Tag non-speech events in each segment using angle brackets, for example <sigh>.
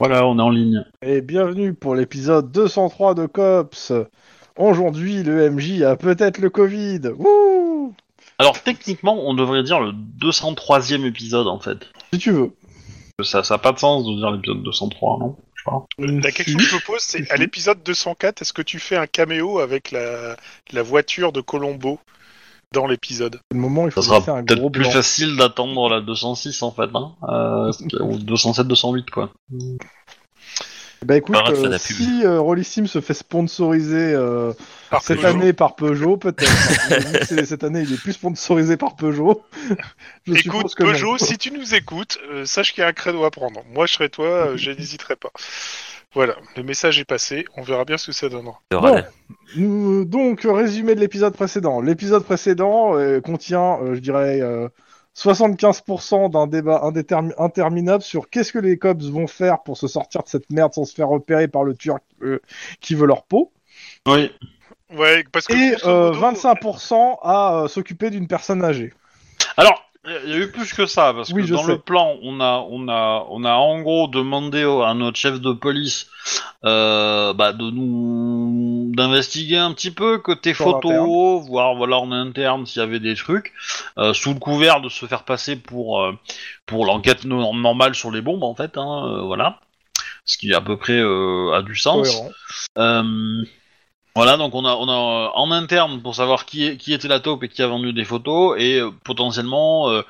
Voilà, on est en ligne. Et bienvenue pour l'épisode 203 de Cops. Aujourd'hui, le MJ a peut-être le Covid. Wouh Alors techniquement, on devrait dire le 203e épisode en fait. si tu veux. Ça ça a pas de sens de dire l'épisode 203, non Je sais pas. La question que je me pose, c'est à l'épisode 204, est-ce que tu fais un caméo avec la, la voiture de Colombo dans l'épisode C'est le moment où il faut Ça sera laisser un gros peut-être plus blanc. facile d'attendre la 206 en fait, hein, euh, ou 207-208 quoi. Bah écoute, Arrête de faire euh, de la pub. si euh, Rollissime se fait sponsoriser euh, Par cette Peugeot. année par Peugeot, peut-être. <laughs> Vu que c'est- cette année, il est plus sponsorisé par Peugeot. <laughs> Je suppose Écoute, que non. Peugeot, si tu nous écoutes, euh, sache qu'il y a un credo à prendre. Moi, je serais <laughs> toi, euh, je n'hésiterai pas. Voilà, le message est passé, on verra bien ce que ça donnera. de Bon. râler. Nous, donc, résumé de l'épisode précédent. L'épisode précédent euh, contient, euh, je dirais, euh, 75% d'un débat indétermi- interminable sur qu'est-ce que les cops vont faire pour se sortir de cette merde sans se faire repérer par le tueur euh, qui veut leur peau. Oui, Ouais, parce que. Et grosso euh, modo, 25% à euh, s'occuper d'une personne âgée. Alors, il y a eu plus que ça, parce Oui, que je dans sais. le plan, on a, on, a, on a en gros demandé au- à notre chef de police euh, bah, de nous d'investiguer un petit peu côté Sur photo, voir voilà en interne s'il y avait des trucs, euh, sous le couvert de se faire passer pour, euh, pour l'enquête no- normale sur les bombes, en fait, hein, euh, voilà. Ce qui à peu près euh, a du sens. Cohérent. Euh, voilà, donc on a, on a euh, en interne pour savoir qui, est- qui était la taupe et qui a vendu des photos, et euh, potentiellement euh,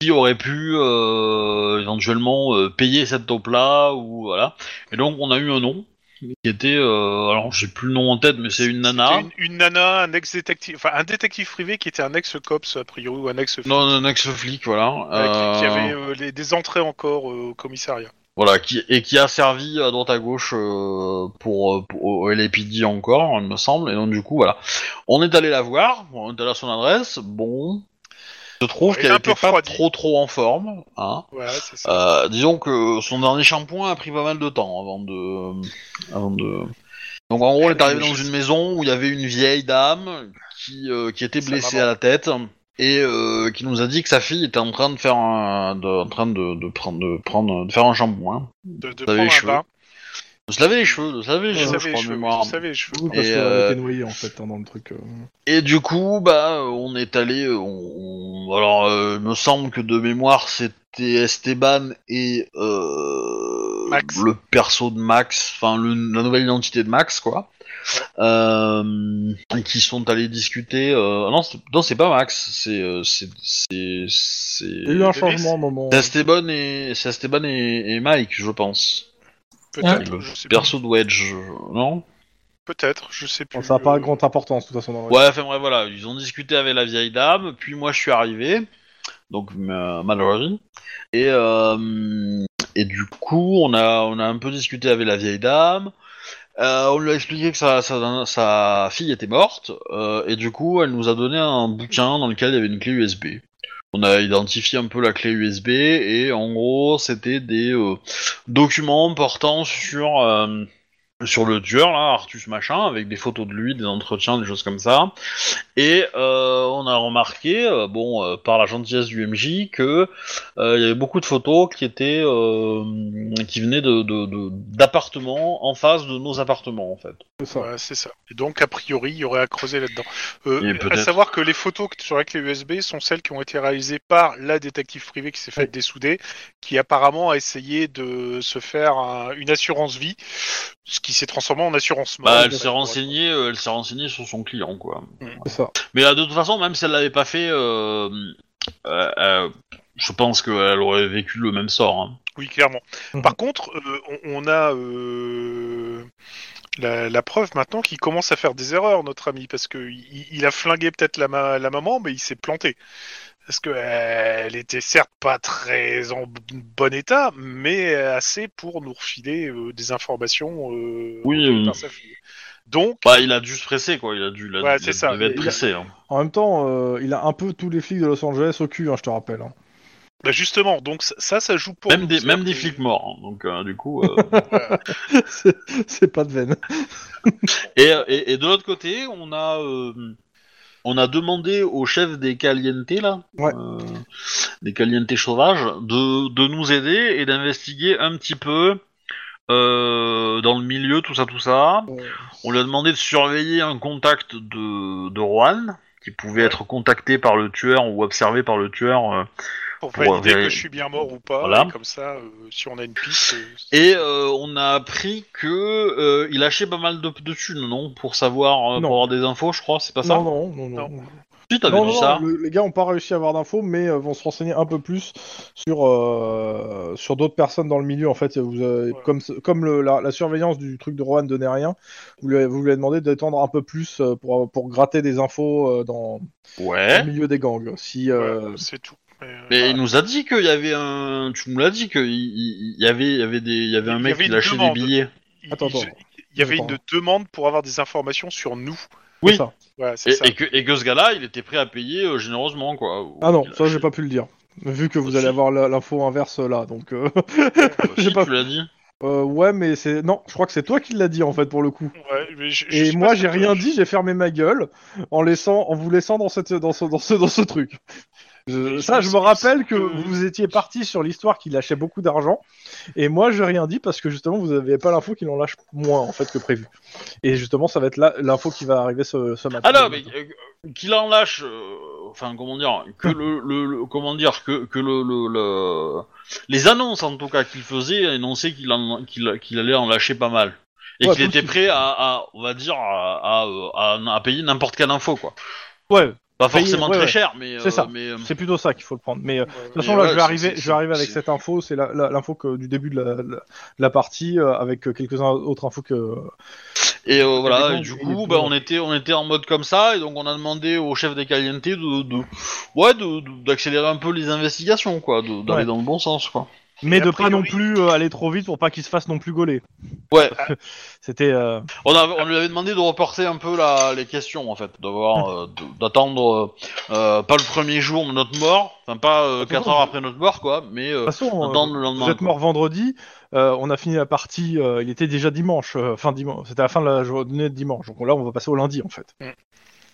qui aurait pu euh, éventuellement euh, payer cette taupe-là, ou voilà. Et donc on a eu un nom, qui était, euh, alors j'ai plus le nom en tête, mais c'est une nana. c'était Une, une nana, un ex-détective, enfin un détective privé qui était un ex-cops, a priori, ou un ex-flic, Non, un ex-flic, voilà. euh, qui, qui Euh, avait euh, les- des entrées encore euh, au commissariat. Voilà, qui, et qui a servi à droite à gauche euh, pour, euh, pour- au LAPD encore, il me semble. Et donc, du coup, voilà. On est allé la voir, on est allé à son adresse. Bon, je trouve Elle est qu'elle un était peu pas refroidie. trop trop en forme. Hein. Voilà, c'est ça. Euh, disons que son dernier shampoing a pris pas mal de temps avant de. Avant de... Donc, en gros, elle est arrivée dans une maison où il y avait une vieille dame qui, euh, qui était Sa blessée maman. à la tête. Et euh, qui nous a dit que sa fille était en train de faire un, de, en train de, de prendre, de prendre, de faire un shampoing. de, t'avais les de prendre un cheveux. bain. De se laver les cheveux, de se laver les Je cheveux, je savais crois, les de cheveux, mémoire. je savais les cheveux. Oui, parce Et, qu'elle euh, était noyée, en fait hein, dans le truc. euh. Et du coup, bah, euh, on est allé. euh, On, on- alors, euh, il me semble que de mémoire, c'était Esteban et euh, Max. le perso de Max, enfin le- la nouvelle identité de Max, quoi. Euh, et qui sont allés discuter. euh, ah non, c'est- non, c'est pas Max, c'est euh, c'est c'est c'est- Il y a eu un Denis, changement au moment. c'est Esteban et c'est Esteban et, et Mike, je pense. Peut-être, Le je sais plus. perso de Wedge, euh, non Peut-être, je sais plus. Bon, ça n'a pas Euh, grande importance, de toute façon. Dans le... Ouais, enfin bref, voilà, ils ont discuté avec la vieille dame, puis moi je suis arrivé, donc euh, Mallory, et, euh, et du coup on a, on a un peu discuté avec la vieille dame, Euh, on lui a expliqué que sa, sa, sa fille était morte, euh, et du coup elle nous a donné un bouquin dans lequel il y avait une clé USB. On a identifié un peu la clé USB, et en gros c'était des euh, documents portant sur... euh, sur le tueur là, Artus machin, avec des photos de lui, des entretiens, des choses comme ça. Et euh, on a remarqué, euh, bon, euh, par la gentillesse du MJ, que euh, il y avait beaucoup de photos qui étaient, euh, qui venaient de de- de- d'appartements en face de nos appartements en fait. C'est ça. ouais, c'est ça. Et donc, a priori, il y aurait à creuser là-dedans. Et Euh, à peut-être- savoir que les photos que- sur la clé USB sont celles qui ont été réalisées par la détective privée qui s'est faite dessouder, qui apparemment a essayé de se faire un- une assurance vie, ce qui s'est transformé en assurance mort. Bah, Ouais, elle ouais, s'est renseignée, euh, elle s'est renseignée sur son client quoi. C'est ça. Mais euh, de toute façon, même si elle l'avait pas fait, euh, euh, euh, je pense qu'elle aurait vécu le même sort. hein. Oui, clairement. Mhm. Par contre, euh, on, on a euh, la, la preuve maintenant qu'il commence à faire des erreurs, notre ami, parce que il, il a flingué peut-être la, ma- la maman, mais il s'est planté. Parce que euh, elle était certes pas très en b- bon état, mais assez pour nous refiler euh, des informations. euh, Oui, retenues oui. par sa fille. Donc, Bah, il a dû se presser quoi, il a dû, il a- Ouais, il a- c'est ça. devait être Il a- pressé. hein. En même temps, euh, il a un peu tous les flics de Los Angeles au cul, hein, je te rappelle. hein. <laughs> bah, justement, donc ça, ça, ça joue pour Même nous, des, c'est-à-dire même des que- flics morts, hein. donc euh, du coup. <laughs> euh, C'est- C'est pas de veine. et, et- et de l'autre côté, on a euh, on a demandé au chef des calientes là, Ouais. euh, des calientes sauvages, de, de nous aider et d'investiguer un petit peu euh, dans le milieu, tout ça, tout ça. Ouais. On lui a demandé de surveiller un contact de, de Juan, qui pouvait être contacté par le tueur ou observé par le tueur. euh. Pour Pour, valider euh, que je suis bien mort ou pas, Voilà. et comme ça, euh, si on a une piste. euh, Et euh, on a appris que euh, il lâchait pas mal de, de thunes, non Pour savoir, euh, Non. pour avoir des infos, je crois, c'est pas ça Non, non, non, non. Non. Si, t'avais Non, dit non, ça. non, le- les gars n'ont pas réussi à avoir d'infos, mais euh, vont se renseigner un peu plus sur, euh, sur d'autres personnes dans le milieu. En fait, vous, avez- Ouais. comme, ce- comme le- la, la surveillance du truc de Rohan donnait rien, vous lui, avez- vous lui avez demandé d'étendre un peu plus euh, pour, pour gratter des infos euh, dans, dans Ouais. le milieu des gangs. Si, euh, voilà, c'est tout. Mais, euh, Mais il nous a dit qu'il y avait un. Tu nous l'as dit qu'il il- il y avait, il y avait des, il y avait un Il y mec avait qui une lâchait demande. des billets. il- Attends, il- attends. Il y avait Attends. une demande pour avoir des informations sur nous. Oui. c'est ça. Voilà, c'est Et, ça. et que, et que ce gars-là, il était prêt à payer euh, généreusement, quoi. Ah non, Il ça lâchait- j'ai pas pu le dire. Vu que vous Si. allez avoir la- l'info inverse là, donc euh, <laughs> Bah, <laughs> j'ai si, pas- Tu l'as dit. euh, ouais, mais c'est non, je crois que c'est toi qui l'as dit en fait pour le coup. Ouais, mais je- je Et sais moi, pas si j'ai on rien peut- dit, j'ai fermé ma gueule en laissant, en vous laissant dans cette, dans ce, dans ce, dans ce truc. Je- Mais ça, je je me pense rappelle que que- vous étiez parti sur l'histoire qu'il lâchait beaucoup d'argent, et moi, j'ai rien dit parce que justement, vous n'avez pas l'info qu'il en lâche moins en fait que prévu. Et justement, ça va être là l'info qui va arriver ce, ce matin. Alors, mais euh, qu'il en lâche, euh, enfin comment dire, que Hum. le, le- le- comment dire, que, que le, le- le- les annonces en tout cas qu'il faisait énonçaient qu'il en- qu'il- qu'il allait en lâcher pas mal et Ouais, qu'il était possible. prêt à, à- on va dire, à, à, euh, à- à payer n'importe quelle info quoi. Ouais, Pas Payer, forcément ouais, très ouais. cher, mais euh, C'est ça. mais, euh, c'est plutôt ça qu'il faut le prendre. Mais euh, de Ouais, toute Mais façon, là, ouais, je vais c'est- arriver, c'est- je vais arriver avec c'est- cette info. C'est la- la- l'info que- du début de la, la- de la partie euh, avec euh, quelques autres infos que Et euh, voilà, gens, et du il est coup, plus bah, loin. on était, on était en mode comme ça, et donc on a demandé au chef des Calientes de, de- ouais, de- de- d'accélérer un peu les investigations, quoi, de- d'aller Ouais. dans le bon sens, quoi. Mais Et de a pas non priori- plus euh, aller trop vite pour pas qu'il se fasse non plus gauler. Ouais. Parce que <laughs> C'était. euh, On, avait- on lui avait demandé de reporter un peu la, les questions, en fait, d'avoir, euh, de- d'attendre euh, euh, pas le premier jour de notre mort, enfin pas euh, Attention, quatre heures après notre mort, quoi, mais euh, De toute façon, euh, attendre le lendemain. vous êtes quoi. mort vendredi. euh, on a fini la partie. euh, il était déjà dimanche. euh, fin dimanche. C'était la fin de la journée de dimanche. Donc là, on va passer au lundi en fait.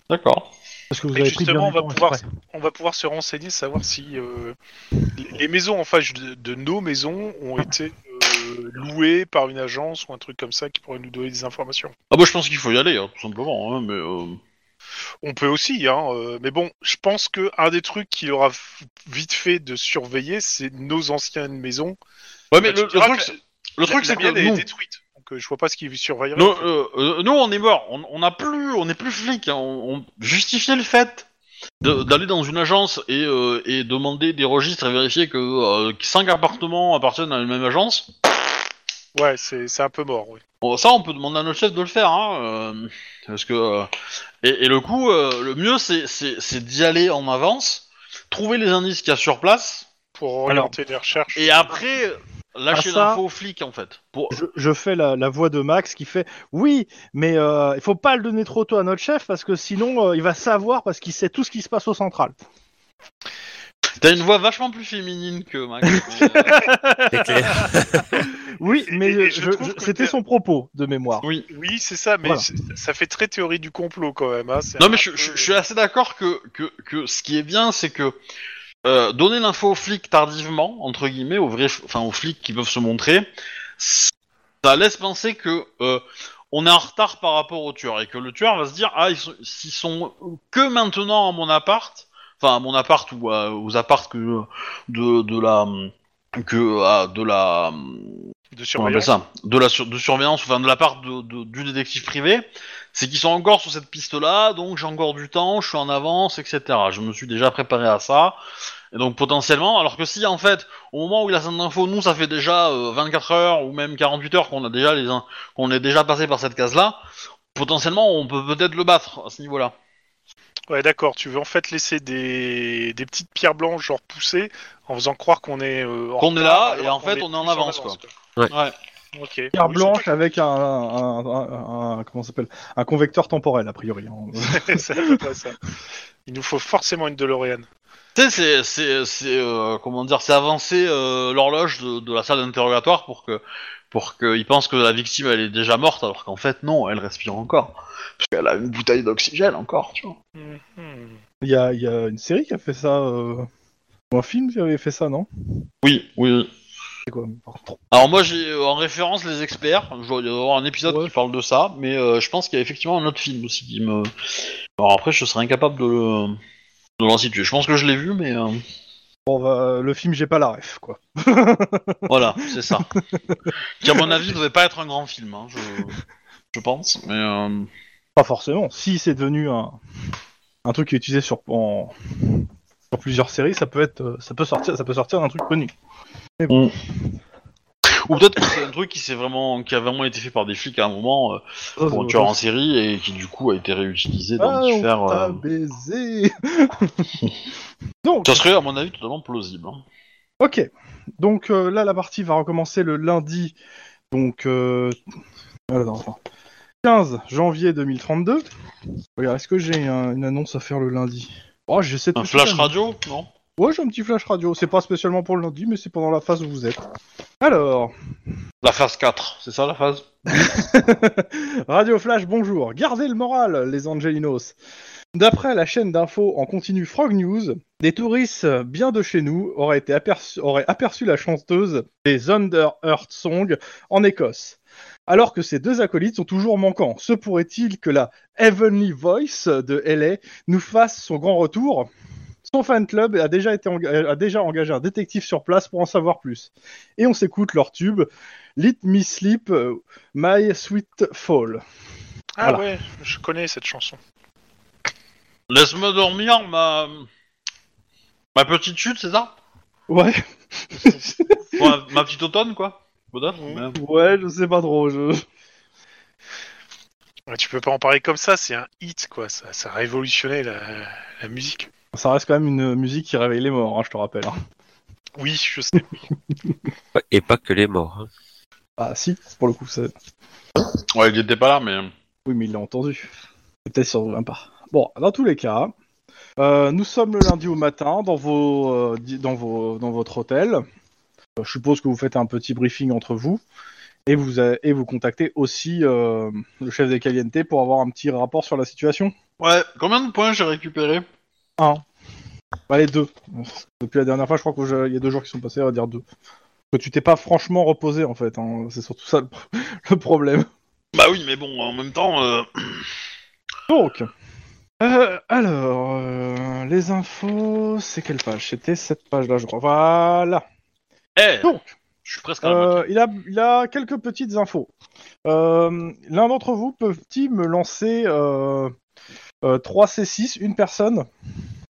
D'accord. Parce que vous Et avez pris bien justement, on du va, temps pouvoir, exprès. on va pouvoir se renseigner, savoir si euh, les- les maisons en face de, de nos maisons ont été euh, louées par une agence ou un truc comme ça qui pourrait nous donner des informations. Ah bah je pense qu'il faut y aller, hein, tout simplement, hein, mais euh, On peut aussi, hein, euh, mais bon, je pense que un des trucs qu'il aura f- vite fait de surveiller, c'est nos anciennes maisons. ouais, mais Bah, tu le, le diras truc, que c'est- le truc, la c'est mienne que est nous, détruite, donc euh, je vois pas ce qu'il surveillerait. Nous, euh, euh, nous, on est mort. On, on a plus, on est plus flic. hein. On, on justifiait le fait de- d'aller dans une agence et, euh, et demander des registres et vérifier que euh, que cinq appartements appartiennent à la même agence. Ouais, c'est c'est un peu mort. oui. Bon, ça, on peut demander à notre chef de le faire, hein, euh, parce que euh, et, et le coup, euh, le mieux, c'est- c'est c'est d'y aller en avance, trouver les indices qu'il y a sur place Pour orienter les recherches. et après lâcher Ah, ça- l'info aux flics en fait. Pour... Je, je fais la, la voix de Max qui fait oui, mais euh, il faut pas le donner trop tôt à notre chef parce que sinon euh, il va savoir parce qu'il sait tout ce qui se passe au central. T'as une voix vachement plus féminine que Max. mais, euh, C'est clair. Oui, mais et euh, je je- trouve je- que c'était t'es- son propos de mémoire. oui. Oui, c'est ça, mais Voilà. c'est- ça fait très théorie du complot quand même. hein, c'est Non un mais je, peu- je- je suis assez d'accord que, que, que ce qui est bien c'est que euh, donner l'info aux flics tardivement entre guillemets aux vrais enfin aux flics qui peuvent se montrer ça laisse penser que euh, on est en retard par rapport au tueur et que le tueur va se dire ah ils sont, s'ils sont que maintenant à mon appart enfin à mon appart ou à- aux apparts que de, de la que à- de la de Comment on appelle surveillance. ça de la sur- de surveillance, enfin de la part de- de- du détective privé, c'est qu'ils sont encore sur cette piste-là, donc j'ai encore du temps, je suis en avance, etc. Je me suis déjà préparé à ça, et donc potentiellement, alors que si en fait, au moment où il a cette info, nous ça fait déjà euh, 24 heures ou même 48 heures qu'on a déjà les in- qu'on est déjà passé par cette case-là, potentiellement on peut peut-être le battre à ce niveau-là. Ouais, d'accord. Tu veux en fait laisser des, des petites pierres blanches, genre poussées, en faisant croire qu'on est. euh, en Qu'on est retard, là, alors et en qu'on fait, on est en plus avance, Ouais. Ok. Oui, Pierre c'est blanche pas- avec un, un, un- un- comment ça s'appelle un convecteur temporel a priori. hein. <laughs> <laughs> c'est à peu près ça. Il nous faut forcément une DeLorean. Tu sais, c'est, c'est, c'est, euh, comment dire, c'est avancer euh, l'horloge de, de la salle d'interrogatoire pour que, pour qu'ils pensent que la victime elle est déjà morte, alors qu'en fait non, elle respire encore, parce qu'elle a une bouteille d'oxygène encore, tu vois. Mhm. Il y a, il y a une série qui a fait ça, euh, ou un film qui avait fait ça, non Oui, oui. quoi. Alors moi j'ai euh, en référence les experts, je dois y avoir un épisode Ouais. qui parle de ça, mais euh, je pense qu'il y a effectivement un autre film aussi qui me... Alors après je serais incapable de le... de l'en situer. Je pense que je l'ai vu, mais euh, Bon, bah, le film, j'ai pas la ref, quoi. voilà, c'est <laughs> ça. qui à mon avis devait pas être un grand film, hein, je... je pense. Mais euh, Pas forcément. Si c'est devenu un, un truc qui est utilisé sur, en- sur plusieurs séries, ça peut être, euh, ça peut sortir, ça peut sortir d'un truc connu. Ou peut-être que c'est un truc qui, s'est vraiment... qui a vraiment été fait par des flics à un moment euh, pour un tueur en série et qui du coup a été réutilisé dans Ah, on différents... t'a euh, baisé. <laughs> Donc, Ça serait à mon avis totalement plausible. hein. ok. Donc euh, là, la partie va recommencer le lundi. Donc, euh, alors, attends. 15 janvier 2032. Regarde, est-ce que j'ai un- une annonce à faire le lundi Oh, j'ai cette Un petite flash annonce. radio, non Ouais, j'ai un petit flash radio. C'est pas spécialement pour le lundi, mais c'est pendant la phase où vous êtes. Alors, La phase 4, c'est ça la phase <laughs> Radio Flash, bonjour. Gardez le moral, les Angelinos. D'après la chaîne d'infos en continu Frog News, des touristes euh, bien de chez nous auraient, été aperçu, auraient aperçu la chanteuse des Under Earth Song en Écosse. Alors que ces deux acolytes sont toujours manquants, se pourrait-il que la Heavenly Voice de LA nous fasse son grand retour Son fan club a déjà, été enga- a déjà engagé un détective sur place pour en savoir plus. Et on s'écoute leur tube Let Me Sleep euh, My Sweet Fall. Ah Voilà. ouais, je connais cette chanson. Laisse-moi dormir, ma. Ma petite chute, c'est ça Ouais, Enfin, ma- Ma petite automne, quoi Peut-être Mhm. mais- ouais, je sais pas trop. Je... Ouais, tu peux pas en parler comme ça, c'est un hit quoi, ça, ça a révolutionné la, la musique. Ça reste quand même une musique qui réveille les morts, hein, je te rappelle. hein. Oui, je sais. Et pas que les morts. hein. Ah si, pour le coup, c'est... Ouais, il était pas là, mais. oui, mais il l'a entendu. C'est peut-être sur un pas. Bon, dans tous les cas, euh, nous sommes le lundi au matin dans vos, euh, di- dans vos, dans votre hôtel. Euh, Je suppose que vous faites un petit briefing entre vous et vous, a- et vous contactez aussi euh, le chef des Caliente pour avoir un petit rapport sur la situation. Ouais, combien de points j'ai récupéré Bah, les deux. Depuis la dernière fois, je crois qu'il y a deux jours qui sont passés, on va dire deux. Que tu t'es pas franchement reposé en fait, hein. c'est surtout ça le, pro- <laughs> le problème. Bah oui, mais bon, en même temps. euh, Donc, euh, alors, euh, les infos, c'est quelle page C'était cette page-là, je crois. Voilà. Eh Donc, Je suis presque à la moitié. euh, il, a, il a quelques petites infos. Euh, L'un d'entre vous peut-il me lancer euh, 3C6, une personne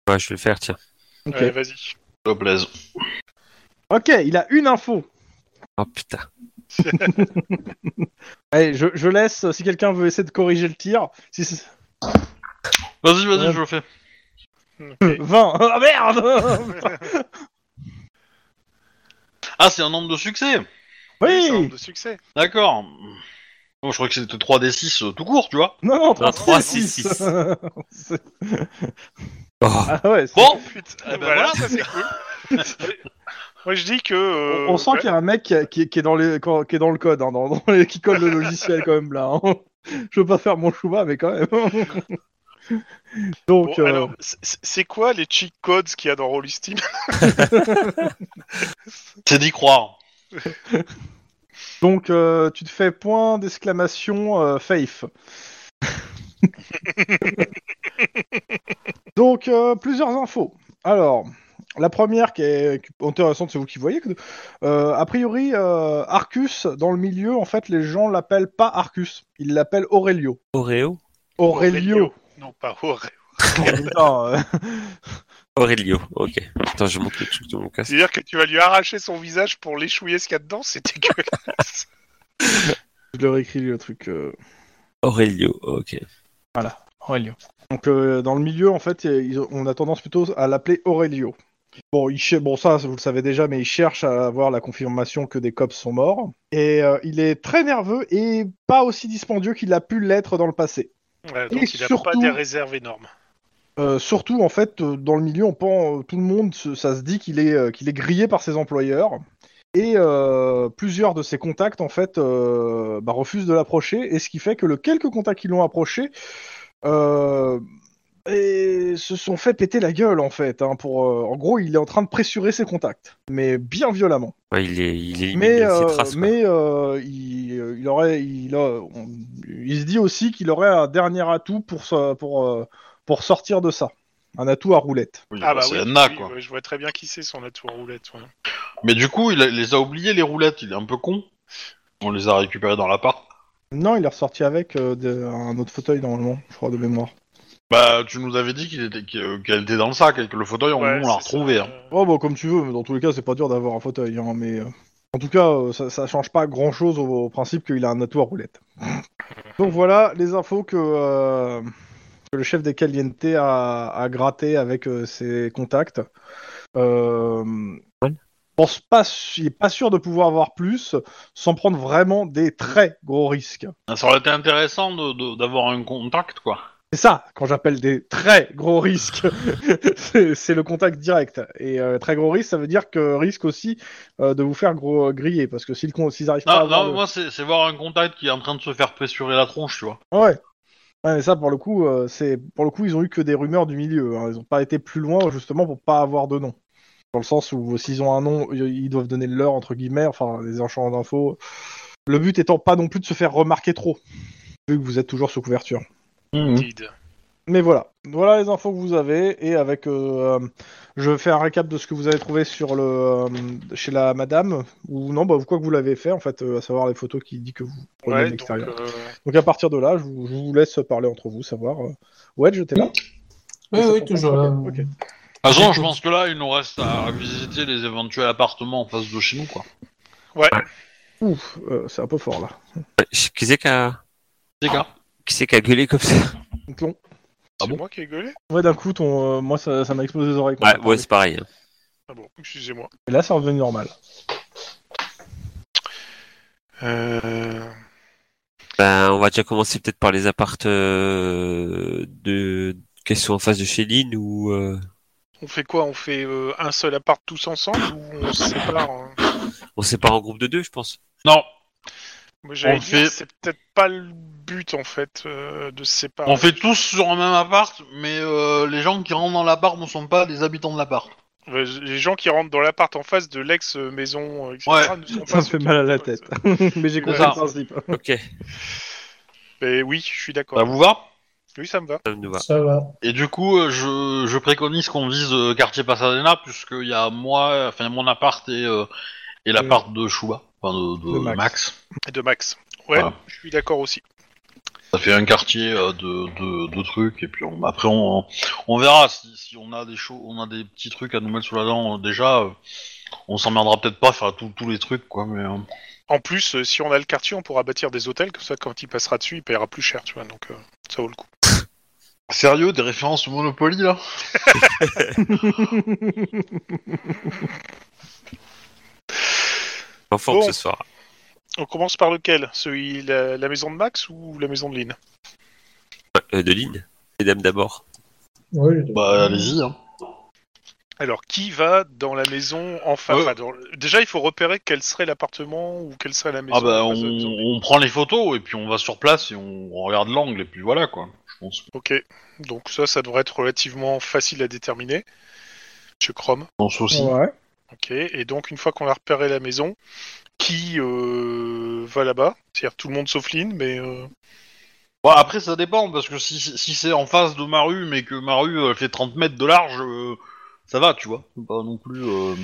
Ouais, je vais le faire, tiens. Ok. Allez, vas-y. S'il te plaise. Ok, il a une info. Oh putain. Allez, je, je laisse, euh, si quelqu'un veut essayer de corriger le tir, si c'est- Vas-y, vas-y, Ouais. je le fais. Ok. 20 <laughs> Ah merde Ah, c'est un nombre de succès C'est un nombre Oui de succès. D'accord. Bon, je crois que c'était 3D6 euh, tout court, tu vois. Non, non, Un 3, 6, 6. 6. Oh, <laughs> Ah ouais, c'est- Bon Putain, ah bah Eh ben voilà, voilà. ça c'est cool. <laughs> Moi je dis que. euh, on, on sent ouais, qu'il y a un mec qui, qui- qui est, dans les, qui est dans le code, hein, dans- dans les- qui colle le logiciel quand même là. hein. <laughs> Je veux pas faire mon chouba, mais quand même. <laughs> bon, Donc, euh, alors, c'est- c'est c'est quoi les cheat codes qu'il y a dans Rollistim C'est d'y croire. donc euh, tu te fais point d'exclamation euh, faith. donc, euh, plusieurs infos. Alors, la première qui est qui est intéressante, c'est vous qui voyez. que- euh, a priori, euh, Arcus, dans le milieu, en fait, les gens l'appellent pas Arcus, ils l'appellent Aurelio. Oreo Aurelio. Non, pas Aurelio. Putain, euh. Aurelio, ok. Attends, je monte le truc de mon casque. C'est-à-dire que tu vas lui arracher son visage pour l'échouiller ce qu'il y a dedans, c'est dégueulasse. Je leur ai écrit le truc. euh, Aurelio, ok. Donc euh, dans le milieu, en fait, euh, ils ont- on a tendance plutôt à l'appeler Aurelio. Bon, il cher- bon, ça, vous le savez déjà, mais il cherche à avoir la confirmation que des cops sont morts. Et euh, il est très nerveux et pas aussi dispendieux qu'il a pu l'être dans le passé. Ouais, Et donc il a pas surtout- des réserves énormes. Euh, surtout, en fait, euh, dans le milieu, on pense, euh, tout le monde, se- ça se dit qu'il est, euh, qu'il est grillé par ses employeurs. Et euh, plusieurs de ses contacts, en fait, euh, bah, refusent de l'approcher. Et ce qui fait que le quelques contacts qui l'ont approché euh, et se sont fait péter la gueule en fait. hein, pour, euh, en gros, il est en train de pressurer ses contacts, mais bien violemment. Ouais, il est, il est Mais, il a ses euh, traces, quoi. mais euh, il, euh, il aurait, il, a- on- il se dit aussi qu'il aurait un dernier atout pour, se- pour, euh, pour sortir de ça. Un atout à roulette. Oui, Ah bah, bah c'est oui, Anna, oui, quoi. ouais, je vois très bien qui c'est son atout à roulette. ouais. Mais du coup, il a- les a oubliés les roulettes, il est un peu con. On les a récupérées dans l'appart. Non, il est ressorti avec euh, de- un autre fauteuil normalement, je crois de mémoire. Bah, tu nous avais dit qu'il était que- qu'elle était dans le sac et que le fauteuil, on, Ouais, on l'a c'est retrouvé. ça, hein. euh, Oh bah comme tu veux, mais dans tous les cas c'est pas dur d'avoir un fauteuil, hein, mais euh, en tout cas euh, ça, ça change pas grand chose au, au principe qu'il a un atout à roulette. <laughs> Donc voilà les infos que, euh, que le chef des Caliente a, a gratté avec euh, ses contacts. Euh, Bonne. pense pas, su- il est pas sûr de pouvoir avoir plus sans prendre vraiment des très gros risques. hein. Ça aurait été intéressant de- de- d'avoir un contact, quoi. C'est ça, quand j'appelle des très gros risques, <laughs> c'est c'est le contact direct. Et euh, très gros risque, ça veut dire que risque aussi euh, de vous faire gros, griller, parce que s'ils con- s'ils arrivent pas à Ah, Non, avoir Ah, bah, non, le- moi, c'est c'est voir un contact qui est en train de se faire pressurer la tronche, tu vois. Ouais. Ouais, mais ça pour le coup, euh, c'est pour le coup, ils ont eu que des rumeurs du milieu. hein. Ils ont pas été plus loin justement pour pas avoir de nom. Dans le sens où euh, s'ils ont un nom, i- ils doivent donner le leur entre guillemets, enfin des enchants d'infos. Le but étant pas non plus de se faire remarquer trop, vu que vous êtes toujours sous couverture. Mmh, Mmh. Indeed. Mais voilà, voilà les infos que vous avez et avec, euh, euh, je fais un récap de ce que vous avez trouvé sur le euh, chez la madame ou non, bah quoi que vous l'avez fait en fait, euh, à savoir les photos qui dit que vous prenez de Ouais, donc, l'extérieur. Donc, euh, à partir de là, je vous, je vous laisse parler entre vous, savoir. euh, Ouais, je t'ai là. Oui, Ça oui, comprend toujours pas, là. ok, ok. Ah <laughs> non, je pense que là, il nous reste à visiter les éventuels appartements en face de chez nous, quoi. Ah. Ah Ouf, euh, c'est un peu fort là. Ouais, Qui c'est qui a, C'est quoi qui c'est qui a gueulé comme ça Donc, long. Ah c'est bon moi qui ai gueulé Ouais, d'un coup, ton, euh, moi ça, ça m'a explosé les oreilles. quand Ouais, t'as ouais, parlé. c'est pareil. hein. Ah bon, excusez-moi. Et là, c'est revenu normal. Euh, Ben, on va déjà commencer peut-être par les appartes euh, de qui sont en face de chez Lynn ou euh, On fait quoi On fait euh, un seul appart tous ensemble ou on se sépare hein on se sépare en groupe de deux, je pense. Non, Moi j'allais On dire, fait- c'est peut-être pas le but en fait euh, de se séparer. on fait tous sur un même appart, mais euh, les gens qui rentrent dans l'appart ne sont pas des habitants de l'appart. Euh, Les gens qui rentrent dans l'appart en face de l'ex-maison, euh, etc. Ouais, <laughs> ne sont pas Ça me sous- fait mal à la tête. <laughs> Mais j'ai compris ça. le principe. Ok, Mais oui, je suis d'accord. Ça vous va Oui, ça me va. ça nous va. Ça va. Et du coup, euh, je, je préconise qu'on vise euh, quartier Pasadena, puisqu'il y a moi, enfin mon appart et, euh, et l'appart de Chouba, enfin de, de De Max. Max. Et de Max. Ouais, Voilà. je suis d'accord aussi. Ça fait un quartier euh, de, de, de trucs, et puis on, après on, on verra si, si on a des choses, on a des petits trucs à nous mettre sous la dent euh, déjà. euh, on s'emmerdera peut-être pas à faire tout- tous les trucs, quoi, mais... euh, En plus, euh, si on a le quartier, on pourra bâtir des hôtels, comme ça quand il passera dessus, il paiera plus cher, tu vois, donc euh, ça vaut le coup. Sérieux, des références au Monopoly, là En forme Bon. ce soir. On commence par lequel Celui, la, la maison de Max ou la maison de Lynn Ouais, euh, de Lynn. Mesdames d'abord. Oui, je- Bah, allez-y, hein. Alors, qui va dans la maison en face Euh. enfin, dans le- Déjà, il faut repérer quel serait l'appartement ou quelle serait la maison. Ah bah, en on, face de la maison. on prend les photos, et puis on va sur place, et on regarde l'angle, et puis voilà, quoi, je pense. Ok, donc ça, ça devrait être relativement facile à déterminer. Je Chrome. Je pense aussi. Ouais. Ok, et donc une fois qu'on a repéré la maison, qui euh, va là-bas C'est-à-dire tout le monde sauf Lynn, mais... euh, Bon, après, ça dépend, parce que si, si c'est en face de ma rue, mais que ma rue euh, fait 30 mètres de large, euh, ça va, tu vois. Pas non plus. euh.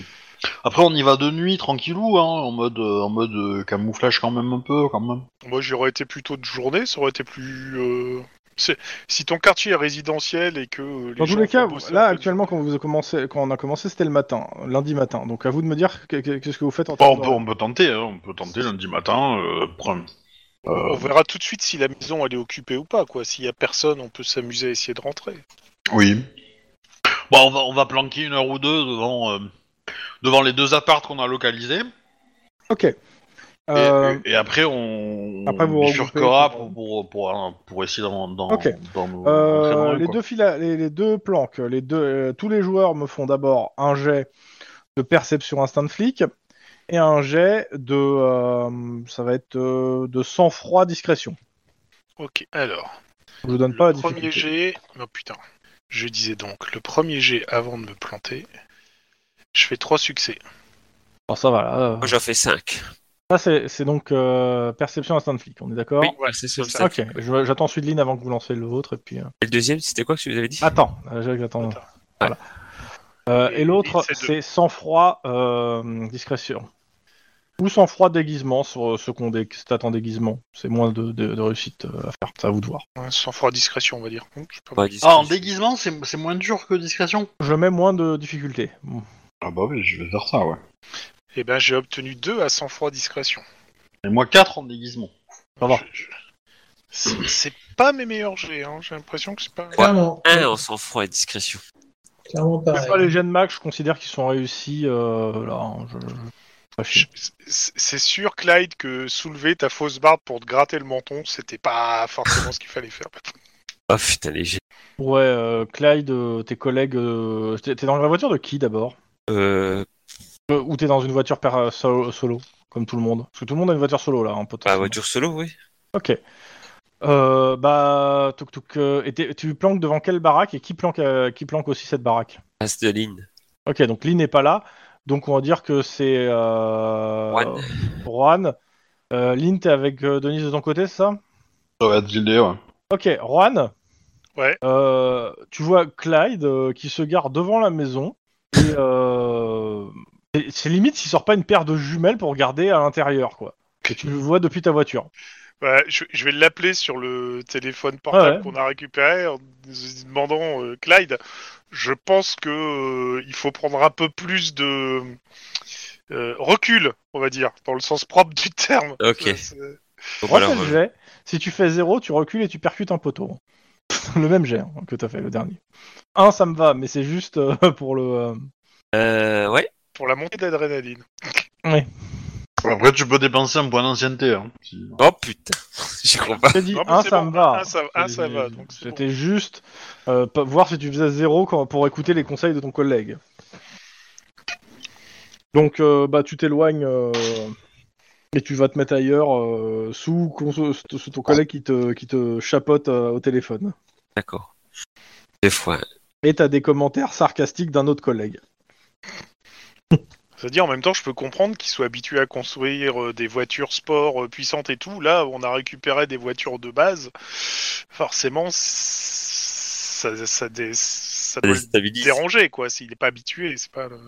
Après, on y va de nuit, tranquillou, hein, en mode, euh, en mode euh, camouflage quand même un peu, quand même. Moi, j'aurais été plutôt de journée, ça aurait été plus... euh, c'est- Si ton quartier est résidentiel et que... euh, les Dans tous gens les cas, font bosser un là peu- actuellement quand vous commencez, quand on a commencé, c'était le matin, lundi matin. Donc à vous de me dire que- que- qu'est-ce que vous faites en Bon, on, termes peut, on peut tenter, hein, on peut tenter lundi matin. Euh, prendre- On verra tout de suite si la maison, elle est occupée ou pas, quoi. S'il y a personne, on peut s'amuser à essayer de rentrer. Oui. Bon, on va, on va planquer une heure ou deux devant, euh, devant les deux appartes qu'on a localisés. Ok. Et, Euh, et après, on, Après, vous on regroupez bifurquera pour- pour, pour, pour, hein, pour essayer d'en d'en- Ok. d'en- d'entrer euh, dans la rue, les quoi. deux fila- les, les deux planques, les deux, euh, tous les joueurs me font d'abord un jet de perception instinct de flic et un jet de, euh, ça va être euh, de sang-froid discrétion. Ok, alors... Je vous donne Le pas la premier difficulté. jet... Non, putain. Je disais donc, le premier jet avant de me planter, je fais trois succès. Bon, ça va. Là, euh. Moi, j'en fais 5. Ça, c'est c'est donc euh, perception instant flic, on est d'accord ouais, c'est sur le ça. cinq. Ok, je- j'attends celui de Lynn avant que vous lancez le vôtre. Et puis, euh, Et le deuxième, c'était quoi que tu nous avais dit Attends, euh, j'ai- j'attends. Attends. Voilà. Euh, Et- et l'autre, et c'est deux. c'est sang-froid, euh, discrétion. Ou sang-froid déguisement, sur euh, ceux qu'on constate en déguisement. C'est moins de, de- de réussite euh, à faire, c'est à vous de voir. Ouais, hein, Sans froid discrétion, on va dire. Donc, je sais pas. Bah, dis- Ah, en déguisement, c'est c'est moins dur que discrétion Je mets moins de difficultés. Bon. Ah bah oui, je vais faire ça, ouais. Eh ben, j'ai obtenu deux à sans froid discrétion. Et moi 4 en déguisement. Ça va. Je- je- C'est c'est pas mes meilleurs jets, hein. j'ai l'impression que c'est pas. Clairement. Un en sang-froid et discrétion. Clairement C'est pas pareil. les jeunes max, je considère qu'ils sont réussis. euh, là, hein, je- je- pas chier. Je- C'est c'est sûr, Clyde, que soulever ta fausse barbe pour te gratter le menton, c'était pas forcément ce qu'il fallait faire. Oh putain, léger. Ouais, euh, Clyde, euh, tes collègues. euh, t'es t'es dans la voiture de qui d'abord Euh, Euh, Ou t'es dans une voiture per- so- solo, comme tout le monde Parce que tout le monde a une voiture solo là, en bah, potentiellement. voiture solo, oui. Ok. Euh, bah, tuk tuk. euh, et t'es- tu planques devant quelle baraque et qui planque, euh, qui planque aussi cette baraque As de ligne. Ok, donc Lynn n'est pas là. Donc on va dire que c'est. Euh, Juan. Juan. Euh, Lynn, t'es avec euh, Denise de ton côté, c'est ça Ça va être l'idée, ouais. Ok, Juan. Ouais. Euh, tu vois Clyde euh, qui se gare devant la maison. Et euh, c'est- c'est limite s'il sort pas une paire de jumelles pour regarder à l'intérieur, quoi. Que tu vois depuis ta voiture. Ouais, Bah, je, je vais l'appeler sur le téléphone portable Ouais, ouais. qu'on a récupéré en nous demandant euh, Clyde. Je pense que euh, il faut prendre un peu plus de euh, recul, on va dire, dans le sens propre du terme. Ok. Ça, c'est- Bon, bah, Refais alors, le euh, jet. Si tu fais 0, tu recules et tu percutes un poteau. <laughs> le même jet hein, que t'as fait le dernier. 1, ça me va, mais c'est juste euh, pour le. euh, euh, ouais. pour la montée d'adrénaline. Après, tu peux dépenser un point d'ancienneté. Hein, si- Oh putain. <laughs> J'y crois pas. Je t'ai dit, Non, mais 1, c'est ça bon, me va. un, ça- un, ça va, donc c'est C'était juste euh, pas- voir si tu faisais 0 quand, pour écouter les conseils de ton collègue. Donc, euh, bah, tu t'éloignes euh, et tu vas te mettre ailleurs euh, sous, con- sous- sous ton collègue qui te, qui te chapote euh, au téléphone. D'accord. Des fois. Et t'as des commentaires sarcastiques d'un autre collègue. C'est-à-dire, en même temps, je peux comprendre qu'ils soient habitués à construire euh, des voitures sport euh, puissantes et tout. Là, on a récupéré des voitures de base. Forcément, ça, ça, dé- ça Ça doit le déstabilise. dérangé quoi s'il n'est pas habitué c'est pas le-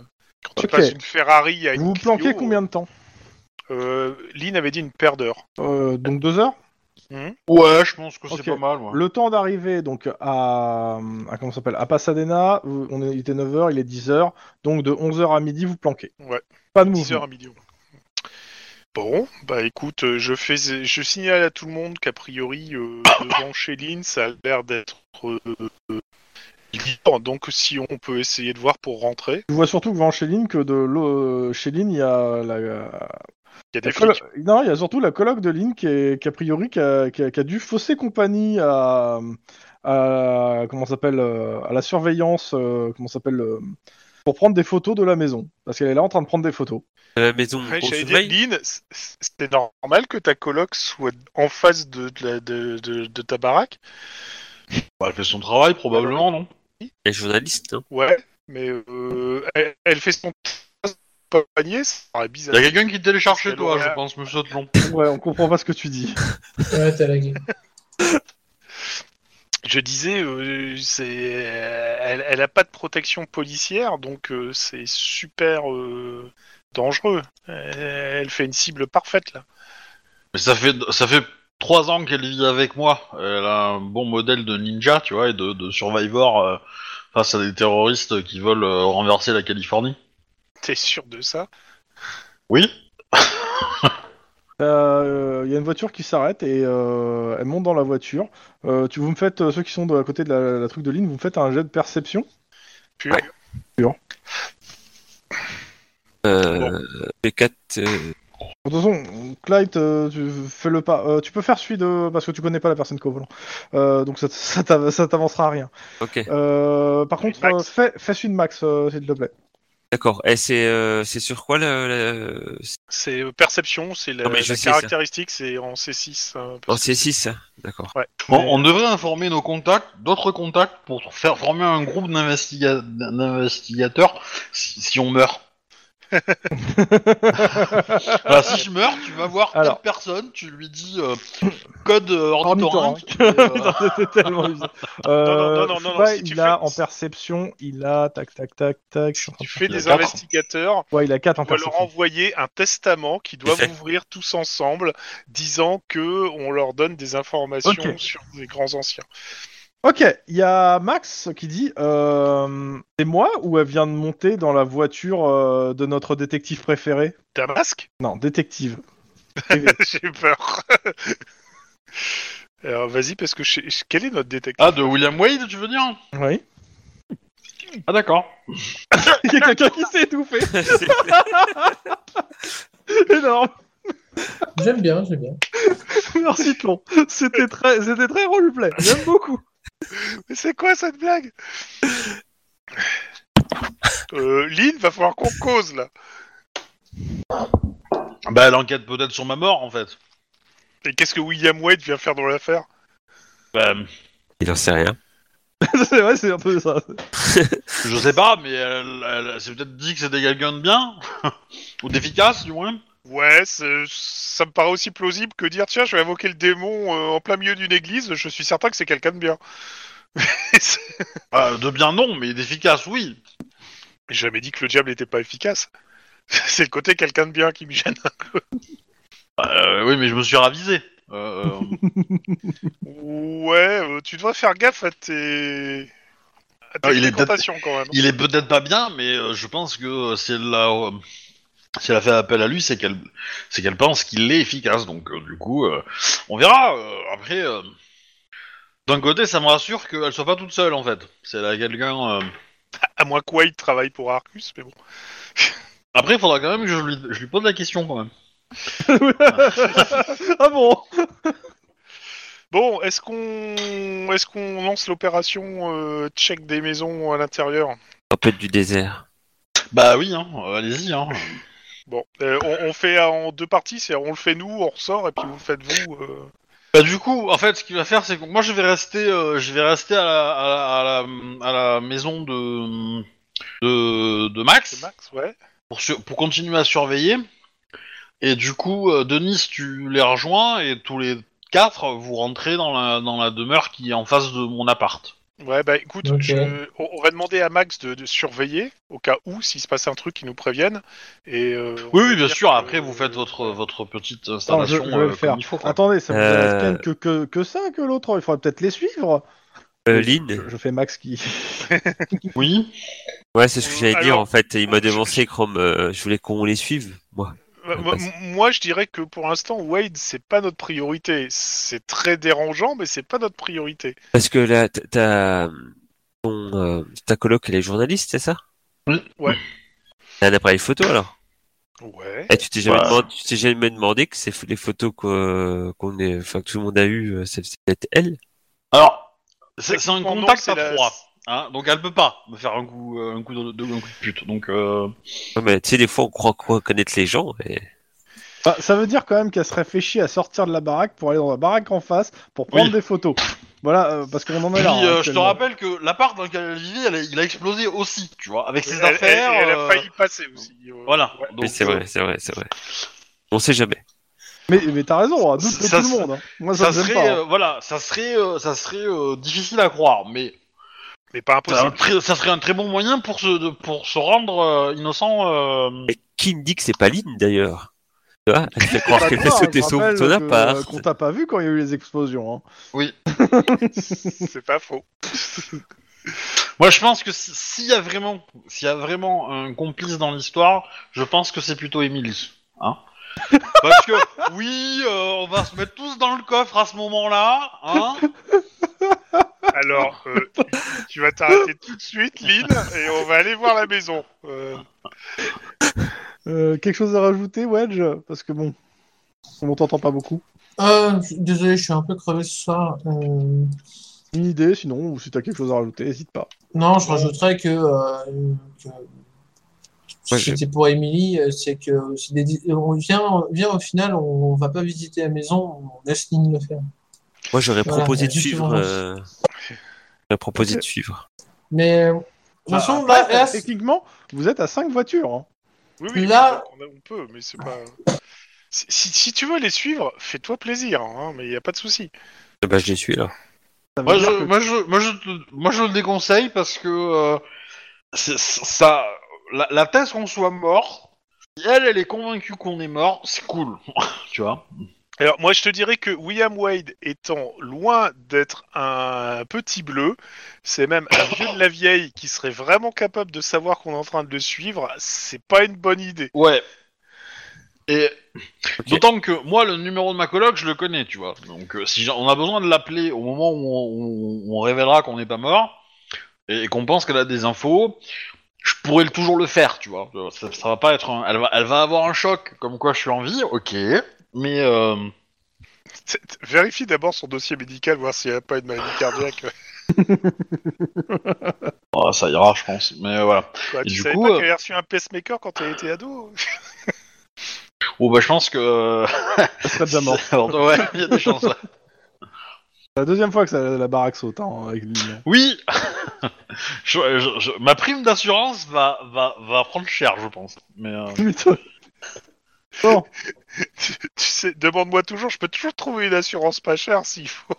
quand tu Ok. passes une Ferrari à une Vous vous Clio, planquez combien de temps euh, Lynn avait dit une paire d'heures Euh, donc deux heures. Ouais, je pense que c'est Ok. pas mal, ouais. Le temps d'arriver donc à, à comment ça s'appelle à Pasadena, où on est- il était 9h, il est 10h, donc de 11h à midi vous planquez. Ouais. Pas de 10 heures mouvement. à midi ouais. bon bah écoute euh, je fais je signale à tout le monde qu'a priori euh, <coughs> devant chez Lynn ça a l'air d'être euh, euh, libre donc si on peut essayer de voir pour rentrer Je vois surtout que devant Chéline que de l'eau- euh, chez Lynn, il y a la, la il y a des colo- flics non, il y a surtout la coloc de Lynn qui, est, qui a priori qui a, qui a- qui a dû fausser compagnie à, à comment ça s'appelle euh, à la surveillance euh, comment ça s'appelle euh, pour prendre des photos de la maison parce qu'elle est là en train de prendre des photos. À la maison, Ouais, on j'allais dire, surveille. Lynn, c- c'est normal que ta coloc soit en face de, de la- de- de- de ta baraque Bah, elle fait son travail, probablement, non Les journalistes, hein. non Ouais, mais euh, elle, elle fait son panier, ça paraît bizarre. Y'a quelqu'un qui télécharge chez toi, Ouais. je pense, monsieur Tlon. Ouais, on comprend pas ce que tu dis. Ouais, t'as lagué. Je disais, euh, c'est, elle, elle a pas de protection policière, donc euh, c'est super euh, dangereux. Elle, elle fait une cible parfaite là. <laughs> Mais ça fait, ça fait 3 ans qu'elle vit avec moi. Elle a un bon modèle de ninja, tu vois, et de, de survivor euh, face à des terroristes qui veulent euh, renverser la Californie. T'es sûr de ça Oui Euh, Il y a une voiture qui s'arrête et euh, elle monte dans la voiture. Euh, tu vous me faites euh, ceux qui sont de à côté de la, la truc de ligne, vous me faites un jet de perception. Pur. Ouais. Euh, Bon. P4, euh, De toute façon, Clyde, euh, tu fais le pas. Euh, tu peux faire celui de parce que tu connais pas la personne qui est au volant. Euh, donc ça, t- <laughs> ça t'av- ça t'avancera à rien. ok. Euh, par Celui contre, de Max. <laughs> euh, fais, fais celui de Max, euh, s'il te plaît. D'accord. Et c'est euh, c'est sur quoi le, le- C'est euh, perception, c'est la, Non, mais je la sais, ça. caractéristique, c'est en C6. hein, en parce que- C6 ça <laughs> D'accord. <laughs> Bon, on devrait informer nos contacts, d'autres contacts, pour faire former un groupe d'investiga- d'investigateurs si, si on <laughs> meurt. Voilà, si je meurs, tu vas voir Alors. telle personne, tu lui dis euh, code euh, ornithorynque. <laughs> Ornithorynque. et, euh, C'était tellement bizarre. Euh, Non, non, non, non, je sais non, pas, si tu il a fais- en perception, il a tac tac tac tac. je suis en train Tu de- fais des quatre. investigateurs, Ouais, il a 4 en on va leur perception. envoyer un testament qu'ils doivent Parfait. ouvrir tous ensemble, disant que on leur donne des informations Ok. sur les grands anciens. Ok, il y a Max qui dit euh, C'est moi ou elle vient de monter dans la voiture euh, de notre détective préféré Damasque Non, détective. <laughs> J'ai peur. <laughs> Alors vas-y, parce que je sais- quel est notre détective Ah, de William Wade, tu veux dire Oui. <laughs> Ah, d'accord. Il y a quelqu'un qui s'est étouffé. Énorme. J'aime bien, j'aime bien. Merci Tlon. C'était très, c'était très roleplay. J'aime beaucoup. <laughs> Mais <laughs> C'est quoi cette blague euh, Lynn, va falloir qu'on cause là. Bah, elle enquête peut-être sur ma mort, en fait. Et qu'est-ce que William Wade vient faire dans l'affaire Bah, Il en sait rien. c'est vrai, c'est un peu ça. je sais pas, mais elle, elle s'est peut-être dit que c'était quelqu'un de bien, <laughs> ou d'efficace, du moins. Ouais, c'est- ça me paraît aussi plausible que dire tiens, je vais invoquer le démon euh, en plein milieu d'une église, je suis certain que c'est quelqu'un de bien. J'ai Euh, de bien, non, mais d'efficace, oui. jamais dit que le diable n'était pas efficace. <laughs> C'est le côté quelqu'un de bien qui me gêne. Euh, oui, mais je me suis ravisé. Euh, euh, Ouais, euh, tu devrais faire gaffe à tes. à tes Ah, il est peut-être- fréquentations, quand même. il est peut-être pas bien, mais euh, je pense que euh, si elle l'a, euh, si elle a fait appel à lui, c'est qu'elle, c'est qu'elle pense qu'il est efficace. Donc euh, du coup, euh, on verra. euh, après, euh, d'un côté, ça me rassure qu'elle soit pas toute seule en fait. C'est là quelqu'un. euh, À moins quoi, il travaille pour Arcus, mais bon. Après, il faudra quand même que je lui, je lui pose la question quand même. ah bon Bon, est-ce qu'on est-ce qu'on lance l'opération euh, check des maisons à l'intérieur Tempête du désert. Bah oui, hein, euh, allez-y. Hein. Bon, euh, on, on fait en deux parties, c'est on le fait nous, on ressort et puis vous le faites vous. euh. Bah du coup, en fait, ce qu'il va faire, c'est que moi, je vais rester, euh, je vais rester à la, à la, à la, à la maison de, de, de C'est Max. Max, ouais. pour, sur- pour continuer à surveiller. Et du coup, euh, Denis, tu les rejoins et tous les quatre, vous rentrez dans la, dans la demeure qui est en face de mon appart. Ouais, bah écoute, Ok. je- on, on va demander à Max de, de surveiller au cas où s'il se passe un truc qui nous prévienne. Et euh, on Oui, va oui, bien dire sûr. que- euh, Après, vous faites votre, votre petite Attends, je, installation je euh, vais le comme faire. il faut. quoi. Attendez, ça vous Euh. intéresse quand même que, que, que ça, que l'autre. Il faudrait peut-être les suivre. Euh, Je, Lynn je fais Max qui. Oui. Ouais, c'est ce que j'allais Alors- dire en fait. Il m'a devancé que euh, je voulais qu'on les suive, moi. Bah, moi- Moi, je dirais que pour l'instant, Wade, c'est pas notre priorité. C'est très dérangeant, mais c'est pas notre priorité. Parce que là, t- t'as ton euh, ta coloc, elle est journaliste, c'est ça Ouais. T'as un appareil photo alors Ouais. Eh, tu t'es jamais, Bah. demandé, tu t'es jamais demandé que c'est les photos qu'on qu'on est, enfin que tout le monde a euh, eu, c'est peut-être elle Alors, c'est c'est un Techniquement, non, contact c'est à la- trois. hein, donc, elle peut pas me faire un coup, euh, un coup de, de- un coup de pute. Donc, euh, Ouais, mais tu sais, des fois, on croit qu'on connaître les gens. Et... Bah, ça veut dire quand même qu'elle se réfléchit à sortir de la baraque pour aller dans la baraque en face pour prendre Oui. des photos. Voilà, euh, parce qu'on en est Puis, là. hein, euh, je te actuellement. rappelle que l'appart dans lequel elle vivait, elle a- il a explosé aussi, tu vois, avec ses Elle- elle- affaires. Elle, euh, a failli passer aussi. euh, Voilà. ouais. Donc, Oui, c'est euh, vrai, c'est vrai, c'est vrai. On sait jamais. Mais, mais t'as raison, on doute de Ça tout se- le monde. hein. Moi, ça, ça me gêne serait pas. hein. euh, voilà ça serait euh, ça serait euh, difficile à croire mais Mais pas ça, un impossible. très- ça serait un très bon moyen pour se de- pour se rendre euh, innocent euh, Et qui me dit que c'est pas Lynn d'ailleurs Tu vois Elle fait croire Pas qu'elle toi, fait hein, sauter je son, rappelle son que, appart. euh, Qu'on t'a pas vu quand il y a eu les explosions. hein. c'est <laughs> pas faux. moi je pense que si- s'il y a vraiment s'il y a vraiment un complice dans l'histoire je pense que c'est plutôt Emily hein <laughs> parce que oui euh, on va se mettre tous dans le coffre à ce moment là hein Alors, euh, tu vas t'arrêter tout de suite, Lynn, et on va aller voir la maison. Euh, Euh, quelque chose à rajouter, Wedge Parce que bon, on t'entend pas beaucoup. Euh, je- désolé, je suis un peu crevé ce soir. Euh, Une idée, sinon, ou si t'as quelque chose à rajouter, hésite pas. Non, je rajouterais que, euh, que Ouais, Ce que je- C'était pour Émilie, euh, c'est que c'est des... di- on vient, on vient au final, on, on va pas visiter la maison, on laisse Lynn le faire. Moi, j'aurais Voilà, proposé de justement. suivre. Euh... J'aurais proposé de suivre. Mais euh, de toute Bah, façon, après, là, là, c'est- techniquement, vous êtes à 5 voitures. hein. Oui, oui, Là- on, a- on peut, mais c'est pas. Si, si- si tu veux les suivre, fais-toi plaisir, hein, mais il n'y a pas de souci. Eh ben, je les suis là. Ça veut Moi dire je, que- moi, je, moi, je, te- moi, je le déconseille parce que euh, c'est- c'est- ça, la, la thèse qu'on soit mort, si elle, elle est convaincue qu'on est mort, c'est cool, <laughs> tu vois. Alors, moi, je te dirais que William Wade étant loin d'être un petit bleu, c'est même un vieux de la vieille qui serait vraiment capable de savoir qu'on est en train de le suivre, c'est pas une bonne idée. Ouais. Et d'autant que moi, le numéro de ma coloc, je le connais, tu vois. Donc, euh, si j'en- on a besoin de l'appeler au moment où on, où on révélera qu'on n'est pas mort et, qu'on pense qu'elle a des infos, je pourrais le- toujours le faire, tu vois. Euh, Ça, ça va pas être, un- elle va, elle va avoir un choc, comme quoi je suis en vie, ok. Mais euh, C'est- Vérifie d'abord son dossier médical, voir s'il n'y a pas une maladie <laughs> cardiaque. oh, ça ira, je pense. Mais euh, voilà. Quoi, Et tu du savais coup, pas euh, qu'elle avait reçu un pacemaker quand elle était ado <laughs> Bon, bah, je pense que. euh, <laughs> ça serait déjà mort. ouais, il y a des chances. ouais. C'est la deuxième fois que ça- la baraque saute. hein, avec l'île. <laughs> Oui Je- je- je- Ma prime d'assurance va, va, va prendre cher, je pense. Mais. euh, Putain. Bon, Tu sais, demande-moi toujours, je peux toujours trouver une assurance pas chère s'il faut.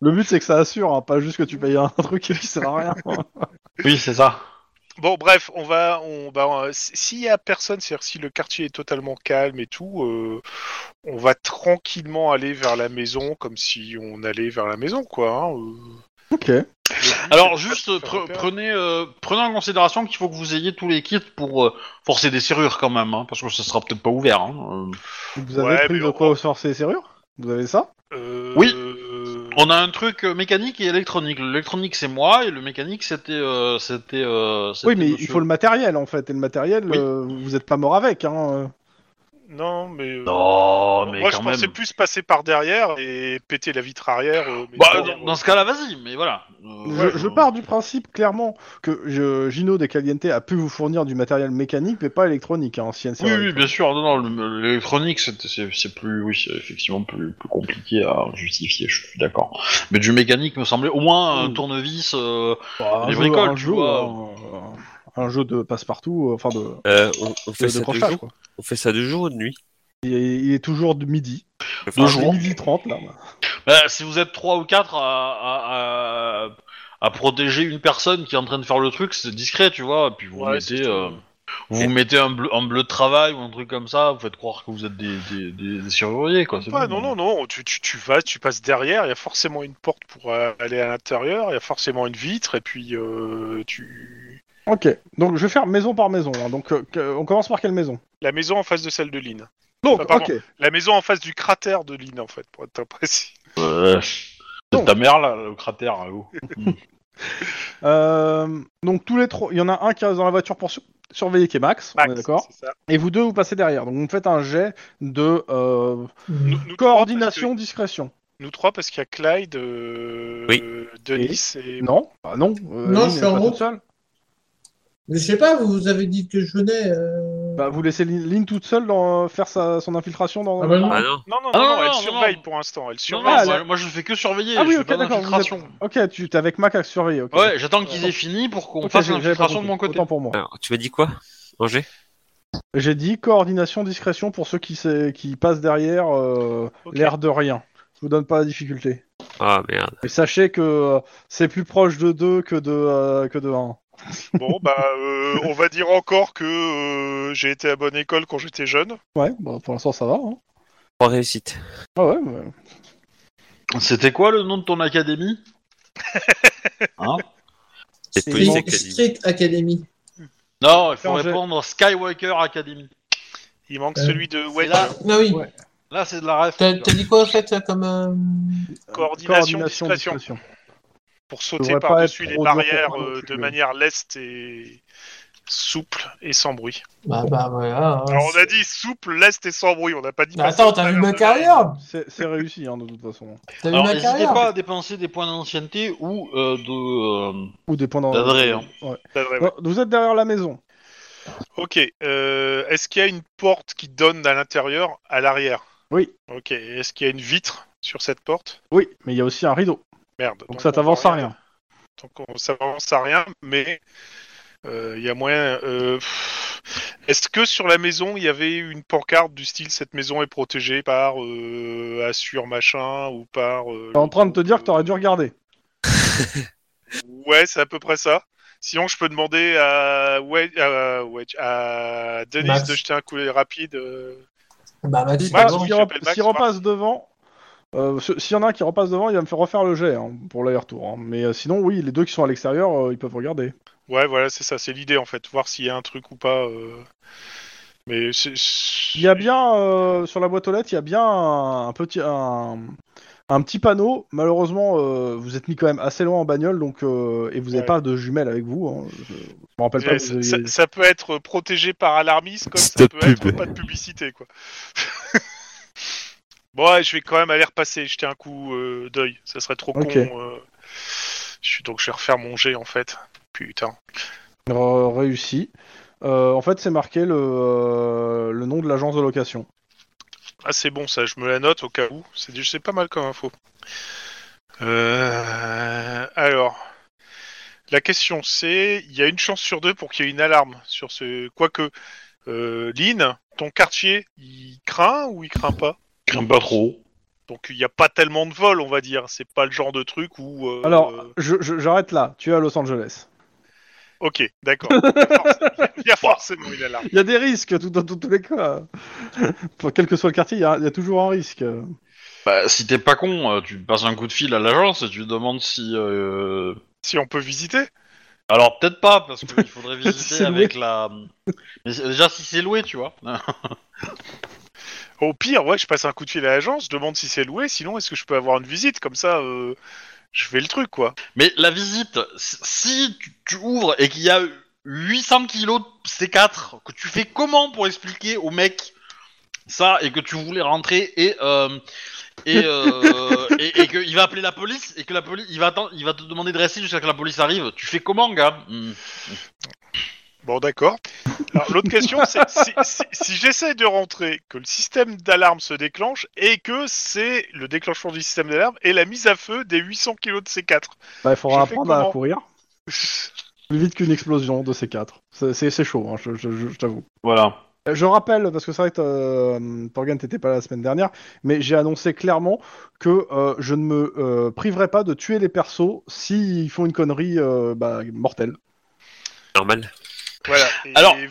le but c'est que ça assure, hein, pas juste que tu payes un <laughs> truc qui sert à rien. Oui, c'est ça. Bon, bref, on va, on va. euh, s- S'il y a personne, c'est-à-dire si le quartier est totalement calme et tout, euh, on va tranquillement aller vers la maison comme si on allait vers la maison, quoi. hein, euh. ok. Alors, juste, euh, Faire pre- peur. prenez, euh, prenez en considération qu'il faut que vous ayez tous les kits pour euh, forcer des serrures quand même, hein, parce que ça sera peut-être pas ouvert. hein. Euh, Vous avez Ouais, pris mais de on- quoi forcer les serrures Vous avez ça Euh, Oui. euh, On a un truc euh, mécanique et électronique. L'électronique, c'est moi, et le mécanique, c'était. euh, c'était euh, Oui, c'était mais il monsieur. faut le matériel en fait. Et le matériel, Oui. euh, vous êtes pas mort avec. Hein. Non, mais. euh, Non, mais moi, quand je même. pensais plus passer par derrière et péter la vitre arrière. euh, mais Bah, bon, dans, euh, dans ce cas-là, vas-y, mais voilà. Euh, Je, ouais, je euh, pars du principe clairement que je- Gino de Caliente a pu vous fournir du matériel mécanique, mais pas électronique. Hein, si elle sert Oui, à oui, électronique. bien sûr. Non, non, le- l'électronique, c'est- c'est c'est plus, oui, c'est effectivement plus, plus compliqué à justifier. Je suis d'accord. Mais du mécanique me semblait au moins un Mm. tournevis. euh, Bah, un Les jeu- bricoles, un tu jeu, vois. hein, euh, un jeu de passe-partout, euh, enfin de, Euh, on, on de, fait ça de deux crochage. jours. quoi. On fait ça deux jours ou de nuit. Il, est- il est toujours de midi. Deux Enfin, jours. c'est Midi 30 là. bah, si vous êtes trois ou quatre à, à, à- à protéger une personne qui est en train de faire le truc, c'est discret, tu vois. Puis vous Ouais, c'est mettez, tout. euh, vous mettez un bleu, un bleu de travail ou un truc comme ça. Vous faites croire que vous êtes des, des, des, des surveillés, quoi. c'est Ouais, bon. non, non, non, tu, tu, tu vas, tu passes derrière, il y a forcément une porte pour euh, aller à l'intérieur, il y a forcément une vitre, et puis euh, tu... Ok, donc je vais faire maison par maison. hein. Donc euh, que- on commence par quelle maison La maison en face de celle de Lynn. Donc, Ah, pardon. ok. La maison en face du cratère de Lynn, en fait, pour être précis. Ouais. Euh, C'est ta mère là, le cratère là-haut. Euh, donc tous les trois, il y en a un qui reste dans la voiture pour su- surveiller qui est Max, on Max, est d'accord c'est ça. Et vous deux, vous passez derrière. Donc vous me faites un jet de euh, Nous- nous trois, coordination, discrétion. parce que- nous trois, parce qu'il y a Clyde, euh, Oui. Denis et... Non, bah non. euh, Non, Lynn je suis n'est en pas route. toute seule. Mais je sais pas, vous, vous avez dit que je venais. euh, Bah vous laissez Lynn, Lynn toute seule dans- faire sa, son infiltration dans. Ah bah non. Ah non. Non, non, non, Ah, non, non, elle non, surveille non. pour l'instant, elle Non, non, surveille. Ah, moi, là- moi, je fais que surveiller. Ah oui, je fais ok, pas d'accord, vous d'infiltration. Ok, tu t'es avec Mac à surveiller. Ok. Ouais, j'attends qu'ils aient fini pour qu'on Ok, fasse j'ai- j'avais pas l'infiltration de compris. mon côté. Autant pour moi. Alors, tu m'as dit quoi Angers J'ai dit coordination, discrétion pour ceux qui, se- qui passent derrière euh, Ok. l'air de rien. Je vous donne pas la difficulté. Ah merde. Et sachez que euh, c'est plus proche de 2 que de euh, que de 1. Bon, bah, euh, on va dire encore que euh, j'ai été à bonne école quand j'étais jeune. Ouais, bah, pour l'instant ça va. Hein. Trois réussites. Ah ouais, mais- C'était quoi le nom de ton <laughs> académie Hein Cette C'est- police bon, Street- académie. Street Academy. Non, il faut Changer. répondre Skywalker Academy. Il manque Euh, celui de Wedge. là. Ah oui. Ouais. Là, c'est de la ref. T'as t'as dit quoi en fait comme. euh, Coordination, discrétion. pour devrait sauter pas par-dessus être les trop dur pour barrières moi non euh, plus, de mais- manière leste et, souple et sans bruit. Bah, bah voilà. Ah, hein, Alors on a c'est- dit souple, leste et sans bruit, on n'a pas dit... Bah, attends, t'as vu ma carrière C'est c'est réussi, hein, de toute façon. T'as vu Alors ma n'hésitez carrière pas à dépenser des points d'ancienneté ou euh, de... euh, Ou dépendant. La vraie, hein. Ouais. Ça devrait- Bon, vous êtes derrière la maison. Ok, euh, est-ce qu'il y a une porte qui donne à l'intérieur, à l'arrière Oui. Ok, est-ce qu'il y a une vitre sur cette porte Oui, mais il y a aussi un rideau, Merde. donc ça on t'avance voit à rien. Donc on s'avance à rien, mais euh, il y a moyen... euh, pff. Est-ce que sur la maison, il y avait une pancarte du style « Cette maison est protégée par euh, Assure machin » ou par... euh, T'es en train de te dire que t'aurais dû regarder. Ouais, c'est à peu près ça. Sinon, je peux demander à, Wedge- à, Wedge- à Denis Max. de jeter un coup d'œil rapide. euh. Bah, Max, Si, c'est Max, bon. oui. s'il je m'appelle rep- Max, s'il repasse devant, euh, ce- s'il y en a un qui repasse devant, il va me faire refaire le jet hein, pour l'aller-retour. hein. Mais euh, sinon, oui, les deux qui sont à l'extérieur, euh, ils peuvent regarder. Ouais, voilà, c'est ça, c'est l'idée en fait, voir s'il y a un truc ou pas. euh. Mais c'est- c'est- Il y a bien euh, sur la boîte aux lettres, il y a bien un, un petit un, un petit panneau. Malheureusement, euh, vous êtes mis quand même assez loin en bagnole, donc euh, et vous n'avez Ouais. pas de jumelles avec vous. hein. Je, je me rappelle pas. Ouais, que vous ça, aviez- ça- ça peut être protégé par alarmiste comme ça Stop peut être pub. pas de publicité quoi. <laughs> bon, ouais, je vais quand même aller repasser, jeter un coup euh, d'œil, ça serait trop Ok. con. euh. Je suis donc je vais refaire mon jet en fait. Putain. Euh, réussi. Euh, en fait, c'est marqué le, euh, le nom de l'agence de location. Ah, c'est bon, ça, je me la note au cas où. C'est du- c'est pas mal comme info. Euh, alors, la question c'est il y a une chance sur deux pour qu'il y ait une alarme sur ce. Quoique, euh, Lynn, ton quartier, il craint ou il craint pas Crains pas trop. Donc, il n'y a pas tellement de vols, on va dire. C'est pas le genre de truc où. euh, Alors, euh, je- je- j'arrête là. Tu es à Los Angeles. ok, d'accord. Il y a forc- il y a forcément une alarme. Il y a des risques tout, dans dans tous les cas. <laughs> Pour- Quel que soit le quartier, il y, a il y a toujours un risque. Bah, si t'es pas con, euh, tu passes un coup de fil à l'agence et tu demandes si... euh, Si on peut visiter Alors peut-être pas, parce <laughs> qu'il faudrait visiter c'est avec la... Mais c'est- déjà si c'est loué, tu vois. Au pire, ouais, je passe un coup de fil à l'agence, je demande si c'est loué, sinon est-ce que je peux avoir une visite comme ça euh, Je fais le truc, quoi. Mais la visite, si- si tu, tu ouvres et qu'il y a 800 kilos de C4, que tu fais comment pour expliquer au mec ça et que tu voulais rentrer et... euh, et, <laughs> euh, et, et qu'il va appeler la police et que la police il va attendre, il va te demander de rester jusqu'à ce que la police arrive. Tu fais comment, gars Hmm. Bon, d'accord. Alors, l'autre question, c'est si, si- si j'essaie de rentrer, que le système d'alarme se déclenche et que c'est le déclenchement du système d'alarme et la mise à feu des 800 kilos de C4. Bah, il faudra Je fais apprendre à <laughs> comment courir plus vite qu'une explosion de ces quatre. C'est- C'est c'est chaud, hein, je, je- je- je t'avoue. Voilà. Je rappelle, parce que c'est vrai que euh, Torgan, t'étais pas là la semaine dernière, mais j'ai annoncé clairement que euh, je ne me euh, priverai pas de tuer les persos s'ils font une connerie euh, bah, mortelle. <laughs> Normal. Voilà. Et Alors, vu,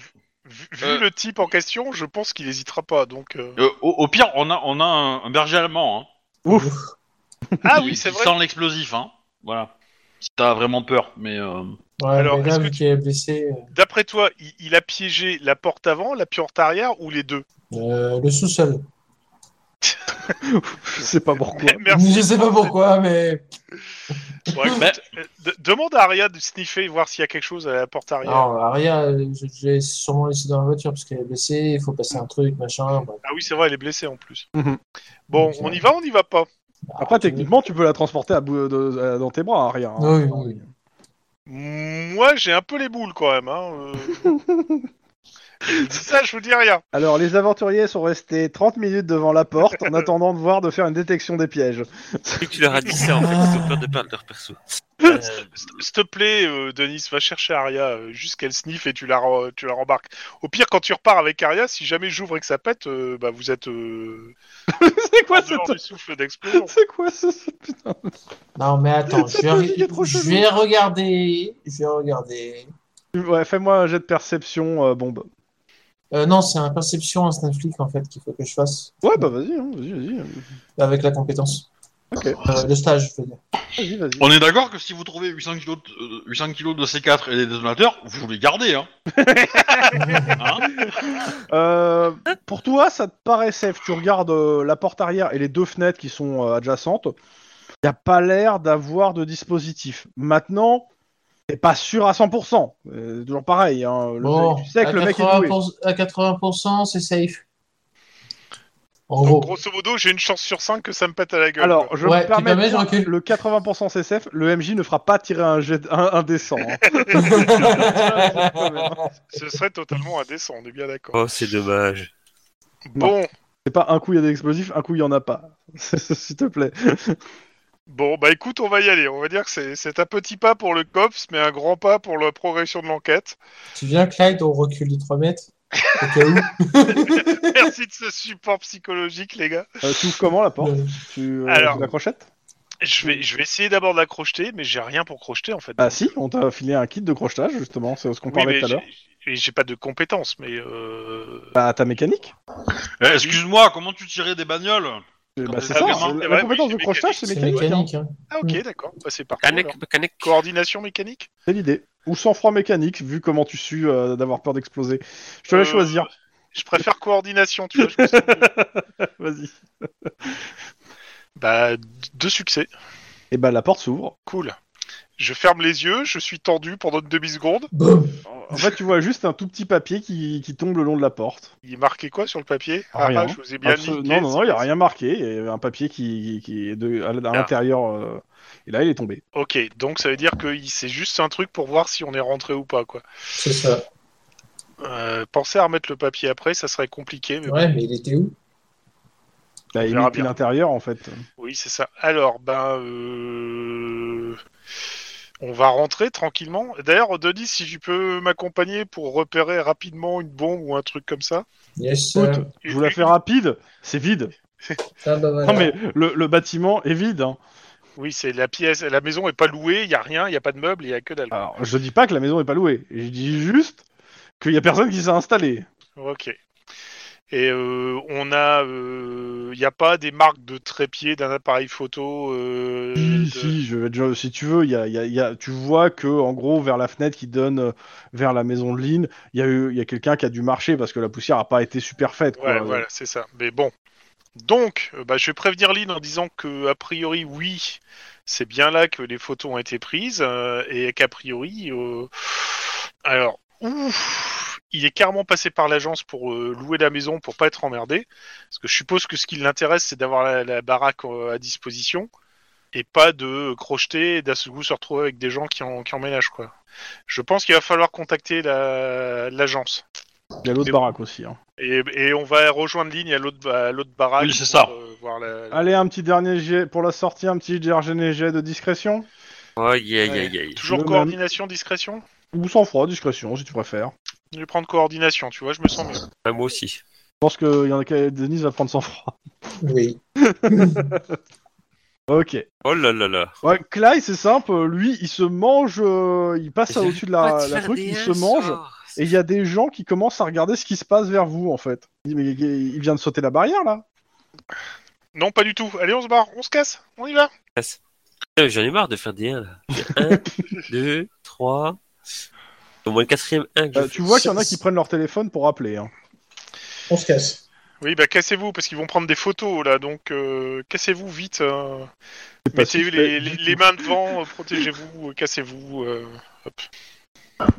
vu euh, le type en question, je pense qu'il hésitera pas. Donc, euh, Euh, au, au pire, on a on a un, un berger allemand. Hein. Ouf <laughs> ah qui- oui, c'est qui vrai. sent l'explosif, hein. Voilà. Si t'as vraiment peur, mais. euh, Ouais, Alors, mais là, est-ce que vu tu- qu'il est blessé, D'après toi, il, il a piégé la porte avant, la porte arrière ou les deux euh, le sous-sol. Je sais pas <laughs> pourquoi. Merci. Je sais pas pourquoi, mais. Bon, écoute, euh, de- demande à Aria de sniffer, voir s'il y a quelque chose à la porte arrière. Non, Aria, euh, je, je l'ai sûrement laissé dans la voiture parce qu'elle est blessée, il faut passer un truc, machin. bref. Ah oui, c'est vrai, elle est blessée en plus. Mhm. Bon, Ok. on y va, on y va pas. Après, Ah, techniquement, tu peux la transporter à bout euh, de- à- dans tes bras, hein, rien. Ah, Oui, oui. Euh, Moi, j'ai un peu les boules quand même. Hein. euh. Je dis ça, je vous dis rien. Alors, les aventuriers sont restés 30 minutes devant la porte en attendant de voir de faire une détection des pièges. Vu que tu leur as dit ça, en fait, ils ont peur de perdre leur perso. Euh, S- S'il te plaît, euh, Denis, va chercher Aria euh, juste qu'elle sniffe et tu la, re- tu la rembarques. Au pire, quand tu repars avec Aria, si jamais j'ouvre et que ça pète, euh, bah, vous êtes euh, <laughs> c'est quoi en ce dehors du souffle d'explosion. C'est quoi ce putain Non, mais attends, je Cette musique est vais, trop je chelou. vais regarder. Je vais regarder. Ouais, fais-moi un jet de perception euh, bombe. Euh, non, c'est un perception, un snipe flick, en fait qu'il faut que je fasse Ouais, bah vas-y, hein, vas-y, vas-y. avec la compétence. Ok. Euh, le stage, je veux dire. Vas-y, vas-y. On est d'accord que si vous trouvez 800 kilos de, euh, 800 kilos de C4 et des détonateurs, vous les gardez, hein, hein Euh, pour toi, ça te paraît safe. Tu regardes euh, la porte arrière et les deux fenêtres qui sont euh, adjacentes. Il n'y a pas l'air d'avoir de dispositif. Maintenant, T'es pas sûr à 100%. Euh, toujours pareil. hein. Le- Bon, tu sais que à, le mec est 80 doué. pour- à 80%, c'est safe. En Donc, gros. grosso modo, j'ai une chance sur 5 que ça me pète à la gueule. Alors, quoi. je Ouais, me tu permets de permets, dire je recule. le 80% CSF, le MJ ne fera pas tirer un jet un, un des cent, <laughs> hein. ce serait totalement indécent, on est bien d'accord. Oh, c'est dommage. Bon, C'est pas un coup il y a des explosifs, un coup il y en a pas. <laughs> S'il te plaît. bon, bah écoute, on va y aller. On va dire que c'est- c'est un petit pas pour le COPS, mais un grand pas pour la progression <laughs> de l'enquête. tu viens, Clyde, on recule de 3 mètres. Au cas où. Merci de ce support psychologique, les gars. Euh, tu ouvres comment la porte Euh, Tu euh, Alors. tu la crochettes Je vais, je vais essayer d'abord de la crocheter, mais j'ai rien pour crocheter en fait. Ah si, on t'a filé un kit de crochetage justement, c'est ce qu'on Oui, parlait mais tout à l'heure. j'ai- j'ai j'ai pas de compétences, mais euh, Bah ta mécanique Eh, Excuse-moi, comment tu tirais des bagnoles Euh, bah, Ah, c'est oui, ça, c'est c'est- vrai, la compétence oui, de c'est crochetage c'est C'est mécanique. hein. mécanique. hein. Ah ok, Mm. d'accord, bah, c'est parfait. Canic, alors. canic. Coordination mécanique C'est l'idée. Ou sang-froid mécanique, vu comment tu sues euh, d'avoir peur d'exploser. Je te laisse Euh, <laughs> choisir. Je préfère coordination, tu vois. je me sens mieux. Vas-y. <laughs> bah, deux succès, Et bah la porte s'ouvre. cool. Je ferme les yeux, je suis tendu pendant une demi-seconde. Boum. En fait, tu vois juste un tout petit papier qui, qui tombe le long de la porte. Il marquait quoi sur le papier Ah, rien. ah, je vous ai bien Absol- niqué. non, non, non, il n'y a rien marqué. Il y a un papier qui, qui est de, à, à Ah. l'intérieur. euh, et là, il est tombé. Ok, donc ça veut dire que il- c'est juste un truc pour voir si on est rentré ou pas, quoi. C'est ça. Euh, pensez à remettre le papier après, ça serait compliqué, mais Ouais, mais il était où Là, il verra est bien. l'intérieur, en fait. Oui, c'est ça. Alors, ben, euh, on va rentrer tranquillement. D'ailleurs, Denis, si tu peux m'accompagner pour repérer rapidement une bombe ou un truc comme ça. Yes. Écoute, sir. je vous la fais rapide. C'est vide. Ah, bah, voilà. Non, mais le, le bâtiment est vide. hein. Oui, c'est la pièce, la maison est pas louée, il y a rien, il y a pas de meubles, il y a que dalle. Alors, je dis pas que la maison n'est pas louée. Je dis juste qu'il n'y a personne qui s'est installé. Ok. Et euh, on a, euh, il n'y a pas des marques de trépied d'un appareil photo. euh, Si, de- si, je vais te- je- si tu veux, il y a, il y a- il y a- tu vois que en gros vers la fenêtre qui donne euh, vers la maison de Lynn, il y a eu, il y a quelqu'un qui a dû marcher parce que la poussière a pas été super faite. Ouais, quoi. voilà, c'est ça. Mais bon. Donc, euh, bah, je vais prévenir Lynn en disant que, a priori, oui, c'est bien là que les photos ont été prises, euh, et qu'a priori, euh, alors, ouf, il est carrément passé par l'agence pour euh, louer la maison pour pas être emmerdé, parce que je suppose que ce qui l'intéresse, c'est d'avoir la, la baraque euh, à disposition, et pas de crocheter et d'un seul coup se retrouver avec des gens qui, en, qui emménagent, quoi. Je pense qu'il va falloir contacter la- l'agence. Il y a l'autre Mais- baraque aussi. hein. Et, et on va rejoindre ligne à l'autre à l'autre baraque. Oui, c'est pour, ça. euh, voir la- la- Allez, un petit dernier jet pour la sortie, un petit dernier jet de discrétion Oh, yeah, yeah, yeah. Toujours Le coordination, discrétion ou sans froid, discrétion si tu préfères. Je vais prendre coordination, tu vois, je me sens mieux. Ah, moi aussi. Je pense que il y en a qui- Denise va prendre sans froid. Oui. Ok. Oh là là là. Ouais, Clyde, c'est simple. Lui, il se mange, euh, il passe J'arrive au-dessus de la, la truc, il se mange. Et il y a des gens qui commencent à regarder ce qui se passe vers vous, en fait. Il dit, mais il vient de sauter la barrière, là Non, pas du tout. Allez, on se barre, on se casse, on y va. Putain, J'en ai marre de faire des <laughs> 1 là. J'ai un, deux, trois. Au moins le quatrième 1 que je Euh, fais. Tu vois qu'il y en a qui prennent leur téléphone pour appeler. hein. On <laughs> se casse. Oui, bah cassez-vous, parce qu'ils vont prendre des photos là, donc euh, cassez-vous vite. euh. pas si Mettez je fais les, du les- tout. les mains devant, euh, protégez-vous, euh, cassez-vous. euh.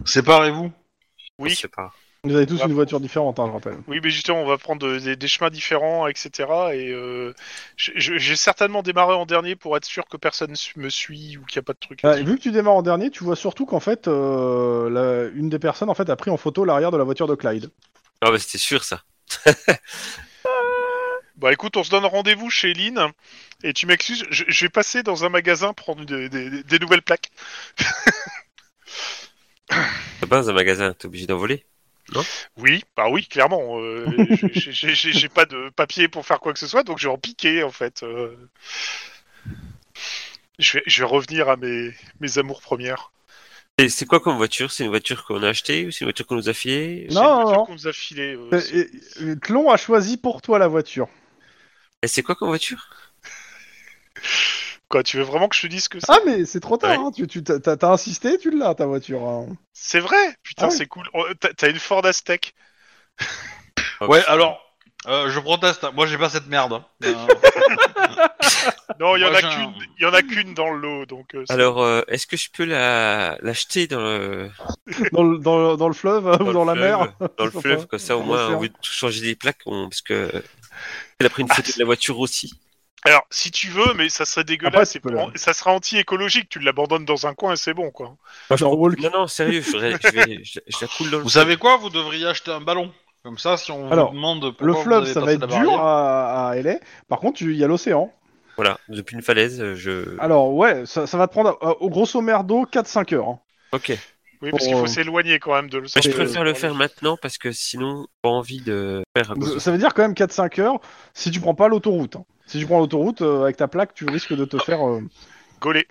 Séparez-vous. Je Oui, sais pas. Vous avez tous Ah, une voiture différente, hein, je rappelle. oui, mais justement, on va prendre de- des, des chemins différents, etc. Et euh, je- je- j'ai certainement démarré en dernier pour être sûr que personne su- me suit ou qu'il n'y a pas de truc. Ah, et vu que tu démarres en dernier, tu vois surtout qu'en fait, euh, la- une des personnes en fait, a pris en photo l'arrière de la voiture de Clyde. Ah bah c'était sûr ça. Bah écoute, on se donne rendez-vous chez Lynn. Et tu m'excuses, je, je vais passer dans un magasin prendre des, des- des nouvelles plaques. T'as pas dans un magasin, t'es obligé d'en voler. Oui, bah oui, <laughs> clairement. euh, j'ai- j'ai j'ai- j'ai pas de papier pour faire quoi que ce soit, donc je vais en piquer en fait. euh. Je, vais, je vais revenir à mes, mes amours premières. Et c'est quoi comme voiture C'est une voiture qu'on a achetée ou c'est une voiture qu'on nous a filée C'est Non, une non, voiture non. qu'on nous a filée, euh, Euh, c'est- et- et Tlon a choisi pour toi la voiture. Et c'est quoi comme voiture Quoi, tu veux vraiment que je te dise que c'est Ah, mais c'est trop tard, Ouais. hein, tu, tu t'as, t'as- t'as insisté, tu l'as ta voiture. hein. C'est vrai Putain, Ah oui. c'est cool. Oh, t'as- T'as une Ford Aztec. Oh, Ouais, putain. Ah, <laughs> alors, euh, je proteste. Moi, j'ai pas cette merde. hein. Euh, Non, il y en Moi, a j'ai un- qu'une. Il y en a qu'une dans le lot, donc. Ah, euh, c'est- Alors, euh, est-ce que je peux la l'acheter dans le dans, le, dans, le- dans le fleuve euh, ou dans le la mer fleuve, <laughs> Dans le Pourquoi fleuve, comme ça au Dans moins, l'océan. au lieu de changer les plaques, on... parce que elle a pris une Ah, photo de la voiture aussi. Alors, si tu veux, mais ça serait Après, dégueulasse. tu et peux pour- Ça sera anti-écologique. Tu l'abandonnes dans un coin et c'est bon, quoi. Genre walk. Non, non, sérieux, je, je vais- je- je la coule dans le Vous fleuve. savez quoi Vous devriez acheter un ballon. Comme ça, si on Alors, vous demande pourquoi Le vous fleuve, avez ça va passé être la dur barrière- à, à LA. Par contre, il y a l'océan. Voilà, depuis une falaise, euh, je. Alors, ouais, ça, ça va te prendre, euh, au grosso merdo, 4-5 heures. hein. Ok. Oui, parce Pour, qu'il euh, faut s'éloigner quand même de le. Mais je Et, préfère le faire maintenant parce que sinon, pas envie de faire. un besoin. Ça veut dire quand même 4-5 heures si tu prends pas l'autoroute. hein. Si tu prends l'autoroute, euh, avec ta plaque, tu risques de te faire... euh, Gauler.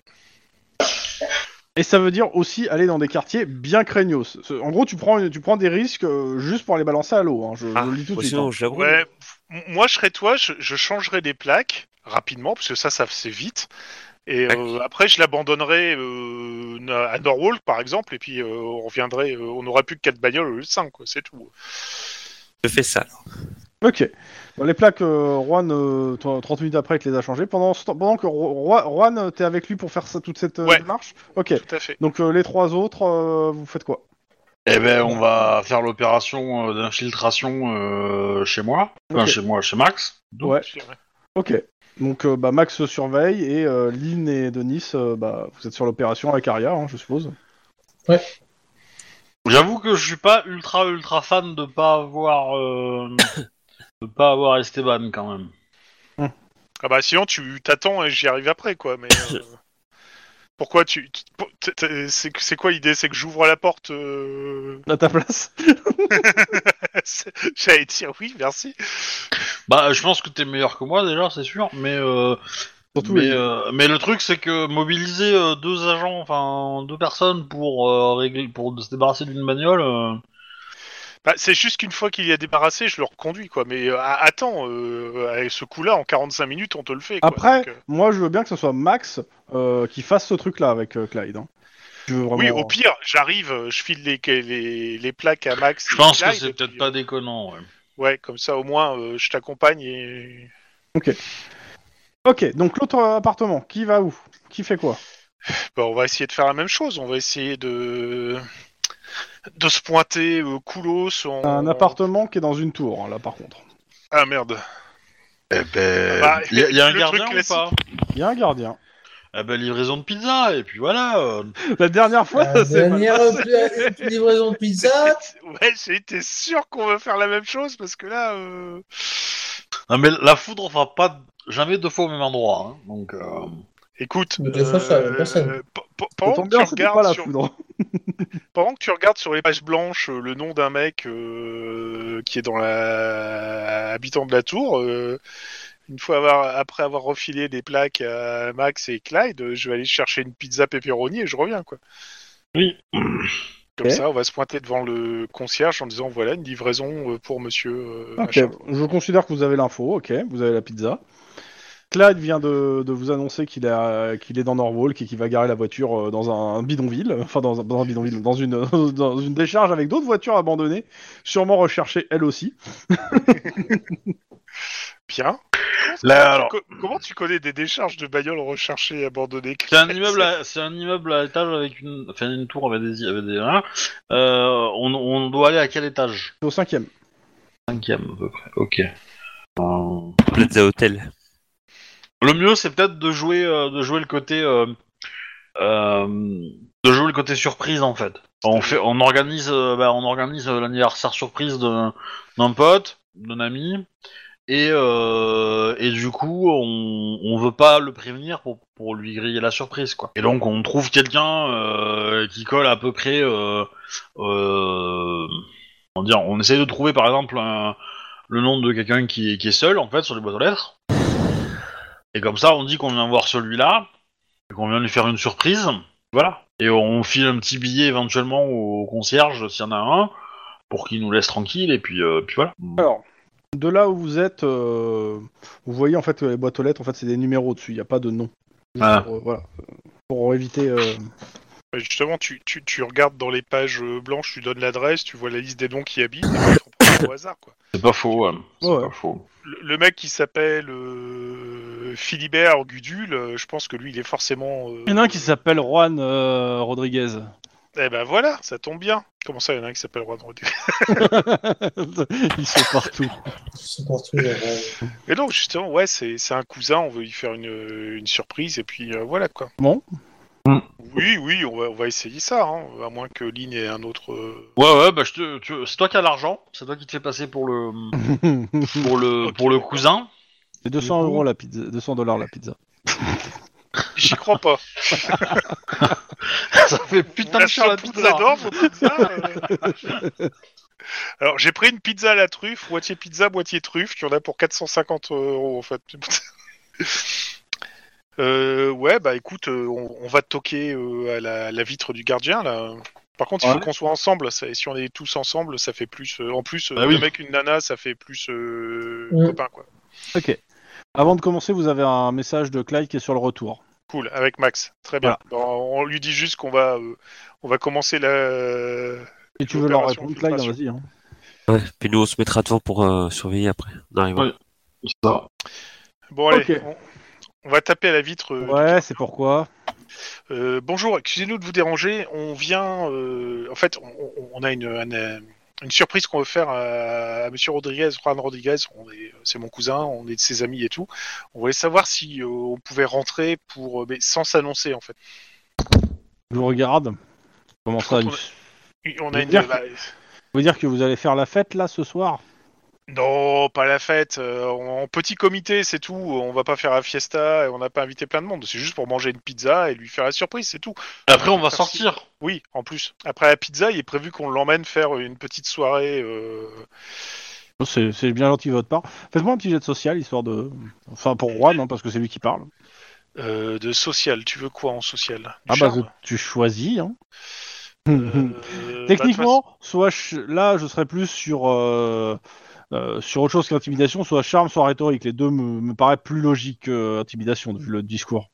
Et ça veut dire aussi aller dans des quartiers bien craignos. Ce- En gros, tu prends, une- tu prends des risques euh, juste pour les balancer à l'eau. hein. Je, je Ah, le dis tout de Bon, suite. sinon, hein. je la roule. Ouais, m- moi je serais toi, je, je changerais des plaques rapidement, parce que ça, ça c'est vite. Et Tac. euh, après, je l'abandonnerais euh, à Norwalk, par exemple, et puis euh, on reviendrait, euh, on n'aurait plus que 4 bagnoles au lieu de 5, quoi, c'est tout. Je fais ça. hein. Ok. Bon, les plaques, euh, Juan, euh, t- 30 minutes après, il te les a changées. Pendant, ce temps- pendant que Ro- Roi- Juan, euh, t'es avec lui pour faire ça, toute cette euh, Ouais. démarche Ok. Tout à fait. Donc euh, les trois autres, euh, vous faites quoi Eh ben, on va faire l'opération euh, d'infiltration euh, chez moi. Enfin, Ok. chez moi, chez Max. Ouais. Ok. Donc euh, bah, Max se surveille et euh, Lynn et Denis, euh, bah, vous êtes sur l'opération avec Aria, hein, je suppose. J'avoue que je suis pas ultra ultra fan de pas avoir <coughs> euh, de pas avoir Esteban quand même. Ah bah sinon, tu t'attends et j'y arrive après, quoi, <laughs> mais. euh, Pourquoi tu. tu- pour- t'es- t'es- C'est c'est quoi l'idée C'est que j'ouvre la porte. euh, <laughs> À ta place. c'est- J'allais dire oui, merci. Bah, je pense que t'es meilleur que moi déjà, c'est sûr. Mais euh, <laughs> Surtout mais, les- euh, mais le truc c'est que mobiliser euh, deux agents, enfin deux personnes pour euh, régler pour se débarrasser d'une bagnole. euh, Bah, c'est juste qu'une fois qu'il y a débarrassé, je le reconduis, quoi. Mais euh, a- attends, euh, avec ce coup-là, en 45 minutes, on te le fait. Quoi. Après, Donc, euh, moi je veux bien que ce soit Max euh, qui fasse ce truc-là avec euh, Clyde. hein. Je veux vraiment- oui, au pire, j'arrive, euh, je file les, les, les plaques à Max. je et pense que Clyde, c'est et peut-être puis, pas déconnant. ouais. Ouais, comme ça, au moins, euh, je t'accompagne et. Ok, donc l'autre euh, appartement, qui va où Qui fait quoi Bah, on va essayer de faire la même chose. On va essayer de. de se pointer euh, coulos en. Un appartement qui est dans une tour, hein, là par contre. Ah merde. <laughs> Eh ben, Bah, il y, a- il y a un le gardien truc ou classique. pas Il y a un gardien. Eh ben livraison de pizza et puis voilà. euh. La dernière fois, <laughs> La ça s'est mal dernière passé. pla- livraison de pizza. Ouais, j'étais sûr qu'on va faire la même chose parce que là. euh, Non mais la foudre fera pas jamais deux fois au même endroit. hein, donc. euh, Écoute. Mais des fois, ça, euh, personne. pe- pe- Ça Pendant tombe que tu bien, c'était pas regardes la sur foudre. Pendant que tu regardes sur les pages blanches euh, le nom d'un mec euh, qui est dans la habitant de la tour, euh, une fois avoir après avoir refilé des plaques à Max et Clyde, euh, je vais aller chercher une pizza pepperoni et je reviens quoi. Oui. Comme Ok. ça, on va se pointer devant le concierge en disant voilà une livraison euh, pour Monsieur. euh, Ok, machin. je considère que vous avez l'info, ok, vous avez la pizza. Clyde vient de, de vous annoncer qu'il est, à- qu'il est dans Norwalk et qu'il va garer la voiture euh, dans un bidonville, <laughs> enfin dans un, dans un bidonville, dans une, <laughs> dans une décharge avec d'autres voitures abandonnées, sûrement recherchées elles aussi. Bien. Là, alors, Co- comment tu connais des décharges de bagnoles recherchées et abandonnées C'est un immeuble, à, c'est un immeuble à étage avec une, enfin une tour avec des, avec des hein. Euh, on, on doit aller à quel étage C'est au cinquième. Cinquième à peu près. Ok. Euh, Plaza Hotel. Le mieux, c'est peut-être de jouer, euh, de jouer le côté, euh, euh, de jouer le côté surprise en fait. On fait, on organise, euh, bah, on organise euh, l'anniversaire surprise d'un d'un pote, d'un ami, et euh, et du coup, on, on veut pas le prévenir pour pour lui griller la surprise quoi. Et donc, on trouve quelqu'un euh, qui colle à peu près. Euh, euh, comment dire, on essaie de trouver par exemple un- le nom de quelqu'un qui, est- qui est seul en fait sur les boîtes aux lettres. Et comme ça, on dit qu'on vient voir celui-là, et qu'on vient lui faire une surprise. Voilà. Et on file un petit billet éventuellement au concierge, s'il y en a un, pour qu'il nous laisse tranquille, et puis, euh, puis voilà. Alors, de là où vous êtes, euh, vous voyez en fait les boîtes aux lettres, en fait c'est des numéros dessus, il n'y a pas de nom. Juste Ah. Pour, euh, voilà, pour éviter. euh, Bah, Justement, tu, tu, tu regardes dans les pages euh, blanches, tu donnes l'adresse, tu vois la liste des noms qui y habitent, et puis t'en prends au hasard. Quoi. hein. C'est pas faux, ouais. C'est Ouais. pas faux. Le, le mec qui s'appelle euh, euh, Philibert Gudule, euh, je pense que lui, il est forcément. euh, Il y en a un qui s'appelle Juan euh, <laughs> Rodriguez. Eh ben voilà, ça tombe bien. Comment ça, il y en a un qui s'appelle Juan <laughs> Rodriguez Ils sont partout. <laughs> C'est pour tout, euh, Et donc, justement, ouais, c'est c'est un cousin, on veut lui faire une, euh, une surprise, et puis euh, voilà quoi. Bon. Mm. Oui, oui, on va, on va essayer ça, hein, à moins que Lynn ait un autre. euh, Ouais, ouais, bah, je te, tu- c'est toi qui as l'argent, c'est toi qui te fais passer pour <laughs> le, C'est pour le, pour le cousin. 200 euros la pizza, 200 dollars la pizza. J'y crois pas. <laughs> Ça fait putain de la seule charlatan. pizza d'or, vos pizzas, euh. Alors, j'ai pris une pizza à la truffe, moitié pizza, moitié truffe, qui en a pour 450 euros en fait. <laughs> Euh, ouais, bah écoute, euh, on, on va te toquer euh, à la, la vitre du gardien là. Par contre, il faut Ouais. qu'on soit ensemble. ça- et si on est tous ensemble, ça fait plus. euh, en plus, euh, Bah oui. un mec, une nana, ça fait plus euh, Ouais. copain quoi. Ok. Avant de commencer, vous avez un message de Clyde qui est sur le retour. Cool, avec Max. Très bien. Bon, on lui dit juste qu'on va, euh, on va commencer la. Et tu veux leur Opération répondre, Clyde filtration. Vas-y. hein. Ouais, puis nous on se mettra devant pour euh, surveiller après. On arrivera. Ouais. Ça. Bon allez, Ok. on, on va taper à la vitre. euh, Ouais, c'est pourquoi. Euh, bonjour, excusez-nous de vous déranger. On vient. euh, en fait, on, on- on a une, une, une surprise qu'on veut faire à, à Monsieur Rodriguez, Juan Rodriguez. On est, c'est mon cousin, on est de ses amis et tout. On voulait savoir si euh, on pouvait rentrer pour, euh, mais sans s'annoncer en fait. Je vous regarde. Comment ça Contre- il- Et On Vous a une. dire- bah, Vous dire que vous allez faire la fête là ce soir non, pas la fête. euh, en petit comité, c'est tout. On va pas faire la fiesta et on n'a pas invité plein de monde. C'est juste pour manger une pizza et lui faire la surprise, c'est tout. Après, on va sortir. Oui, en plus. Après la pizza, il est prévu qu'on l'emmène faire une petite soirée. euh, Oh, C'est c'est bien gentil de votre part. Faites-moi un petit jet de social, histoire de. Enfin, pour Juan, hein, parce que c'est lui qui parle. Euh, de social, tu veux quoi en social Du Ah bah, charme tu choisis. hein. <laughs> Euh, Techniquement, soit je- là, je serais plus sur, euh, euh, sur autre chose qu'intimidation, soit charme, soit rhétorique. Les deux me, me paraissent plus logiques que intimidation, vu le discours.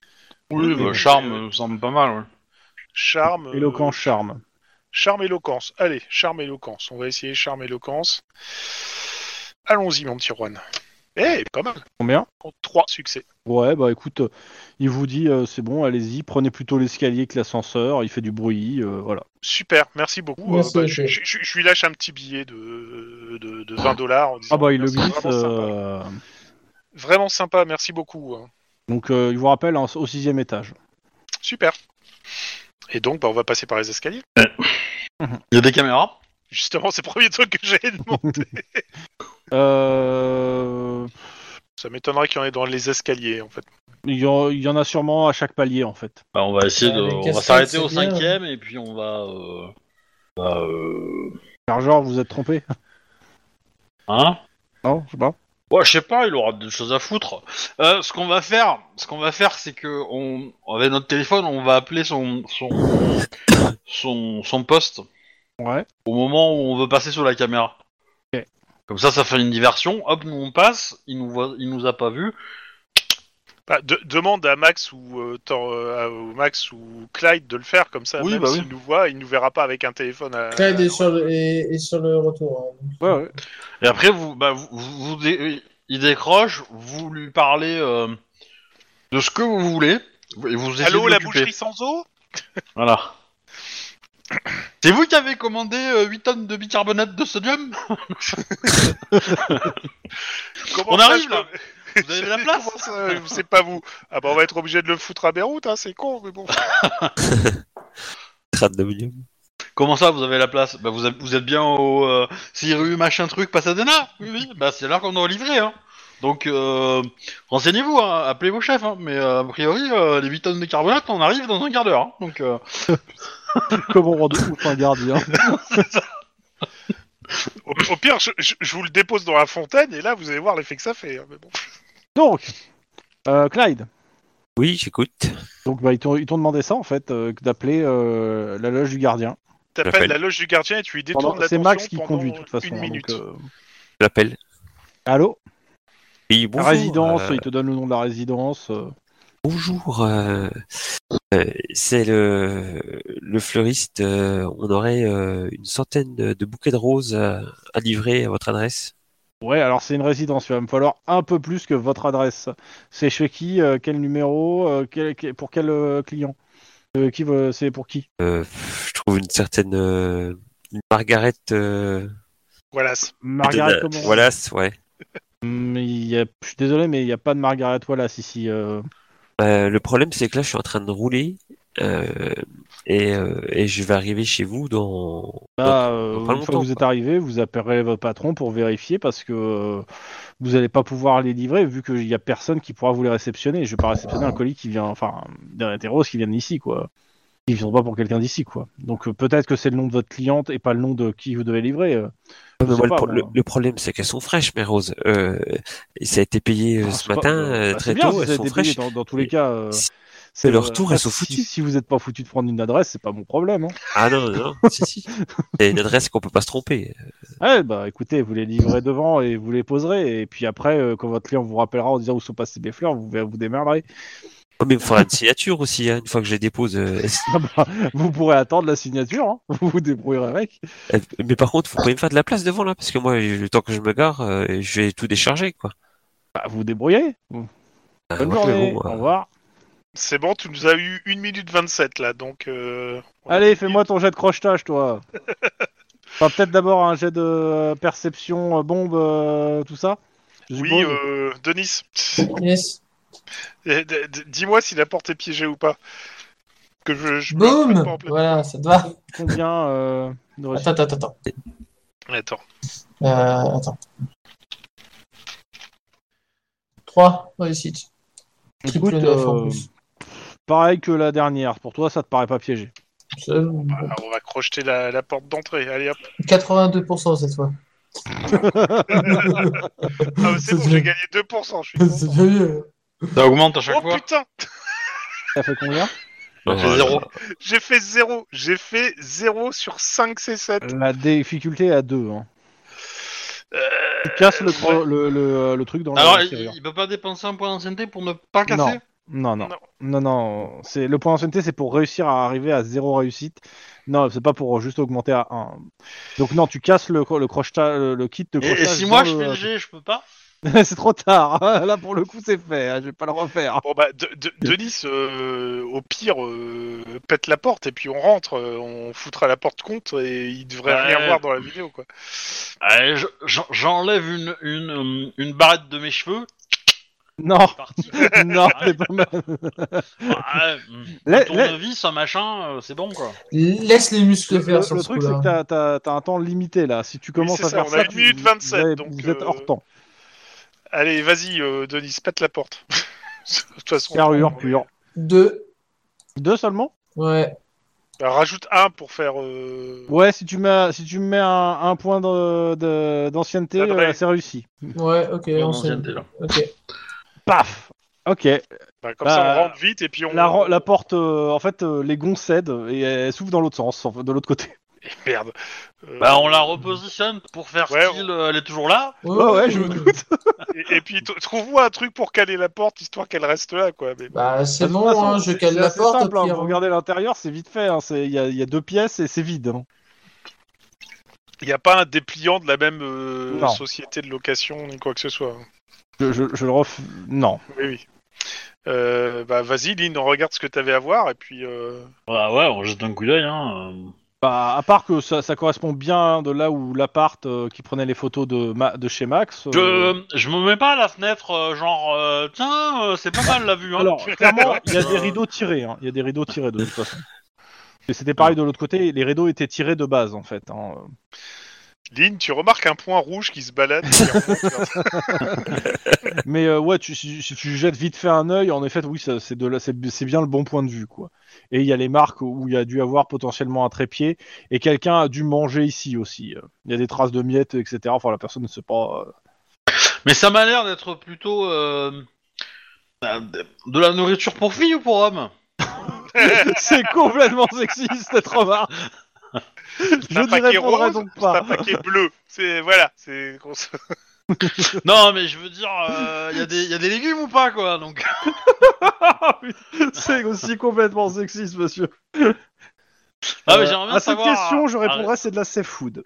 Oui, bah, charme, euh, me semble pas mal, ouais. bah, charme. euh, Éloquent, charme. Charme, éloquence. Allez, charme, éloquence. On va essayer charme, éloquence. Allons-y, mon petit Juan. Eh, pas mal. Combien En Trois succès. Ouais, bah écoute, euh, il vous dit, euh, c'est bon, allez-y, prenez plutôt l'escalier que l'ascenseur, il fait du bruit, euh, voilà. Super, merci beaucoup. Merci, Euh, bah, je, monsieur. je- je- je lui lâche un petit billet de, de, de 20 dollars. en disant, Ah bah, il le merci, glisse. Vraiment, sympa. euh, Vraiment sympa, merci beaucoup. hein. donc, euh, il vous rappelle hein, au sixième <laughs> étage. Super. Et donc, bah, on va passer par les escaliers. Il y a des caméras. Justement, <laughs> c'est le premier truc que j'ai demandé. Euh, Ça m'étonnerait qu'il y en ait dans les escaliers, en fait. Il y, en- il y en a sûrement à chaque palier en fait. Bah, on va essayer Ah, de. les On va cassettes, s'arrêter c'est au bien. cinquième et puis on va. Euh... Bah, euh... Car genre vous êtes trompé Hein Non, je sais pas. Ouais, je sais pas, il aura des choses à foutre. Euh, ce qu'on va faire, ce qu'on va faire, c'est que on, avec notre téléphone, on va appeler son son son, son poste Ouais. au moment où on veut passer sur la caméra. Ok. Comme ça, ça fait une diversion. Hop, nous on passe. Il nous voit, il nous a pas vu. Bah, de- demande à Max ou euh, Thor- euh, à- au Max ou Clyde de le faire comme ça. Oui, même bah s'il nous voit, il nous verra pas avec un téléphone. À... Clyde est sur le, est- est sur le retour. hein. Ouais, ouais. Et après, vous, bah, vous, vous- vous dé- euh, il décroche. Vous lui parlez euh, de ce que vous voulez et vous essayez Allô, de la l'occuper. boucherie sans eau Voilà. C'est vous qui avez commandé euh, 8 tonnes de bicarbonate de sodium Comment On ça, arrive, je- là. Vous avez de la place Comment ça, euh, C'est pas vous. Ah bah on va être obligé de le foutre à Beyrouth, hein, c'est con, <laughs> mais bon. Trade de milieu. <laughs> Comment ça, vous avez la place Bah vous, avez- vous êtes bien au euh, six rue machin truc Pasadena Oui, oui. Bah c'est là qu'on doit livrer, hein. Donc euh, renseignez-vous, hein, appelez vos chefs, hein. Mais euh, a priori, euh, les 8 tonnes de carbonate, on arrive dans un quart d'heure. hein. Donc euh, <laughs> Comme on rend ouf un gardien. Au, au pire, je, je- je vous le dépose dans la fontaine et là vous allez voir l'effet que ça fait. hein, mais bon. <laughs> Donc, euh, Clyde. Oui, j'écoute. Donc bah ils t'ont ils t'ont demandé ça en fait, euh, que d'appeler euh, la loge du gardien. T'appelles J'appelle. la loge du gardien et tu lui Pendant- détournes l'attention C'est Max qui pendant conduit de toute façon. Une hein, donc, minute. euh, J'appelle. Allô Oui, La bonjour. résidence, euh, il te donne le nom de la résidence. euh. Bonjour, euh, euh, c'est le, le fleuriste. euh, on aurait euh, une centaine de, de bouquets de roses à, à livrer à votre adresse. Ouais, alors c'est une résidence, il va me falloir un peu plus que votre adresse. C'est chez qui euh, Quel numéro euh, quel- quel- Pour quel euh, client Euh, qui veut- C'est pour qui Euh, je trouve une certaine euh, une Margaret. euh, Voilà. Margaret de- comment Wallace, ouais. Hum, il y a- Je suis désolé, mais il n'y a pas de Margaret Wallace ici. euh. Euh, le problème, c'est que là, je suis en train de rouler euh, et, euh, et je vais arriver chez vous dans. Là, dans- euh, dans pas une fois que longtemps, vous êtes quoi. arrivé, vous appellerez votre patron pour vérifier parce que euh, vous n'allez pas pouvoir les livrer vu qu'il n'y a personne qui pourra vous les réceptionner. Je ne vais pas réceptionner un colis qui vient, enfin, d'un hétéros qui viennent d'ici, quoi. Ils ne sont pas pour quelqu'un d'ici, quoi. Donc euh, peut-être que c'est le nom de votre cliente et pas le nom de qui vous devez livrer. euh. Ouais, mais Je sais moi, pas, le bah. pro- moi. le, le problème, c'est qu'elles sont fraîches, mes roses. Euh, et ça a été payé euh, Ah, ce c'est pas- matin bah, euh, bah, très c'est bien tôt. si Elles ça a sont été payé fraîches. dans, dans tous les cas. euh, Si- c'est leur euh, tour, après, elles sont si- foutues. Si vous n'êtes pas foutu de prendre une adresse, c'est pas mon problème. Hein. Ah non, non, <laughs> si, si. C'est une adresse qu'on peut pas se tromper. Ouais, bah écoutez, vous les livrez devant et vous les poserez. Et puis après, euh, quand votre client vous rappellera en disant où sont passées les fleurs, vous vous démerderez. <laughs> Oh, mais il me faudra une signature aussi, hein, une fois que je les dépose. euh, est-ce- Ah bah, vous pourrez attendre la signature, hein. vous vous débrouillerez avec. euh, mais par contre, faut quand même faire de la place devant là, parce que moi, le temps que je me gare, euh, je vais tout décharger, quoi. Bah, vous vous débrouillez. Ah, Bonne ouais, mais journée, bon, euh, au revoir. C'est bon, tu nous as eu 1 minute 27 là, donc. euh, on a Allez, fini. fais-moi ton jet de crochetage, <laughs> toi. Enfin, peut-être d'abord un jet de euh, perception, euh, bombe, euh, tout ça. je Oui, suppose. euh, Denis, <laughs> Yes. eh, d- d- dis-moi si la porte est piégée ou pas. Que je, je me Boum prenne pas en plein- Voilà, ça te va. Combien euh, de Ah, réussite Attends, attends, attends. Attends. Euh, attends. 3 réussites. Triple Écoute, neuf en euh, plus. Pareil que la dernière. Pour toi, ça te paraît pas piégé. Absolument. Voilà, on va crocheter la, la porte d'entrée. Allez hop. 82% <laughs> cette fois. Ah, <laughs> mais c'est bon, j'ai gagné 2%. Je suis C'est content. mieux. hein. Ça augmente à chaque Oh fois. putain, Ça fait combien Ça fait euh, zéro. j'ai fait 0. J'ai fait 0 sur 5 C7. La difficulté est à 2. Hein. Euh, Tu casses le, tro- le, le- le truc dans la Alors, il, serrure. il peut pas dépenser un point d'ancienneté pour ne pas casser Non. Non, non. Non. Non, non. C'est... Le point d'ancienneté, c'est pour réussir à arriver à 0 réussite. Non, c'est pas pour juste augmenter à 1. Donc, non, tu casses le, cro- le, crochet- le, le kit de Et, crochetage. et si moi dans je fais <laughs> le- le G, je peux pas c'est trop tard. <laughs> Là, pour le coup, c'est fait. hein. Je vais pas le refaire. Bon bah, De- De- Denis, euh, au pire, euh, pète la porte et puis on rentre, euh, on foutra la porte contre et il devrait Ouais. rien voir dans la vidéo quoi. Allez, je- j'en- J'enlève une, une, euh, une barrette de mes cheveux. <laughs> Non, c'est <laughs> Parti. non, c'est pas mal. Ah, ouais, hum. Là- un tournevis, un machin, euh, c'est bon quoi. Laisse les muscles faire Le, sur le ce truc, c'est coup-là. que t'as, t'as- t'as un temps limité là. Si tu commences c'est à ça, faire on a ça, une tu- minute vous- 27, vous êtes- donc, vous êtes hors euh, temps. Allez, vas-y, euh, Denis, pète la porte. <laughs> De toute façon, Serrure on- pure. Deux. Deux seulement Ouais. Alors, Bah, rajoute un pour faire. euh, Ouais, si tu mets, si tu mets un, un point de- de- d'ancienneté, Adresse. euh, c'est réussi. Ouais, ok. On sait. Ancienneté, là. Ok. Paf Ok, bah, comme bah, ça, on rentre vite et puis on. la, ro- la porte, euh, en fait, euh, les gonds cèdent et elle s'ouvre dans l'autre sens, en fait, de l'autre côté. Eh, Merde. Euh, Bah, on la repositionne pour faire Ouais, style, euh, elle est toujours là. Ah Ouais, ouais, <laughs> je me doute. Et, et puis t- trouve-moi un truc pour caler la porte histoire qu'elle reste là quoi. Mais... Bah, c'est De toute bon, façon, hein, je c'est- cale c'est la assez porte. simple, au hein, pire, vous hein. regardez l'intérieur, c'est vite fait. hein, c'est- Il y, a, il y a deux pièces et c'est vide. hein. Il n'y a pas un dépliant de la même euh, Non. société de location ni quoi que ce soit. Je, je- je le ref... Non. Oui, oui. Euh, bah, vas-y, Lynn, on regarde ce que t'avais à voir et puis. euh, Bah ouais, on jette un coup d'œil. Hein. euh. Bah, à part que ça, ça correspond bien de là où l'appart euh, qui prenait les photos de, Ma- de chez Max. euh, Je, je me mets pas à la fenêtre, euh, genre, euh, tiens, euh, c'est pas mal la vue. Hein. <laughs> Alors, clairement, il y a des Euh, rideaux tirés. hein. Il y a des rideaux tirés de toute façon. Et c'était pareil de l'autre côté, les rideaux étaient tirés de base en fait. hein. Lynn, tu remarques un point rouge qui se balade. et qui remonte. <laughs> Mais euh, ouais, tu, si, si tu jettes vite fait un œil, en effet, oui, ça, c'est de là- c'est c'est bien le bon point de vue quoi. Et il y a les marques où il y a dû avoir potentiellement un trépied et quelqu'un a dû manger ici aussi. euh. Il y a des traces de miettes, etc. Enfin, la personne ne sait pas. euh. <laughs> Mais ça m'a l'air d'être plutôt euh, euh, de la nourriture pour filles ou pour hommes c'est complètement sexiste cette remarque. Je un ne paquet répondrai rose, donc C'est un pas. paquet bleu. C'est voilà. C'est qu'on se- Non, mais je veux dire, il y, a des- y a des légumes ou pas quoi <laughs> donc. <laughs> c'est aussi complètement sexiste, monsieur. Ah, mais Euh, Ah, j'aimerais bien à cette savoir, question, je euh, répondrais c'est de la safe food.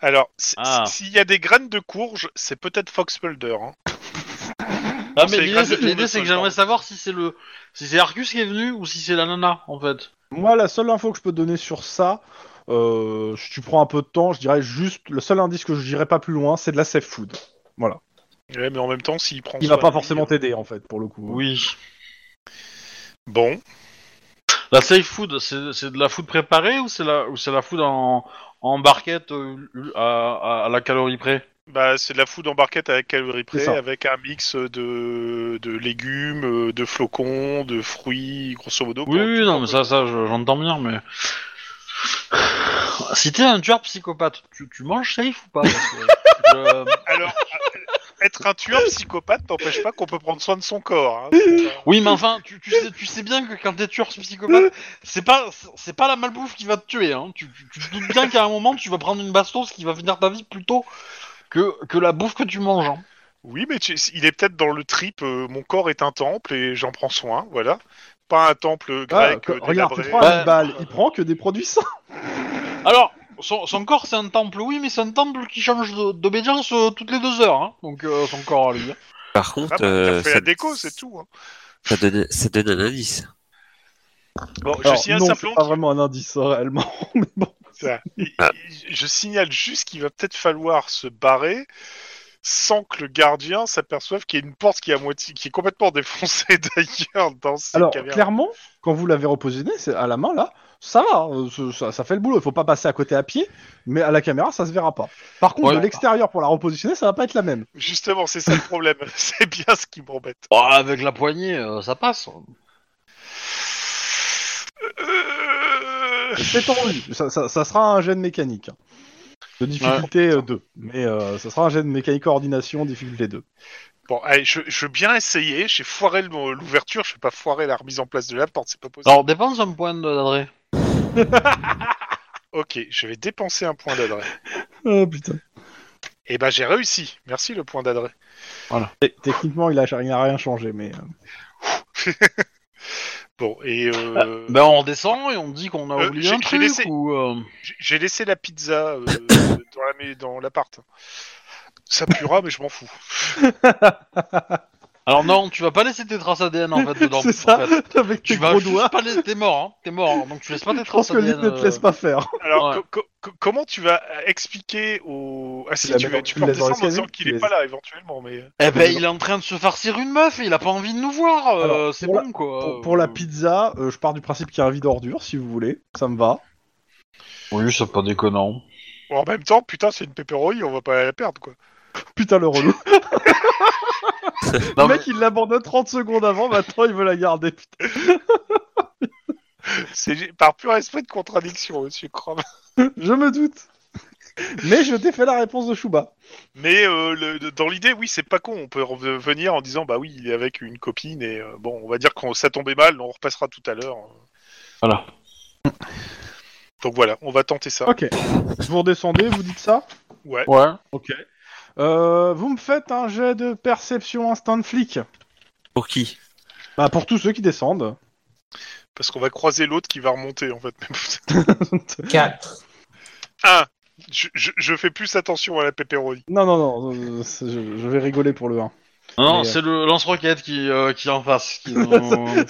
Alors, si- Ah. s'il y a des graines de courge, c'est peut-être Fox Mulder. hein. Ah, c'est mais les l'idée, graines de c'est- tout le l'idée, c'est monde sur que le j'aimerais temps. savoir si c'est le, si c'est Arcus qui est venu ou si c'est la nana en fait. Moi, la seule info que je peux te donner sur ça, euh, si tu prends un peu de temps, je dirais juste le seul indice que je dirais pas plus loin, c'est de la safe food. Ouais, mais en même temps, s'il prend. Il va soin pas de lui, forcément euh, t'aider en fait pour le coup. Oui. Bon. La safe food, c'est c'est de la food préparée ou c'est la, ou c'est la food en, en barquette euh, à, à- à la calorie près Bah, c'est de la food en barquette avec calories C'est près, ça. avec un mix de, de légumes, euh, de flocons, de fruits, grosso modo. Oui, pour- oui, non, mais ça, ça, je- j'entends bien, mais. <sighs> Si t'es un tueur psychopathe, tu, tu manges safe ou pas Parce que, euh, Alors, euh, être un tueur psychopathe t'empêche pas qu'on peut prendre soin de son corps. hein. C'est pas- Oui, mais enfin, tu, tu sais, tu sais bien que quand t'es tueur psychopathe, c'est pas, c'est pas la malbouffe qui va te tuer. Hein. Tu, tu- tu te doutes bien qu'à un moment, tu vas prendre une bastos qui va finir ta vie plutôt que, que la bouffe que tu manges. hein. Oui, mais tu- il est peut-être dans le trip. euh, mon corps est un temple et j'en prends soin. Voilà. Pas un temple Ah, grec. que- euh, regarde, tu délabré. prends Ouais. une balle, il prend que des produits sains. Alors, son, son corps, c'est un temple, oui, mais c'est un temple qui change de- d'obédience euh, toutes les deux heures. hein. <laughs> Donc, euh, son corps à lui. hein. Par Ah contre, bah, t'as euh, fait ça, la déco, c'est tout. hein. ça donne, ça donne un indice. Bon, je Alors, signale non, c'est simplement. pas vraiment un indice hein, réellement, <laughs> mais bon. <laughs> qu'il- Je signale juste qu'il va peut-être falloir se barrer sans que le gardien s'aperçoive qu'il y a une porte qui est à moitié, qui est complètement défoncée <laughs> d'ailleurs dans cette Alors cavernes. clairement, quand vous l'avez repositionné c'est à la main là, ça va, euh, ce- ça, ça fait le boulot. Il faut pas passer à côté à pied, mais à la caméra ça se verra pas. Par contre, Ouais. de l'extérieur pour la repositionner, ça va pas être la même. Justement, c'est ça le problème. <laughs> c'est bien ce <laughs> qui m'embête. Oh, avec la poignée, euh, ça passe. Euh, C'est tendu. Ça, ça- ça sera un gène mécanique. hein. De difficulté euh, 2. Mais euh, ça sera un gène mécanique coordination, difficulté 2. Bon, allez, je, je veux bien essayer. J'ai foiré le- l'ouverture. Je vais pas foirer la remise en place de la porte. C'est pas possible. Alors, dépense un point de- d'adresse. Ok, je vais dépenser un point d'adresse. Oh putain. Et ben, j'ai réussi. Merci le point d'adresse. Techniquement, il a, il a rien changé, mais. euh, Bon, et euh, Ben, on descend et on dit qu'on a Euh, oublié j'ai- un j'ai truc laissé- ou. euh, J'ai- J'ai laissé la pizza euh, dans la mais- dans l'appart. Ça puera, mais je m'en fous. Alors, non, tu vas pas laisser tes traces ADN en fait <laughs> dedans. C'est en ça, fait. avec tes Tu vas gros juste doigts. pas laisser. T'es mort, hein. T'es mort, hein. donc tu laisses pas tes Je pense traces que l'île ADN. ne te laisse euh, pas faire. Alors, Ouais. co- co- comment tu vas expliquer au. Ah, si, Tu la tu, mets vas- dans- tu tu peux la mets dans descendre en l'escalier, disant qu'il tu est les- pas là éventuellement, mais. euh, Eh ben, il est en train de se farcir une meuf et il a pas envie de nous voir. euh, Alors, c'est pour la- bon quoi. Pour, pour la Euh, pizza, euh, je pars du principe qu'il y a un vide ordure, si vous voulez. Ça me va. Oui, c'est pas déconnant. Bon, en même temps, putain, c'est une pépéroï, on va pas la perdre, quoi. Putain, le relou. Non, le mec, il l'abandonne 30 secondes avant, maintenant il veut la garder. Putain. C'est par pur esprit de contradiction, monsieur Crom. Je me doute. Mais je t'ai fait la réponse de Chouba. Mais euh, le- dans l'idée, oui, c'est pas con. On peut revenir en disant, bah oui, il est avec une copine, et euh, bon, on va dire qu'on ça tombait mal, on repassera tout à l'heure. euh. Voilà. Donc voilà, on va tenter ça. Ok. Vous redescendez, vous dites ça Ouais. Ouais. Euh, Vous me faites un jet de perception instant flic. Pour qui Bah, pour tous ceux qui descendent. Parce qu'on va croiser l'autre qui va remonter, en fait. <laughs> <laughs> 4. Ah, je, je- je fais plus attention à la pepperoni. Non, non, non, euh, c'est- je, je vais rigoler pour le 1. Non, non, Mais, euh, c'est le lance-roquette qui, euh, qui est en face. <laughs> qui- euh,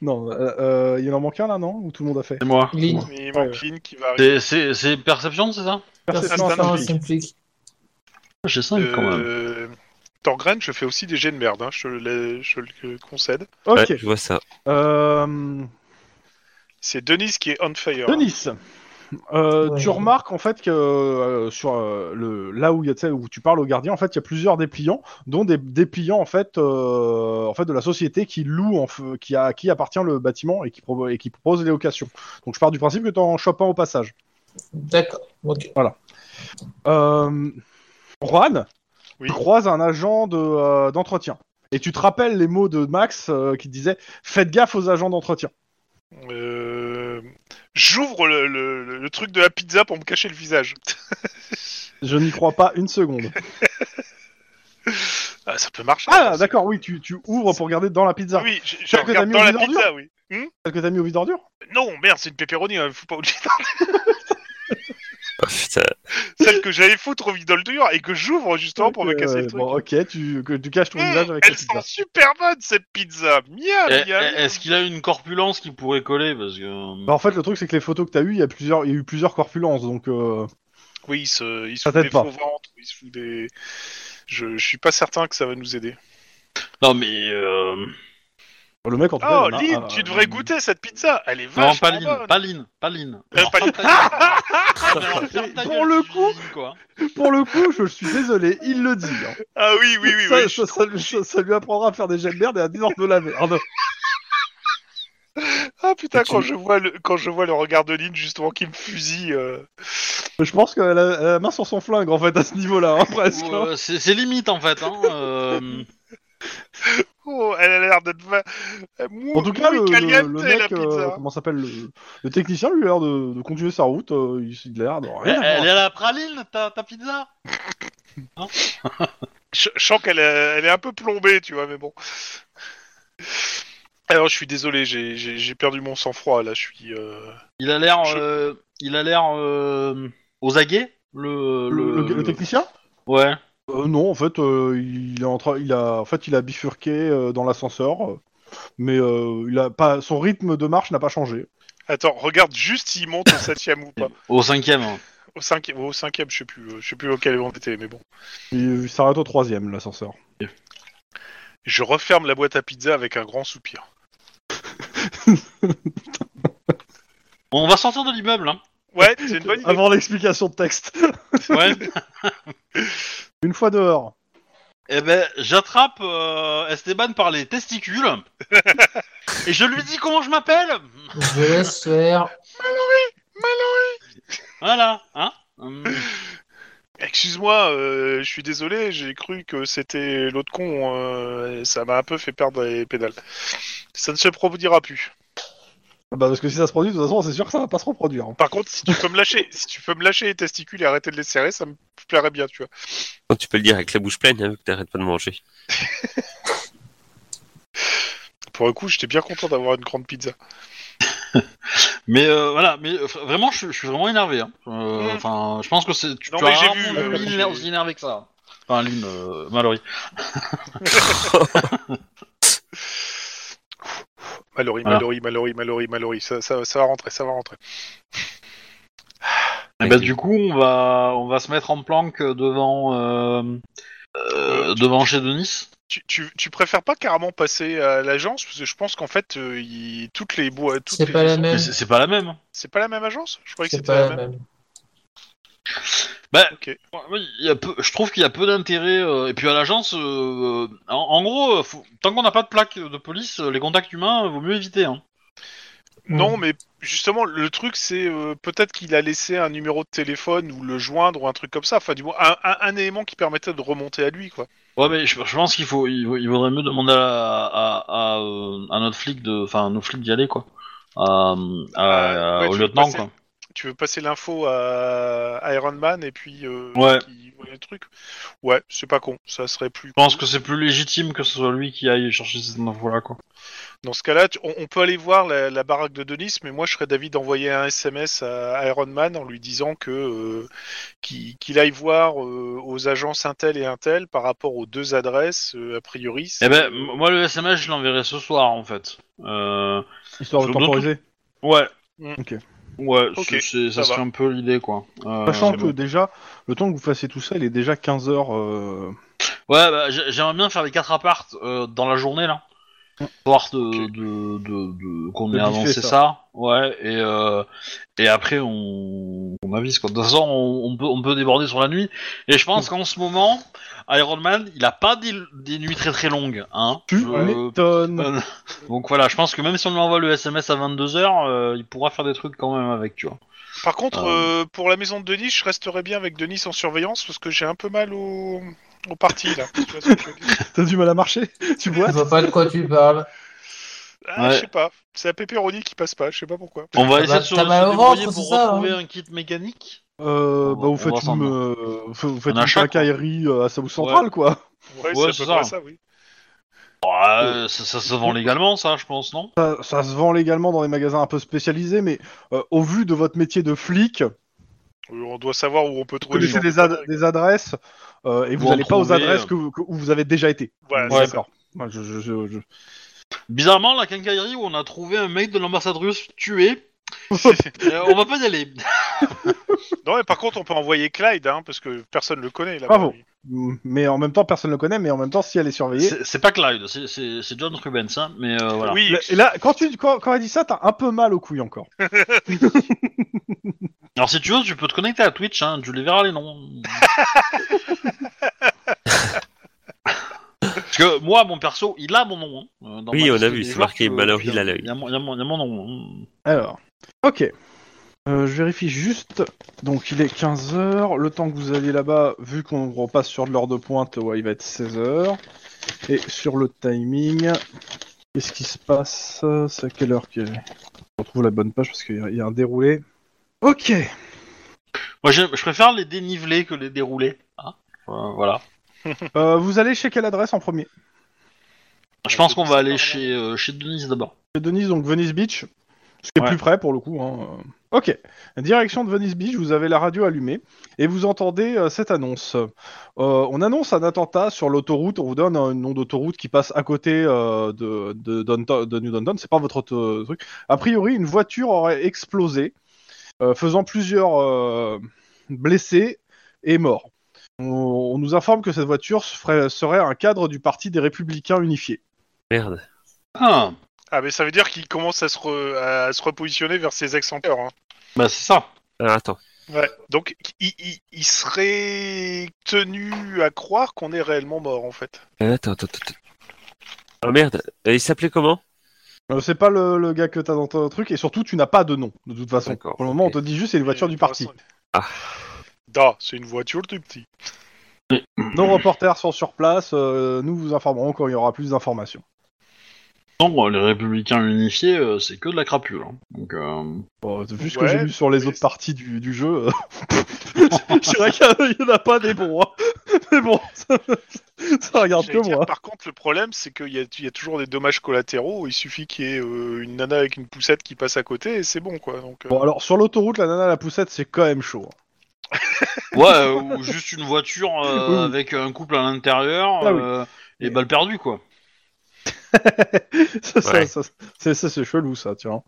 Non, euh, euh, il en manque un là, non Ou tout le monde a fait c'est moi. Lean. Il manque Lynn qui va arriver. C'est- C'est c'est perception, c'est ça Perception instant instant Personne flic. s'implique. J'ai 5 quand même. Euh, Thorgren, je fais aussi des jets de merde, hein, je, te le, je le concède. Ok. Ouais, je vois ça. Euh, C'est Denise qui est on fire. Denis, euh, Ouais. tu remarques en fait que euh, sur euh, le là où il y a tu sais, où tu parles au gardien, en fait, il y a plusieurs dépliants, dont des dépliants en fait, euh, en fait de la société qui loue, en f- qui a à qui appartient le bâtiment et qui, provo- et qui propose les locations. Donc je pars du principe que tu en chopes un au passage. D'accord. Ok. Euh, Juan, Oui. tu croises un agent de, euh, d'entretien. et tu te rappelles les mots de Max euh, qui disait Faites gaffe aux agents d'entretien. Euh, J'ouvre le, le- le truc de la pizza pour me cacher le visage. <laughs> Je n'y crois pas une seconde. Ah, ça peut marcher. Ah, d'accord, oui, tu, tu ouvres pour regarder dans la pizza. Oui, je, je Celle que t'as mis regarde dans au la vide pizza, oui. Celle que t'as mis au vide ordure Non, merde, c'est une pepperoni, hein, faut pas oublier. Oh, putain. <laughs> Celle que j'allais foutre au middle dur et que j'ouvre justement pour me Euh, casser le truc. Bon, ok, tu, que tu caches ton Mmh, visage avec la elles pizza. sont super bonnes cette pizza. Miam, Eh, eh, miam. Est-ce qu'il a une corpulence qui pourrait coller Parce que. Bah, en fait, le truc, c'est que les photos que t'as eues, il y a plusieurs, il y a eu plusieurs corpulences, donc euh, Oui, ils se, ils se Ça foutent t'aide des pas. faux ventres, ils se foutent des. Je, je suis pas certain que ça va nous aider. Non, mais. euh, le mec en tout cas. Oh, il en a Lynn, un, tu euh, devrais goûter cette pizza. Elle est Non, vachement pas Lynn, bonne. pas Lynn, pas Lynn. Euh, pas Lynn. <laughs> Pour le coup, Pour le coup, je, suis désolé, il le dit. hein. Ah oui, oui, oui. ça, oui. ça, ça lui- ça- ça lui apprendra à faire des jets de merde et à dire de la merde. Ah putain, Tu- quand je vois le, quand je vois le regard de Lynn justement qui me fusille. euh, Je pense qu'elle a elle a la main sur son flingue en fait à ce niveau-là, hein, <laughs> presque. hein. euh, c'est c'est limite en <laughs> fait. Hein. euh, Oh, elle a l'air d'être. va- En tout cas, Muy le, le- caliente, le la mec, euh, pizza. comment s'appelle le, le technicien, lui a l'air de, de continuer sa route. euh, il, il a l'air de rien. elle, avoir. elle est à la praline, ta, ta pizza Je, je sens qu'elle euh, elle est un peu plombée, tu vois, mais bon. Alors, je suis désolé, j'ai- j'ai j'ai perdu mon sang-froid là. Je suis. euh, Il a l'air. Je- euh, il a l'air. euh, aux aguets le, Le, le, le- le technicien Ouais. Euh, Non, en fait, euh, il est en train, il a, en fait, il a bifurqué euh, dans l'ascenseur, euh, mais euh, il a pas, son rythme de marche n'a pas changé. Attends, regarde juste s'il monte au septième ou pas. Au cinquième. hein. Au cinquième, au cinquième, je sais plus, euh, je sais plus auquel on était, mais bon. Il, il s'arrête au troisième, l'ascenseur. Je referme la boîte à pizza avec un grand soupir. On va sortir de l'immeuble. <laughs> Hein. Ouais, c'est une bonne idée. Avant l'explication de texte. <laughs> Ouais. Une fois dehors. Eh ben, j'attrape euh, Esteban par les testicules. <laughs> et je lui dis comment je m'appelle Je laisse faire. Voilà, hein Hum. Excuse-moi, euh, je suis désolé, j'ai cru que c'était l'autre con. euh, ça m'a un peu fait perdre les pédales. Ça ne se produira plus. Ah Bah parce que si ça se produit, de toute façon, c'est sûr que ça va pas se reproduire. hein. Par contre, si tu peux me lâcher, si tu peux me lâcher les testicules et arrêter de les serrer, ça me plairait bien, tu vois. Bon, Oh, tu peux le dire avec la bouche pleine, hein, vu que t'arrêtes pas de manger. Pour le coup, j'étais bien content d'avoir une grande pizza. Mais euh, voilà, mais euh, fr- vraiment, je, je suis vraiment énervé. hein. Euh, Mm. Enfin, je pense que c'est. Tu, Non, tu mais as j'ai rarement vu, vu euh, Lynn j'ai- l'air aussi énervé que ça. Enfin, Lynn, euh, Mallory. Mallory, Voilà. Mallory, Mallory, Mallory, Mallory, ça, ça, ça va rentrer, ça va rentrer. Eh ben, du coup, on va, on va se mettre en planque devant, euh, euh, devant chez Denis. Tu, tu, tu préfères pas carrément passer à l'agence parce que je pense qu'en fait, euh, il- toutes les bois, toutes C'est les pas la maisons- Mais même. C'est c'est pas la même. C'est pas la même agence. Je croyais que C'est c'était pas la la même. même. Ouais, oui, il y a peu- je trouve qu'il y a peu d'intérêt. euh, et puis à l'agence, euh, en, en gros, euh, faut- tant qu'on n'a pas de plaque de police, euh, les contacts humains, euh, vaut mieux éviter. hein. Non, mais justement, le truc, c'est euh, peut-être qu'il a laissé un numéro de téléphone ou le joindre ou un truc comme ça. Enfin, du moins, un, un- un élément qui permettait de remonter à lui, quoi. Ouais, mais je, je pense qu'il faut, il, il vaudrait mieux demander à, à, à, euh, à notre flic de, enfin, à nos flics d'y aller, quoi. À, à- Ah, ouais, au tu veux lieutenant, passer- quoi. Tu veux passer l'info à, à Iron Man et puis euh, Ouais. qui voit le truc. Ouais, c'est pas con. Ça serait plus. Je pense que c'est plus légitime que ce soit lui qui aille chercher cette info-là, quoi. Dans ce cas-là, tu- on, on peut aller voir la, la baraque de Denis, mais moi, je serais d'avis d'envoyer un SMS à Iron Man en lui disant que euh, qu'il qu'il aille voir euh, aux agences Intel et Intel par rapport aux deux adresses euh, a priori. Eh c'est- ben, m- moi, le SMS, je l'enverrai ce soir, en fait. Euh, Histoire Je de veux bien temporiser. ben, ouais. Ok. Ouais, Ok, c'est- c'est- ça, ça va. serait un peu l'idée, quoi. Euh, Sachant c'est que bon. déjà, le temps que vous fassiez tout ça, il est déjà 15h. Euh... Ouais, bah, j'ai- j'aimerais bien faire les quatre apparts euh, dans la journée, là. Histoire de, de, de- de- qu'on De ait biffer avancé ça. ça. Ouais, et, euh, et après, on, on avise, quoi. De toute façon, on, on peut, on peut déborder sur la nuit. Et je Mm. pense qu'en ce moment, Iron Man, il a pas des, des nuits très très longues, hein. Tu Je- m'étonnes. Euh, Donc voilà, je pense que même si on lui envoie le SMS à 22h, il pourra faire des trucs quand même avec, tu vois. Par contre, euh, pour la maison de Denis, je resterai bien avec Denis en surveillance parce que j'ai un peu mal au, au parti là. Tu vois ce que je veux dire T'as du mal à marcher <laughs> Tu Je bois vois pas de quoi tu parles. Ah, Ouais. Je sais pas, c'est la pépéroni qui passe pas, je sais pas pourquoi. On va T'as essayer mal- de se, Ah bah, t'as se mal au débrouiller ventre, pour c'est ça, retrouver hein un kit mécanique. euh, Bah, On vous va faites une, ensemble. euh, vous faites Un une achat, quoi. quincaillerie euh, à South Central, quoi. Ouais, Ouais, c'est c'est à peu près ça. ça, oui. Ouais, ça, ça se vend légalement, ça, je pense, non Ça, ça se vend légalement dans des magasins un peu spécialisés, mais euh, au vu de votre métier de flic, Euh, On doit savoir où on peut Vous trouver les connaissez gens. des, ad- des adresses euh, et vous Vous en n'allez pas aux trouvez, adresses euh. que vous- que- où vous avez déjà été. Voilà, Ouais, c'est ça. d'accord. Moi, je- je- je- je- Bizarrement, la quincaillerie où on a trouvé un mec de l'ambassadrice <laughs> tué, euh, on va pas y aller. Non, mais par contre, on peut envoyer Clyde, hein, parce que personne le connaît là-bas. Bravo. Mais en même temps, personne ne le connaît, mais en même temps, si elle est surveillée. C'est c'est pas Clyde, c'est- c'est c'est John Rubens, hein, mais euh, voilà. Oui, Et là, quand, tu, quand, quand elle dit ça, t'as un peu mal au couilles encore. Alors si tu veux, tu peux te connecter à Twitch, hein, tu les verras les noms. Parce que moi, mon perso, il a mon nom. hein, euh, dans Oui, ma on liste a des vu, c'est joueurs marqué que- Mallory il y a- Laleuil. Il y a mon il y a mon- il y a mon nom. hein. Alors, ok. Euh, je vérifie juste. Donc, il est 15h. Le temps que vous alliez là-bas, vu qu'on repasse sur de l'heure de pointe, ouais, il va être 16h. Et sur le timing, qu'est-ce qui se passe C'est à quelle heure que. Je retrouve la bonne page parce qu'il y a- il y a un déroulé. Ok. Moi, j'aime- je préfère les déniveler que les dérouler. hein. Euh, voilà. Euh, vous allez chez quelle adresse en premier Je pense qu'on va aller Pardon. chez, euh, chez Denise d'abord. Chez Denise, donc Venice Beach. Ce qui est Ouais. plus près pour le coup. hein. Ok. Direction de Venice Beach, vous avez la radio allumée et vous entendez euh, cette annonce. Euh, on annonce un attentat sur l'autoroute. On vous donne un nom d'autoroute qui passe à côté euh, de, de, Downtown- de New Downtown. C'est pas votre auto- euh, truc. A priori, une voiture aurait explosé, euh, faisant plusieurs euh, blessés et morts. On, on nous informe que cette voiture se ferait- serait un cadre du Parti des Républicains Unifiés. Merde. Ah, Ah, mais ça veut dire qu'il commence à se, re- à se repositionner vers ses accenteurs. Hein. bah c'est ça. Ah, attends. Ouais. Donc, il, il- il serait tenu à croire qu'on est réellement mort, en fait. Euh, Attends, attends, attends. Oh merde. Euh, il s'appelait comment Euh, c'est pas le, le gars que t'as dans ton truc, et surtout tu n'as pas de nom, de toute façon. D'accord, Pour le moment, ok. on te dit juste c'est une voiture du parti. Ah. Da, c'est une voiture du petit. Nos reporters sont sur place, euh, nous vous informerons quand il y aura plus d'informations. Non, les républicains unifiés, euh, c'est que de la crapule. hein. Donc, euh, Bon, vu ce que Ouais, j'ai lu sur les mais- autres parties du, du <laughs> jeu, euh, c'est vrai qu'il y en a- il y en a pas des bons. hein. Mais bon, <laughs> ça, ça regarde que J'allais dire, moi. par contre, le problème, c'est qu'il y, a- il y a toujours des dommages collatéraux. Il suffit qu'il y ait euh, une nana avec une poussette qui passe à côté et c'est bon, quoi. Donc, euh, Bon, alors sur l'autoroute, la nana à la poussette, c'est quand même chaud. hein. <laughs> Ouais, euh, ou juste une voiture euh, Oui, oui. avec un couple à l'intérieur Ah oui. euh, et balle perdue, quoi. Ça, ça- Ouais. ça- c'est- ça, c'est chelou, ça, tiens.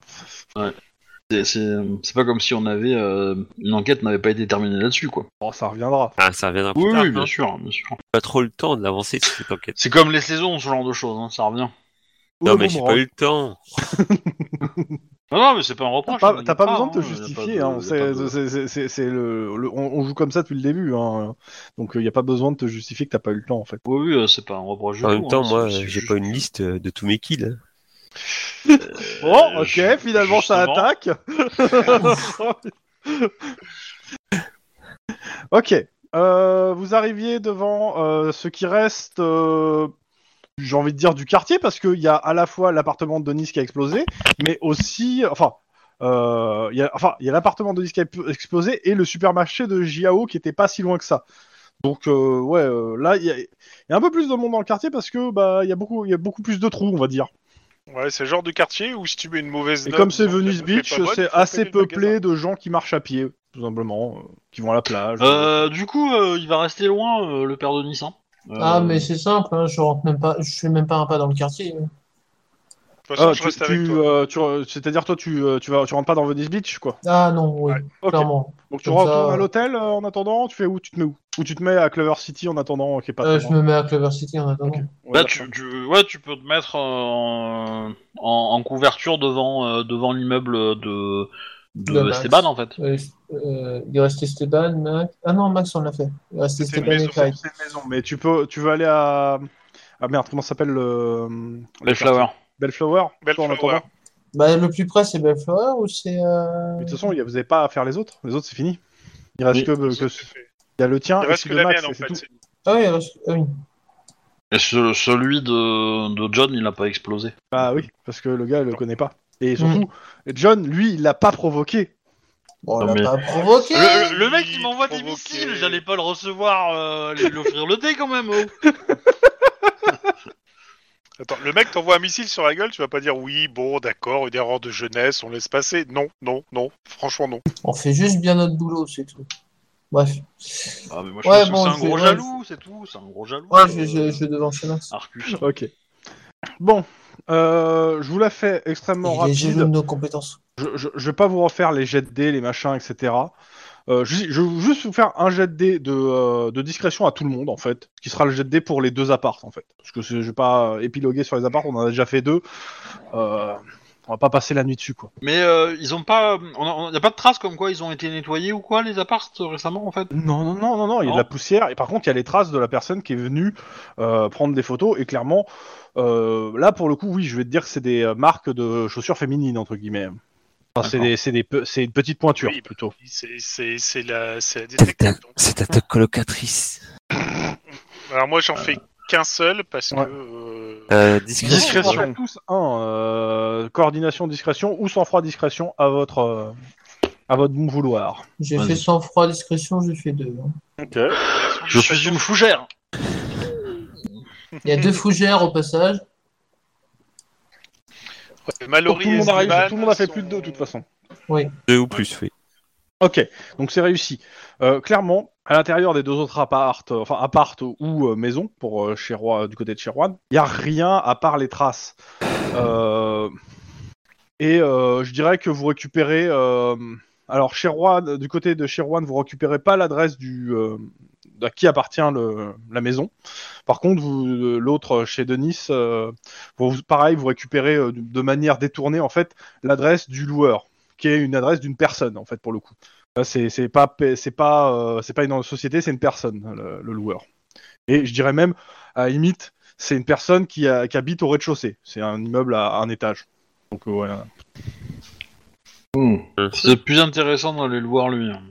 C'est- C'est c'est pas comme si on avait euh, une enquête n'avait pas été terminée là-dessus, quoi. Bon, ça reviendra. Ah, ça reviendra plus Oui, tard. oui, hein. bien sûr, bien sûr. Pas trop le temps de l'avancer sur cette enquête. C'est comme les saisons, ce genre de choses, hein, ça revient. Non, Au mais j'ai moment. pas eu le temps. Ah Non, non, mais c'est pas un reproche. T'as on pas, y t'as pas part, besoin de te hein, y a pas justifier, de- hein, y a on pas sait- de- c'est- c'est- c'est- c'est le, le- on, on joue comme ça depuis le début, hein, donc il n'y a pas besoin de te justifier que t'as pas eu le temps en fait. Oui, oui, euh, c'est pas un reproche. du En tout, même temps, hein, moi, c'est- c'est j'ai juste- pas une liste de tous mes kills. hein. Bon, Oh, ok, ju- finalement ça justement. attaque. <laughs> ok, euh, vous arriviez devant euh, ce qui reste, euh, j'ai envie de dire du quartier, parce qu'il y a à la fois l'appartement de Denis qui a explosé, mais aussi, enfin, euh, il y a, enfin, il y a l'appartement de Denis qui a pu- explosé et le supermarché de Jiao qui était pas si loin que ça. Donc euh, ouais, euh, là il y, a- il y a un peu plus de monde dans le quartier parce que bah il y a beaucoup, il y a beaucoup plus de trous, on va dire. ouais, c'est le genre de quartier où si tu mets une mauvaise Et note, comme c'est donc, Venice elle fait Beach, pas bonne, c'est faut assez payer le magasin. peuplé de gens qui marchent à pied, tout simplement, euh, qui vont à la plage. Euh, du coup, euh, il va rester loin, euh, le père de Nice. hein. Euh, Ah, mais c'est simple, hein, je rentre même pas, je fais même pas un pas dans le quartier. De toute façon, Euh, je tu- reste avec tu, toi. euh, tu re- C'est-à-dire toi, tu, euh, tu, vas, tu rentres pas dans Venice Beach, quoi. Ah non, oui, Ouais, Ok. clairement. Donc tu Comme ça, retournes à euh, l'hôtel euh, en attendant. Tu fais où Tu te mets où Ou tu te mets à Clover City en attendant, qui est pas Euh, très je loin. me mets à Clover City en attendant. Ok. Ouais, Là, d'accord. Bah, tu, tu- ouais, tu peux te mettre euh, en, en, en couverture devant, euh, devant l'immeuble de, De de Max. Esteban, en fait. Euh, euh, il reste Esteban, Max. Ah non, Max, on l'a fait. Il reste C'était Esteban une et maison. Clyde. C'est une maison, mais tu peux, tu veux aller à ah merde, comment ça s'appelle le Les flowers flowers. Bellflower. toi, en Bellflower. attendant. Bah, le plus près, c'est Bellflower ou c'est. euh, Mais de toute façon, y a- vous avez pas à faire les autres. Les autres, c'est fini. Il reste Oui. que, que- Ça, c'est fait. il y a le tien Il et reste celui que de la Max, mienne, en et c'est fait. tout. C'est- Ah oui, il reste- ah oui. Et ce- celui de, de John, il n'a pas explosé. Bah oui, parce que le gars le connaît pas. Et Mm. surtout, John, lui, il l'a pas provoqué. Bon, on Non, l'a mais- pas provoqué Le, le mec, il m'envoie des Provoqué. missiles, j'allais pas le recevoir, euh, aller lui offrir le thé quand même. oh. Attends, le mec t'envoie un missile sur la gueule, tu vas pas dire oui, bon, d'accord, une erreur de jeunesse, on laisse passer. Non, non, non, franchement non. On fait juste bien notre boulot, c'est tout. Bref. Ah, mais moi, je Ouais, pense bon, que c'est un c'est- gros ouais, jaloux, c'est tout. C'est un gros jaloux. Ouais, je, euh, je, je vais devant Chenas. Arcus. Ok. Bon, euh, je vous la fais extrêmement Il est jaloux de rapide. nos compétences. Je, je, je vais pas vous refaire les jets de dés, les machins, etc. Euh, je, je vais juste vous faire un jet de dés de, euh, de discrétion à tout le monde, en fait. Qui sera le jet de dés pour les deux apparts, en fait. Parce que c'est- je vais pas euh, épiloguer sur les apparts, on en a déjà fait deux. Euh, on va pas passer la nuit dessus, quoi. Mais euh, ils ont pas. Il on, n'y a pas de traces comme quoi ils ont été nettoyés ou quoi, les appartes récemment en fait Non, non, non, non, non, il y a Non. de la poussière. Et par contre, il y a les traces de la personne qui est venue euh, prendre des photos. Et clairement, euh, là, pour le coup, oui, je vais te dire que c'est des euh, marques de chaussures féminines, entre guillemets. Enfin, c'est D'accord. des, c'est des, pe- c'est une petite pointure, Oui, bah. plutôt. C'est- C'est c'est la, c'est la C'est détective. ta, c'est ta- ta colocatrice. Alors moi j'en fais qu'un seul parce Ouais. que. euh, Euh, Vous en faites discrétion. tous un. euh, coordination, discrétion ou sang-froid, discrétion à votre, euh, à votre bon vouloir. J'ai Vas-y. fait sans froid discrétion, j'ai fait deux. hein. Ok. Je suis une fougère Il y a deux fougères au passage. ouais, Mallory tout, le monde et a réussi, Esteban tout le monde a fait sont- plus de deux, de toute façon. Deux ou plus, oui. <laughs> Ok, donc c'est réussi. Euh, clairement, à l'intérieur des deux autres appartes, euh, enfin appart ou euh, maison pour euh, chez Roy- du côté de Sherwan, il y a rien à part les traces. Euh, et euh, je dirais que vous récupérez. euh, alors Sherwan, du côté de Sherwan, vous récupérez pas l'adresse du euh, à qui appartient le, la maison. Par contre, vous, euh, l'autre euh, chez Denis, euh, vous- pareil, vous récupérez euh, de- de manière détournée en fait l'adresse du loueur, qui est une adresse d'une personne en fait pour le coup. Là, Euh, C'est c'est pas pa- c'est pas euh, c'est pas une société, c'est une personne le, le loueur. Et je dirais même à la limite, c'est une personne qui, a- qui habite au rez-de-chaussée. C'est un immeuble à, un étage. Donc euh, voilà. C'est plus intéressant d'aller le voir lui. hein.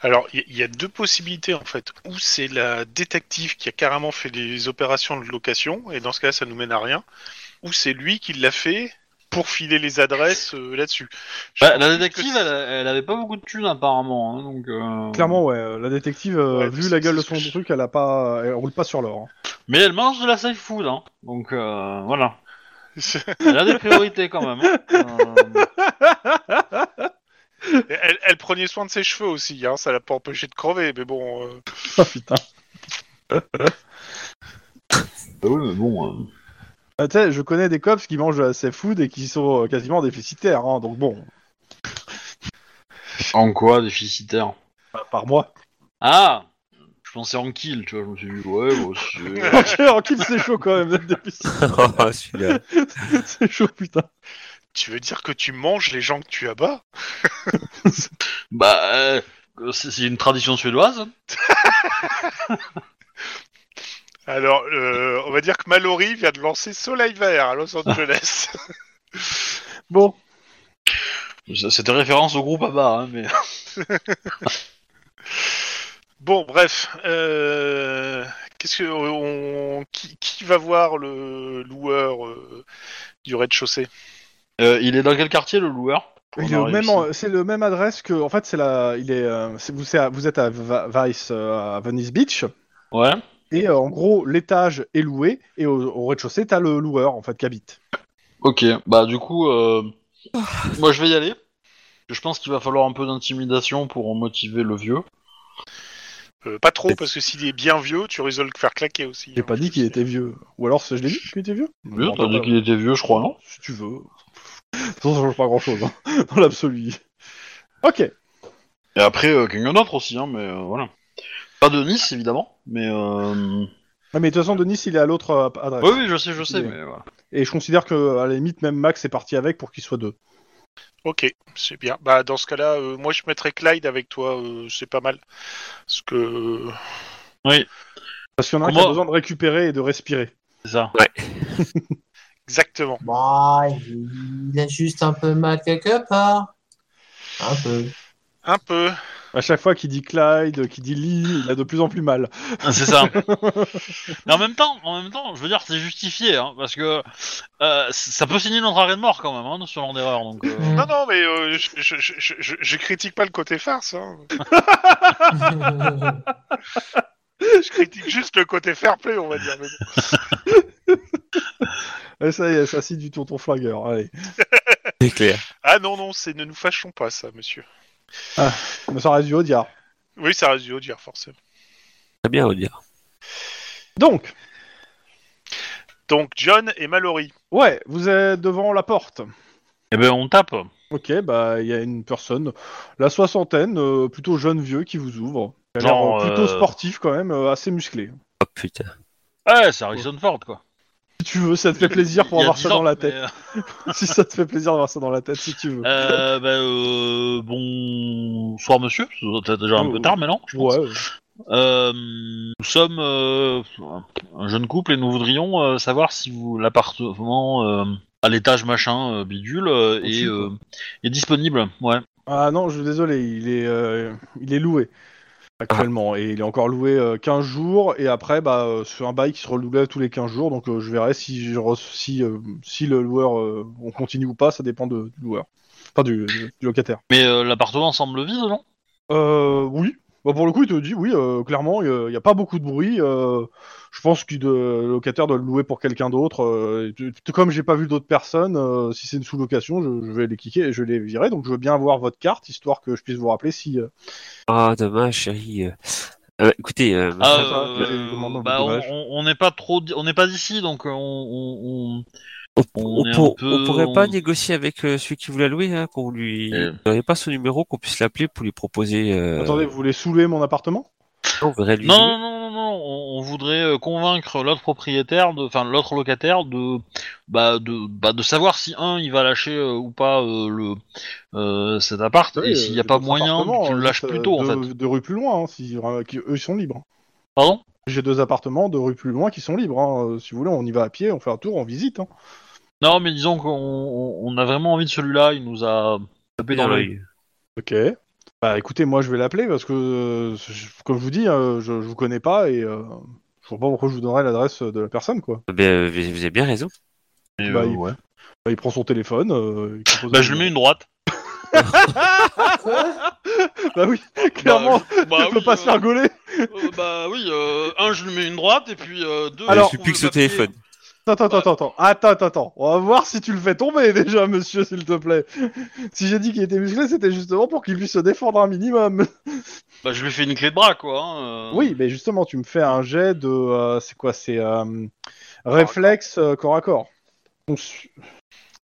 Alors, il y- il y, a deux possibilités en fait. Ou c'est la détective qui a carrément fait les opérations de location, et dans ce cas ça nous mène à rien. Ou c'est lui qui l'a fait pour filer les adresses euh, là-dessus. Je Bah, pense la que détective, c'est- elle, elle avait pas beaucoup de thunes apparemment. hein, donc, euh, Clairement ouais, euh, la détective euh, Oh. Ouais, vu c'est- la gueule de c'est ce son que je- truc, elle a pas elle roule pas sur l'or. hein. Mais elle mange de la safe food, hein. donc euh, voilà. Elle a des priorités quand même. hein. <laughs> Euh, <laughs> elle, elle prenait soin de ses cheveux aussi, hein, ça l'a pas empêché de crever, mais bon. euh, <laughs> Ah, putain. Bah oui, mais bon. Ah, tu sais, je connais des cops qui mangent de la safe food et qui sont euh, quasiment déficitaires hein, donc bon, En quoi déficitaire bah, par <laughs> mois. Ah Je pensais en kill, tu vois. Je me suis dit, ouais, bon, c'est- Ok, en kill, c'est chaud quand même d'être déficitaire. <laughs> Oh, celui-là. c'est chaud putain. Tu veux dire que tu manges les gens que tu abats Bah, euh, c'est c'est une tradition suédoise. Alors, euh, on va dire que Mallory vient de lancer Soleil Vert à Los Angeles. Bon, C'était référence au groupe à bas, hein, mais. Bon, bref, euh, qu'est-ce que on, qui, qui va voir le loueur euh, du rez-de-chaussée Euh, il est dans quel quartier le loueur Il est On a au réussi. même, en- c'est le même adresse que, en fait, c'est la, il est, euh, c'est- vous, c'est à- vous êtes à Va- Vice, euh, à Venice Beach, Ouais. et euh, en gros l'étage est loué, et au, au rez-de-chaussée t'as le loueur en fait qui habite. Ok, bah du coup, euh, moi je vais y aller. Je pense qu'il va falloir un peu d'intimidation pour motiver le vieux. Euh, Pas trop, parce que s'il est bien vieux, tu risques de le faire claquer aussi. hein, J'ai pas dit qu'il était vieux, ou alors je l'ai dit qu'il était vieux. Vieux, Bon, t'as bah, dit qu'il était vieux, je crois, non Si tu veux. De toute façon, ça change pas grand-chose hein, <laughs> dans l'absolu. Ok. Et après, euh, quelqu'un d'autre aussi, hein, mais euh, voilà. Pas de Nice, évidemment, mais... Euh... Ah, mais de toute façon, Denis, il est à l'autre euh, adresse. Oui, oui, je sais, je sais, Oui. mais voilà. Et je considère que, à la limite, même Max est parti avec pour qu'il soit deux. <laughs> Ok, c'est bien. Bah dans ce cas-là, euh, moi je mettrais Clyde avec toi, euh, c'est pas mal. Parce que euh, Parce qu'il y en a un qui Comment- a besoin de récupérer et de respirer. C'est ça. <laughs> exactement. Bah, il a juste un peu mal quelque part. Un peu. Un peu. À chaque fois qu'il dit Clyde, qu'il dit Lee, il a de plus en plus mal. C'est ça. <laughs> mais en même temps, en même temps, je veux dire, c'est justifié, hein, parce que euh, c- ça peut signer notre arrêt de mort quand même, hein, sur l'an d'erreur, donc... euh, <laughs> Mm. Non, non, mais euh, je, je, je, je- je- je critique pas le côté farce. hein. <laughs> Je critique juste le côté fair play, on va dire. mais bon. Et ça y est, ça cite du tonton flingueur. Allez. C'est clair. Ah non, non, c'est ne nous fâchons pas, ça, monsieur. Ça reste du Audiard. Oui, ça reste du haut de dire, forcément. Très bien, on dire. Donc, Donc, John et Mallory. ouais, vous êtes devant la porte. Eh ben, on tape. Ok, bah, il y a une personne, la soixantaine, euh, plutôt jeune vieux, qui vous ouvre. Il a l'air, Genre, euh, plutôt euh, sportif quand même, euh, assez musclé. Oh putain. Ouais, c'est Harrison Ford, quoi. Si tu veux, ça te fait plaisir <laughs> Il pour y a avoir 10 ça dans ans, la tête. mais, euh, si ça te fait plaisir d'avoir ça dans la tête, si tu veux. Euh, bah, euh, bonsoir, monsieur. C'est déjà un Oh, peu tard maintenant, je pense. Ouais, ouais. Euh, nous sommes euh, un jeune couple et nous voudrions euh, savoir si vous l'appartement euh, à l'étage machin euh, bidule euh, est, Au-dessus, quoi. euh, est disponible. Ouais. Ah non, je désolé, il est, euh, il est loué actuellement et il est encore loué euh, 15 jours et après bah euh, c'est un bail qui se renouvelle tous les 15 jours donc euh, je verrai si je re- si euh, si le loueur euh, on continue ou pas, ça dépend de, du loueur. Enfin du, du locataire. Mais euh, l'appartement semble vide, non Euh oui. Bah pour le coup, il te dit oui, euh, clairement, il n'y a pas beaucoup de bruit. euh, je pense que le locataire doit le louer pour quelqu'un d'autre. euh, et tu- tu- comme j'ai pas vu d'autres personnes, euh, si c'est une sous-location, je, je vais les kicker et je les virer. Donc je veux bien avoir votre carte, histoire que je puisse vous rappeler si, euh, Ah, dommage, chérie. Euh, euh, écoutez, euh, ma Ah, femme- ça, Euh, je lui demande un bah, peu on- dommage. on on n'est pas trop, di- on n'est pas d'ici, donc euh, on, on, on- on, on on est pour- un peu- on pourrait pas on- négocier avec euh, celui qui vous l'a loué, hein, qu'on lui, Euh. on n'aurait pas son numéro, qu'on puisse l'appeler pour lui proposer. euh, Attendez, vous voulez saouler mon appartement on verrait lui. Non, non, non, non, non, on, on voudrait euh, convaincre l'autre propriétaire, de- enfin l'autre locataire de, bah, de, bah, de savoir si un il va lâcher euh, ou pas euh, le euh, cet appart et s'il n'y a pas moyen qu'il euh, le lâche plus tôt en fait. Deux rues plus loin, hein, si, euh, qui- eux ils sont libres. Pardon J'ai deux appartements, deux rues plus loin qui sont libres. hein. Euh, Si vous voulez, on y va à pied, on fait un tour, on visite. hein. Non, mais disons qu'on on- on a vraiment envie de celui-là. Il nous a tapé dans l'œil. Ok. Bah écoutez, moi je vais l'appeler parce que, euh, je- comme je vous dis, euh, je, je vous connais pas et euh, je vois pas pourquoi je vous donnerais l'adresse de la personne quoi. Eh ben, euh, vous vous avez bien raison. Et, Bah, euh, il- ouais. Bah, il prend son téléphone. euh, <laughs> il compose Bah, un je lui numéro. mets une droite. Quoi Bah oui, <laughs> clairement, Bah, je- bah, <laughs> il peut oui, pas euh, se faire gauler. euh, bah oui, euh, un je lui mets une droite et puis euh, deux. Alors- on je trouve suis plus que le ce papier. téléphone. Attends, attends, attends, attends, attends, attends, attends. On va voir si tu le fais tomber <laughs> déjà, monsieur, s'il te plaît. Si j'ai dit qu'il était musclé, c'était justement pour qu'il puisse se défendre un minimum. Bah, je lui fais une clé de bras quoi. hein, euh. Oui, mais justement, tu me fais un jet de. euh, c'est quoi C'est. euh, réflexe euh, corps à corps. On s-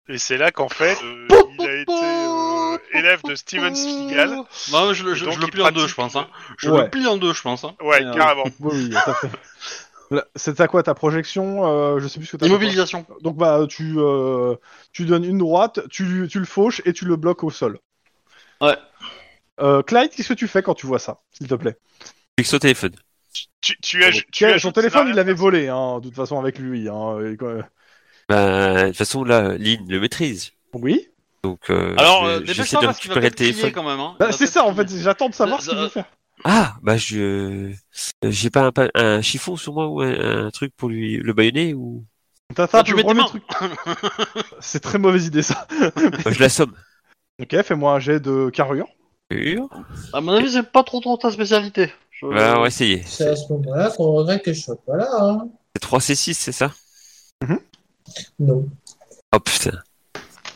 Et c'est là qu'en fait, euh, il a été euh, élève de Steven Seagal. Non, Oh. Bah, je, le- Et je- donc, je le il plie en pratique deux, je pense. Hein. Je Ouais. le plie en deux, je pense. Hein. Ouais, Et, euh, carrément. Oui, oui, tout <laughs> à fait. Là, C'est à quoi ta projection euh, Je sais plus ce que t'as. Immobilisation. Donc, bah, tu, euh, tu donnes une droite, tu, tu le fauches et tu le bloques au sol. Ouais. Euh, Clyde, qu'est-ce que tu fais quand tu vois ça, s'il te plaît Plus que ce téléphone. Tu, tu as, tu Tiens, as- son tu téléphone, n'as il l'avait volé, hein, de toute façon, avec lui. hein, et quoi- Ben, de toute façon, là, Lynn le maîtrise. Oui Donc, euh, Alors, je- euh, j'essaie dépêche-toi de parce qu'il va récupérer le peut-être crier téléphone. quand même. Hein. Il Bah, va C'est peut-être ça, en crier. fait, j'attends de savoir ce Ça- qu'il veut faire. Ah, bah je, j'ai pas un, pa- un chiffon sur moi ou un, un truc pour lui le baïonner ou T'as Ah, tapé tu le mets tes premier mains. truc. C'est très mauvaise idée, ça. Bah, je l'assomme. Ok, fais-moi un jet de carrure. Sûr À mon avis, c'est pas trop, trop ta spécialité. Je- Bah, on va essayer. C'est à ce moment-là qu'on regrette que je sois pas là. Hein. C'est 3 C6, c'est ça Non. Oh putain,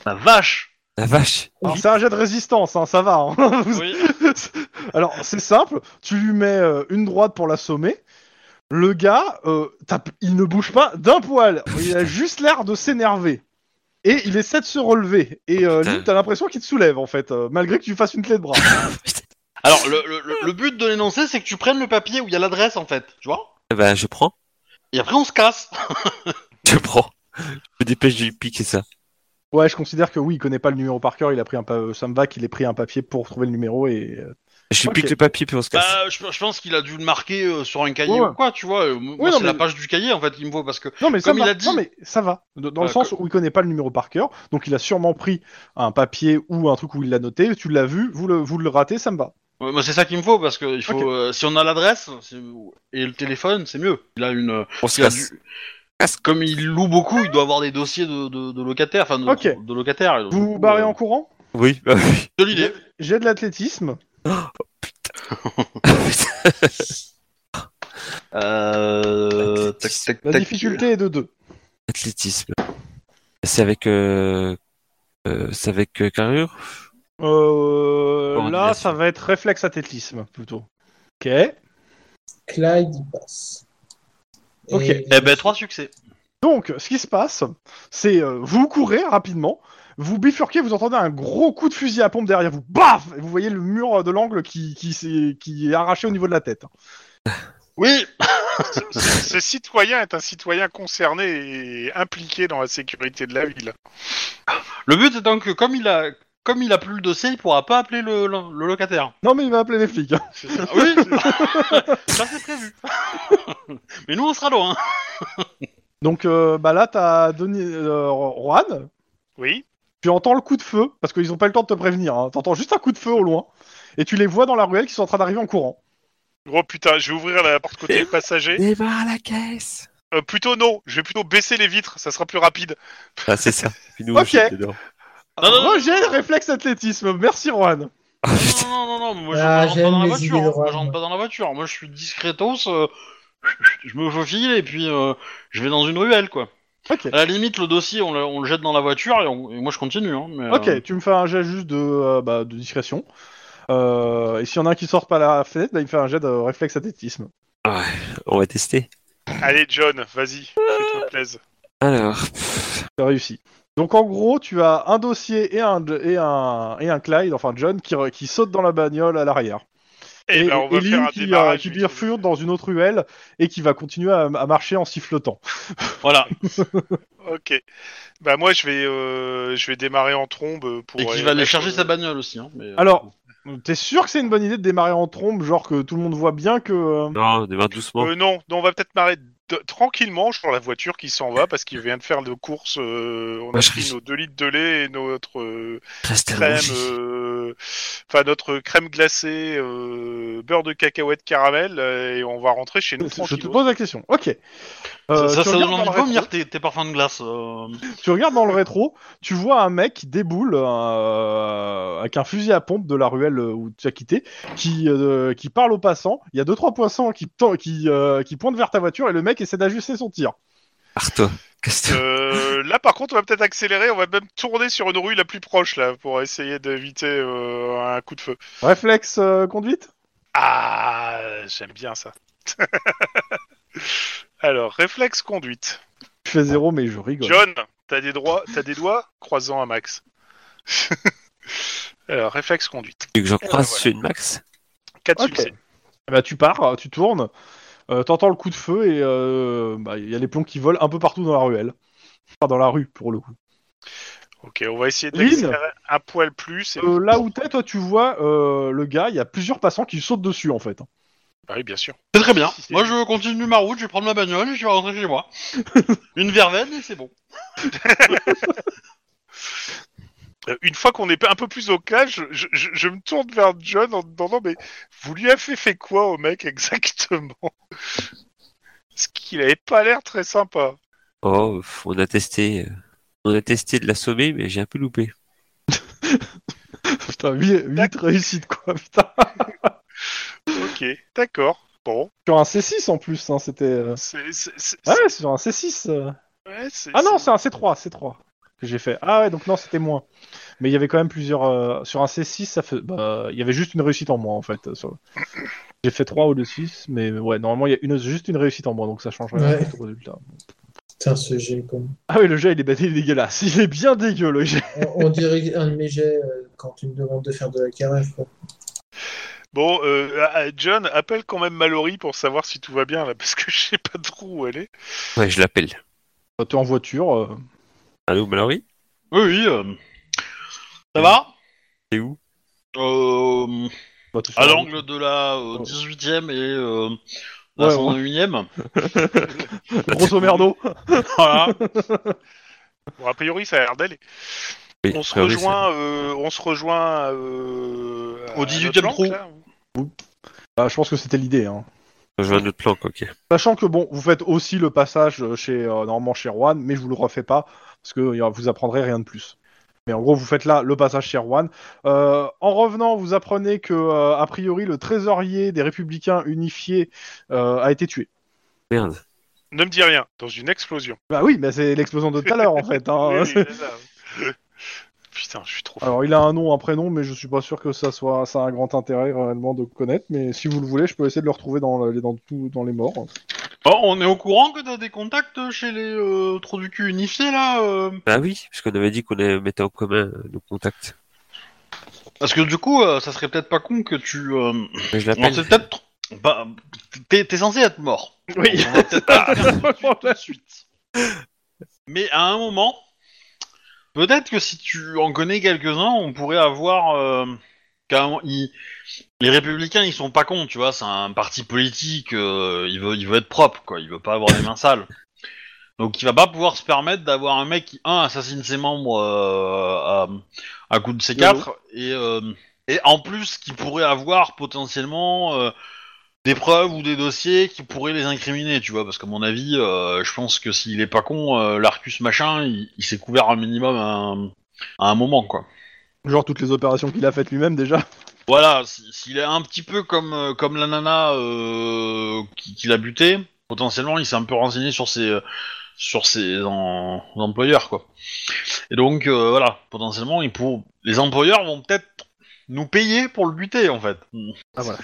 La vache. la vache. Alors, c'est un jet de résistance, hein, ça va. hein. Vous- Oui. <laughs> Alors, c'est simple, tu lui mets euh, une droite pour l'assommer. Le gars, euh, tape- il ne bouge pas d'un poil. Il a juste l'air de s'énerver. Et il essaie de se relever. Et euh, Putain. lui, t'as l'impression qu'il te soulève, en fait, euh, malgré que tu fasses une clé de bras. <laughs> Alors, le, le- le- le but de l'énoncé, c'est que tu prennes le papier où il y a l'adresse en fait. Tu vois Bah, je prends, Et après, on se casse. je prends. Je me dépêche de lui piquer ça. ouais, je considère que oui, il connaît pas le numéro par cœur. Il a pris un pa- euh, ça me va qu'il ait pris un papier pour trouver le numéro. Et euh, Je lui Ok. pique le papier puis on se casse. Bah, je, je pense qu'il a dû le marquer euh, sur un cahier Ouais. ou quoi, tu vois. Euh, moi, non, c'est mais- la page du cahier en fait qu'il me faut parce que. Non, mais ça Comme il va. a dit. Non, mais ça va. De- Dans le Euh, sens où il connaît pas le numéro par cœur, donc il a sûrement pris un papier ou un truc où il l'a noté. Tu l'as vu, vous le, vous le ratez, ça me va. Ouais, euh, moi, c'est ça qu'il me faut parce que il faut. Ok. euh, si on a l'adresse c'est- et le téléphone, c'est mieux. Il a une. On se Il a casse. dû- Comme il loue beaucoup, il doit avoir des dossiers de, de, de locataires. Enfin, de, Ok. de locataires. Et donc, Vous du vous coup, barrez euh, en courant Oui, bah oui. De l'idée. J'ai de l'athlétisme. Euh, tac, Euh, La difficulté est de 2. Athlétisme. C'est avec euh, euh, c'est avec euh, carrure. Euh, là, Coordination. ça va être réflexe athlétisme plutôt. Ok. Clyde, il passe. Ok. Et- Eh ben, trois succès. Donc, ce qui se passe, c'est euh, vous courez rapidement, vous bifurquez, vous entendez un gros coup de fusil à pompe derrière vous, baf Et vous voyez le mur euh, de l'angle qui, qui, s'est- qui est arraché au niveau de la tête. Oui. Ce citoyen est un citoyen concerné et impliqué dans la sécurité de la ville. Le but étant que comme il a comme il a plus le dossier, il pourra pas appeler le, le- le locataire. Non, mais il va appeler les flics. <laughs> hein. Ah oui. ça c'est prévu. <laughs> Mais nous on sera hein. loin. Donc, euh, bah là, t'as Denis, euh, Juan, Oui. tu entends le coup de feu, parce qu'ils ont pas eu le temps de te prévenir, hein. t'entends juste un coup de feu au loin, et tu les vois dans la ruelle qui sont en train d'arriver en courant. Gros putain, je vais ouvrir la porte <laughs> côté passager. Démarre la caisse. Euh, plutôt non, je vais plutôt baisser les vitres, ça sera plus rapide. Ah c'est <laughs> ça. Puis nous, Ok. on jette dedans. Ah, Non, non, non. Rejet réflexe athlétisme, merci Juan. Ah, putain. Non, non, non, non, moi je Ah, rentre pas j'aime dans la les voiture. idées hein. de Moi, Rome. je rentre pas dans la voiture. Moi je suis discretos. euh, je me faufile et puis euh, je vais dans une ruelle quoi. Ok. À la limite, le dossier on le, on le jette dans la voiture et, on- et moi je continue. Hein, mais, Ok, euh, tu me fais un jet juste de, euh, bah, de discrétion. Euh, et s'il y en a un qui sort par la fenêtre, bah, il me fait un jet de réflexe athlétisme. Ah, on va tester. Allez John, vas-y, <laughs> fais-toi plaise. Alors, pff, T'as réussi. Donc en gros, tu as un dossier et un, et un, et un Clyde, enfin John, qui, re- qui saute dans la bagnole à l'arrière. Eh ben, on va Lynn faire un qui, euh, démarrage. qui bifurque dans une autre ruelle et qui va continuer à, à marcher en sifflotant. <laughs> Voilà. Ok. Bah moi je vais euh, je vais démarrer en trombe pour. Et qui euh, va aller mettre, charger euh, sa bagnole aussi. Hein, mais, euh, Alors, Mm. t'es sûr que c'est une bonne idée de démarrer en trombe, genre que tout le monde voit bien que... euh, non, démarre doucement. Euh, non, non, on va peut-être marrer de- tranquillement sur la voiture qui s'en va parce qu'il vient de faire de courses. euh, on Moi, a je pris risque. nos 2 litres de lait et notre euh, Reste crème, allongé. euh, enfin notre crème glacée, euh, beurre de cacahuète caramel euh, et on va rentrer chez nous je te tranquillement. pose la question. Ok. ça, Euh, ça, tu ça donne regardes envie de dans le rétro- vomir tes, tes parfums de glace. euh. Tu regardes dans le rétro, tu vois un mec qui déboule euh, avec un fusil à pompe de la ruelle euh, où tu as quitté, qui, euh, qui parle aux passants. Il y a deux trois poissons qui, to- qui, euh, qui pointent vers ta voiture et le mec essaie d'ajuster son tir. Arto, casse-toi. Euh, là, par contre, on va peut-être accélérer. On va même tourner sur une rue la plus proche là pour essayer d'éviter euh, un coup de feu. Réflexe euh, conduite Ah, j'aime bien ça. <laughs> Alors, réflexe conduite. Je fais zéro, mais je rigole. John, t'as des droits, t'as des doigts croisant à max. <laughs> Alors, réflexe conduite. Tu veux que j'en Ouais, croise euh, voilà. sur une max 4 Ok. succès. Bah, tu pars, tu tournes, euh, t'entends le coup de feu et euh, bah, il y a les plombs qui volent un peu partout dans la ruelle. Enfin, dans la rue, pour le coup. Ok, on va essayer Lynn d'accélérer un poil plus. Et... Euh, là où t'es, toi, tu vois euh, le gars, il y a plusieurs passants qui sautent dessus, en fait. <laughs> Ah oui, bien sûr. C'est très bien. Si c'est- Moi, je continue ma route, je vais prendre ma bagnole et je vais rentrer chez <laughs> moi. Une verveine et c'est bon. Euh, Une fois qu'on est un peu plus au cas, je, je- je- je me tourne vers John en demandant mais vous lui avez fait quoi au mec exactement <laughs> Ce qu'il avait pas l'air très sympa. Oh, pff, on a testé. euh, On a testé de l'assommer, mais j'ai un peu loupé. Putain, 8, réussites, quoi, putain. Ok, d'accord. Bon, Sur un C6 en plus, hein, c'était. euh, c'est. c'est- c'est- Ah ouais, sur un C6. euh. ouais, c'est- Ah non, c'est- c'est un C3, C3 que j'ai fait. Ah ouais, donc non, c'était moins. Mais il y avait quand même plusieurs. euh, Sur un C6, ça fait. bah, il y avait juste une réussite en moins en fait. euh, sur- <clears throat> J'ai fait 3 au de 6, mais euh, ouais, normalement il y a une... juste une réussite en moins, donc ça changerait Ouais. le résultat. Putain, ce jet, comme. Ah oui, le jet il est, bête, il est dégueulasse. Il est bien dégueu le jet. On, on dirait un de mes jets euh, quand tu me demandes de faire de la carref. quoi. Bon, euh, ah, ah, John, appelle quand même Mallory pour savoir si tout va bien là, parce que <laughs> je sais pas trop où elle est. Ouais, je l'appelle. Bah, T'es en voiture. euh, Allô, Mallory Oui, oui. euh, Ça va T'es où euh, bah, t'es sur À la l'angle de la euh, 18e et euh, la Ouais, 101e. route. Ah, Grosso merdo. Voilà. Bon, a priori, ça a l'air d'aller. Oui, On se bah Mallory, rejoint, euh, on se rejoint euh, à Au 18e notre trou. banque, là. Bah, je pense que c'était l'idée. Hein. c'est- Rejoins notre planque, ok. Sachant que bon, vous faites aussi le passage euh, chez euh, normalement chez Rouen, mais je vous le refais pas parce que euh, vous apprendrez rien de plus. Mais en gros, vous faites là le passage chez Rouen. Euh, en revenant, vous apprenez que euh, a priori le trésorier des Républicains unifiés euh, a été tué. Merde. Ne me dis rien. Dans une explosion. Bah oui, mais c'est l'explosion de tout à l'heure en <laughs> fait. hein. Oui, <laughs> oui, c'est ça. Putain, je suis trop fort. Alors il a un nom, un prénom, mais je suis pas sûr que ça soit ça a un grand intérêt réellement de connaître. Mais si vous le voulez, je peux essayer de le retrouver dans les dans tout dans les morts. Oh, on est au courant que t'as des contacts chez les euh, trous du cul unifiés là euh Bah oui, parce qu'on avait dit qu'on les mettait en commun, euh, nos contacts. Parce que du coup, euh, ça serait peut-être pas con que tu. euh, Mais je on l'appelle. sait peut-être. Bah, t'es t'es censé être mort. Oui. On va peut-être <laughs> pas faire tout de suite, Ah, <laughs> tout de suite. Mais à un moment, peut-être que si tu en connais quelques-uns, on pourrait avoir. euh, qu'un- ils- les républicains, ils sont pas cons, tu vois. C'est un parti politique. euh, il veut, il veut être propre, quoi. Il veut pas avoir les mains sales. Donc, il va pas pouvoir se permettre d'avoir un mec qui un assassine ses membres euh, à, à coup de C4 et euh, et en plus qui pourrait avoir potentiellement euh, des preuves ou des dossiers qui pourraient les incriminer, tu vois, parce qu'à mon avis, euh, je pense que s'il est pas con, euh, l'Arcus machin, il, il s'est couvert un minimum à un, à un moment, quoi. Genre toutes les opérations qu'il a faites lui-même déjà. Voilà, si- s'il est un petit peu comme, euh, comme la nana euh, qui, qui l'a buté, potentiellement il s'est un peu renseigné sur ses, euh, sur ses en- employeurs, quoi. Et donc, euh, voilà, potentiellement, il pour... les employeurs vont peut-être nous payer pour le buter, en fait. Ça,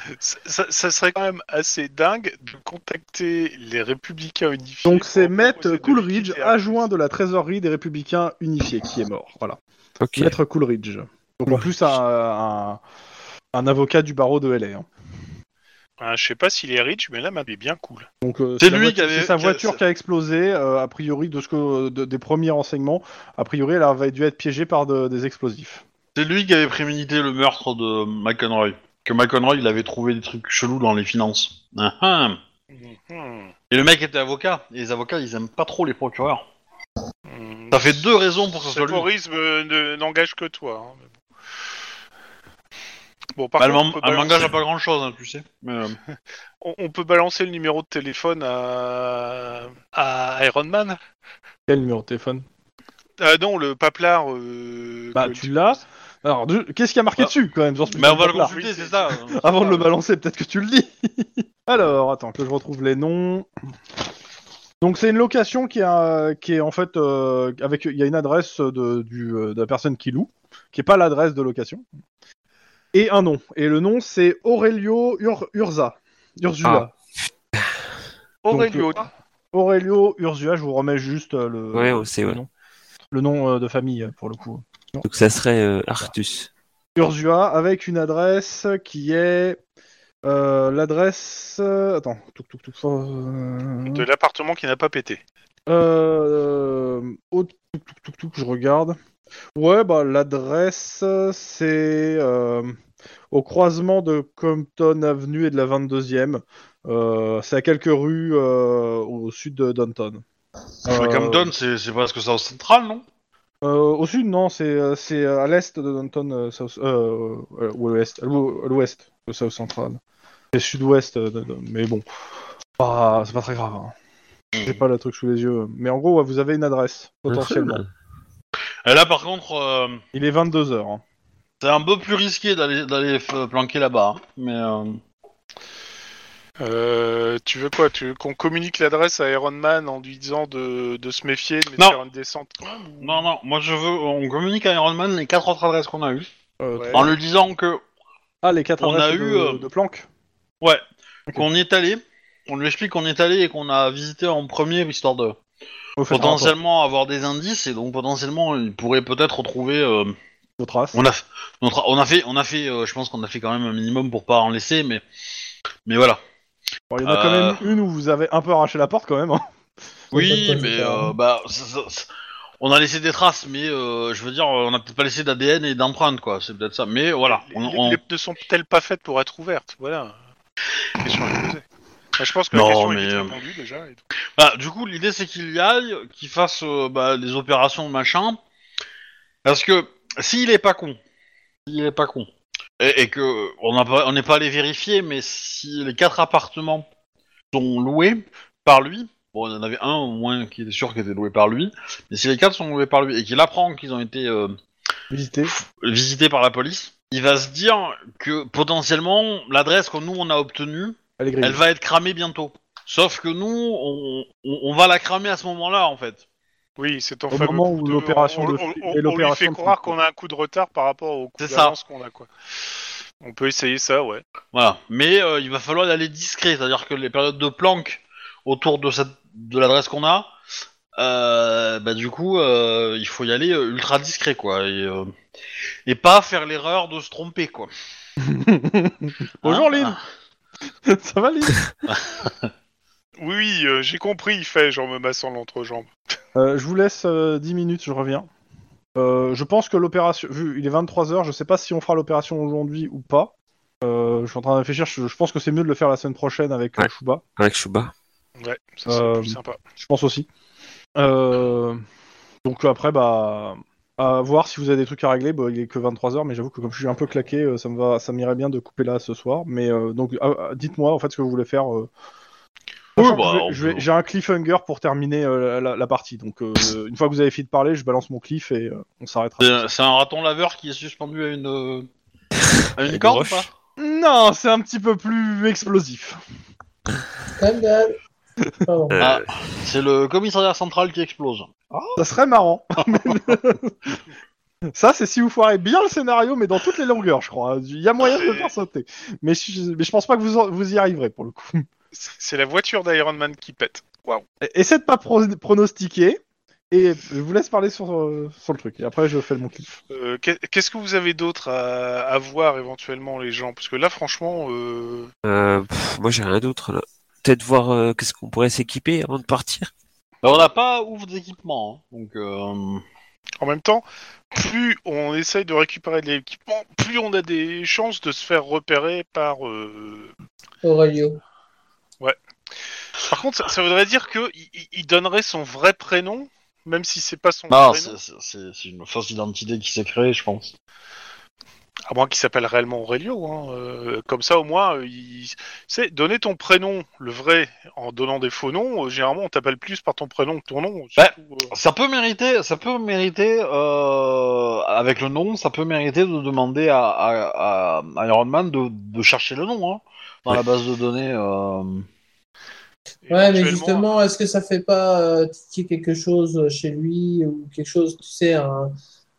ça- ça serait quand même assez dingue de contacter les Républicains unifiés. Donc c'est pour Matt proposer de Coolridge, liquider Arcus. adjoint de la trésorerie des Républicains Unifiés, qui est mort. Voilà. Ok. Maître Coolridge. Donc en plus un, un, un avocat du barreau de LA. hein. Ouais, je sais pas s'il est riche, mais là, Matt est bien cool. Donc euh, C'est la lui voiture- qui avait- c'est sa qui a- voiture c'est- qui a explosé. euh, a priori de ce que de- des premiers renseignements, a priori elle avait dû être piégée par de- des explosifs. C'est lui qui avait prémédité le meurtre de McEnroy. Que McEnroy, il avait trouvé des trucs chelous dans les finances. Ah, ah. Mhm. Et le mec était avocat. Et les avocats, ils aiment pas trop les procureurs. Mhm. Ça fait deux raisons pour que ce soit Le lui. terrorisme euh, ne- n'engage que toi. hein, mais Bon, Bon, par Bah, le contre, on man- peut un balancer- mangage à pas grand chose, tu sais. Mais, euh, on, on peut balancer le numéro de téléphone à, à Iron Man. Quel numéro de téléphone Ah non, le paplard. euh, Bah que- tu l'as. Alors de- qu'est-ce qui a marqué Ah. dessus quand même sur ce mais putain on va de le plat consulter, c'est ça. <laughs> Avant de le balancer, peut-être que tu le dis. <laughs> Alors, attends, que je retrouve les noms. Donc c'est une location qui est, euh, qui est en fait euh, avec il y a une adresse de, du, euh, de la personne qui loue, qui est pas l'adresse de location, et un nom. Et le nom c'est Aurelio Ur- Urza. Ursula. Ah. Aurelio. Aurelio Ursula, je vous remets juste euh, le, Ouais, on sait, le ouais. nom, le nom euh, de famille euh, pour le coup. Donc ça serait euh, Artus. Ursua avec une adresse qui est euh, l'adresse euh, attends touc, touc, touc, euh, de l'appartement qui n'a pas pété. euh, oh, touc, touc, touc, touc, je regarde ouais bah l'adresse euh, c'est euh, au croisement de Compton Avenue et de la 22e Euh, c'est à quelques rues euh, au sud de Downton Mais Euh, Compton, c'est c'est parce que c'est au central, non euh, au sud, non, c'est euh, c'est euh, à l'est de Downton, euh, south- euh, euh, ou à l'ouest, à l'ou- à l'ouest, au South Central. C'est sud-ouest, euh, de- de- mais bon, Ah, c'est pas très grave. hein. J'ai pas le truc sous les yeux, mais en gros, ouais, vous avez une adresse Ah, potentiellement. Et là, par contre, euh, Il est hein. 22 h c'est un peu plus risqué d'aller d'aller f- planquer là-bas. hein. Mais euh, Euh, tu veux quoi Tu veux qu'on communique l'adresse à Iron Man en lui disant de, de se méfier, de Non. faire une descente non, non, moi je veux. On communique à Iron Man les quatre autres adresses qu'on a eues. Ouais. En lui disant que Euh, Ah, les quatre On adresses a de, eu, euh, de Planck. Ouais. Qu'on y est allé. On lui explique qu'on est allé et qu'on a visité en premier, histoire de Vous faites un rapport potentiellement avoir des indices et donc potentiellement il pourrait peut-être retrouver. euh, de traces. on a f- notre- on a fait on a fait euh, je pense qu'on a fait quand même un minimum pour pas en laisser mais mais voilà. Bon, il y en a quand Euh. même une où vous avez un peu arraché la porte quand même. hein. Oui pas de quoi mais faire, euh, hein. bah ça- ça- ça- on a laissé des traces mais euh, je veux dire on a peut-être pas laissé d'ADN et d'empreintes quoi c'est peut-être ça mais voilà Les, on, les- on- les pneus sont-elles pas faites pour être ouvertes Voilà. La question à poser. Bah, je pense que Non, la question mais, est vite euh, répondue déjà. et tout. Bah, du coup, l'idée c'est qu'il y aille, qu'il fasse euh, bah, des opérations machin. Parce que s'il est pas con, s'il est pas con, et, et que on n'a pas- on n'est pas allé vérifier, mais si les quatre appartements sont loués par lui, bon, il y en avait un au moins qui était sûr qu'il était loué par lui, mais si les quatre sont loués par lui et qu'il apprend qu'ils ont été euh, Visiter. visités par la police, il va se dire que potentiellement l'adresse que nous on a obtenue, Elle est grillée. elle va être cramée bientôt. Sauf que nous, on, on- on va la cramer à ce moment-là, en fait. Oui, c'est ton Au fameux moment coup où de- l'opération on, de- on- et on- on lui fait l'opération de- croire qu'on a un coup de retard par rapport au coup C'est d'avance qu'on a quoi. On peut essayer ça, ouais. Voilà. Mais euh, il va falloir y aller discret, c'est-à-dire que les périodes de planque autour de, cette, de l'adresse qu'on a, euh, bah du coup, euh, il faut y aller euh, ultra discret, quoi. Et, euh, et pas faire l'erreur de se tromper, quoi. Bonjour, Hein Lynn. <laughs> Ça va, Lynn Oui, oui, euh, j'ai compris, il fait genre me massant l'entrejambe. Euh, je vous laisse euh, 10 minutes, je reviens. Euh, je pense que l'opération, vu il est 23h, je sais pas si on fera l'opération aujourd'hui ou pas. Euh, je suis en train de réfléchir, je, je pense que c'est mieux de le faire la semaine prochaine avec euh, Ouais. Shuba. Avec ah, Chouba. Ouais, ça c'est Euh, plus sympa. Je pense aussi. Euh, donc après, bah, à voir si vous avez des trucs à régler. Bah, il est que 23h, mais j'avoue que comme je suis un peu claqué, euh, ça me va, ça m'irait bien de couper là ce soir. Mais euh, donc, ah, ah, dites-moi en fait ce que vous voulez faire. euh. Oui, Sachant que bah, je vais- on je vais- peut- j'ai un cliffhanger pour terminer euh, la, la partie. Donc, euh, une fois que vous avez fini de parler, je balance mon cliff et euh, on s'arrêtera. C'est- C'est un raton laveur qui est suspendu à une, euh, à <laughs> une corde, ou roche. pas Non, c'est un petit peu plus explosif. Scandale. Pardon. Euh, Ah, C'est le commissariat central qui explose. Ça serait marrant. Ça, c'est si vous foirez bien le scénario, mais dans toutes les longueurs, je crois. Il y a moyen de le faire sauter. Mais je, mais je pense pas que vous, en- vous y arriverez pour le coup. <laughs> C'est c'est la voiture d'Iron Man qui pète. Et- Essayez de pas pro- pronostiquer. Et je vous laisse parler sur, euh, sur le truc. Et après, je fais mon cliff. Euh, qu'est- Qu'est-ce que vous avez d'autre à, à voir éventuellement les gens Parce que là franchement, euh, euh, pff, moi j'ai rien d'autre là. Peut-être voir euh, qu'est-ce qu'on pourrait s'équiper avant de partir. Alors, on n'a pas ouf d'équipement, hein, donc euh, en même temps, plus on essaye de récupérer de l'équipement, plus on a des chances de se faire repérer par euh, Aurelio. Par contre, ça, ça voudrait dire que il, il- il donnerait son vrai prénom, même si c'est pas son non, vrai c'est- nom, c'est c'est- c'est une fausse identité qui s'est créée, je pense. à moins qu'il s'appelle réellement Aurelio. hein, euh, comme ça, au moins, euh, il... c'est donner ton prénom, le vrai, en donnant des faux noms. euh, généralement, on t'appelle plus par ton prénom que ton nom. Bah, surtout, euh, Ça peut mériter, ça peut mériter euh, avec le nom, ça peut mériter de demander à, à, à Iron Man de, de chercher le nom hein, dans la base de données. euh. Ouais, mais euh, éventuellement, justement, est-ce que ça fait pas euh, tiquer quelque chose euh, chez lui ou quelque chose, tu sais, un.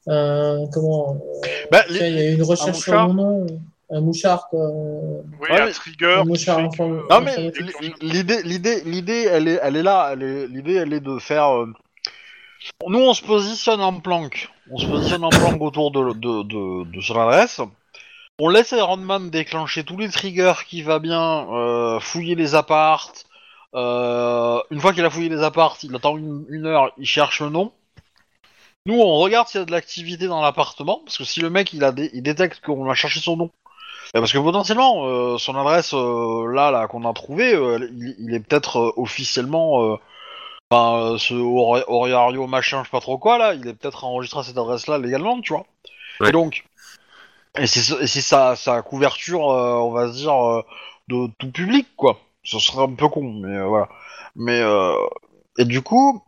un- comment euh, Bah, tiens, Il y a eu une recherche sur mouchard. mon nom. Un mouchard, quoi. euh, Oui, Ouais, un mais- trigger. Un qui mouchard fait en que- euh, forme- Non en mais forme de- l- l- l'idée, l'idée, l'idée, elle est, elle est là. elle est- L'idée, elle est de faire. euh, Nous, on se positionne en planque. On se positionne en planque autour de, de, de, de son adresse. On laisse Iron Man déclencher tous les triggers qui va bien, euh, fouiller les appartes. Euh, une fois qu'il a fouillé les appartes, il attend une, une heure, il cherche le nom. Nous, on regarde s'il y a de l'activité dans l'appartement, parce que si le mec il, a dé- il détecte qu'on a cherché son nom, Eh, parce que potentiellement euh, son adresse euh, là là qu'on a trouvé, il, il est peut-être euh, officiellement, euh, enfin euh, ce Ori- Oriario machin, je sais pas trop quoi là, il est peut-être enregistré à cette adresse là légalement, tu vois. Ouais. Et donc, et c'est ce- et c'est sa, sa couverture, euh, on va se dire, euh, de tout public quoi. Ce serait un peu con, mais euh, voilà. Mais euh, et du coup,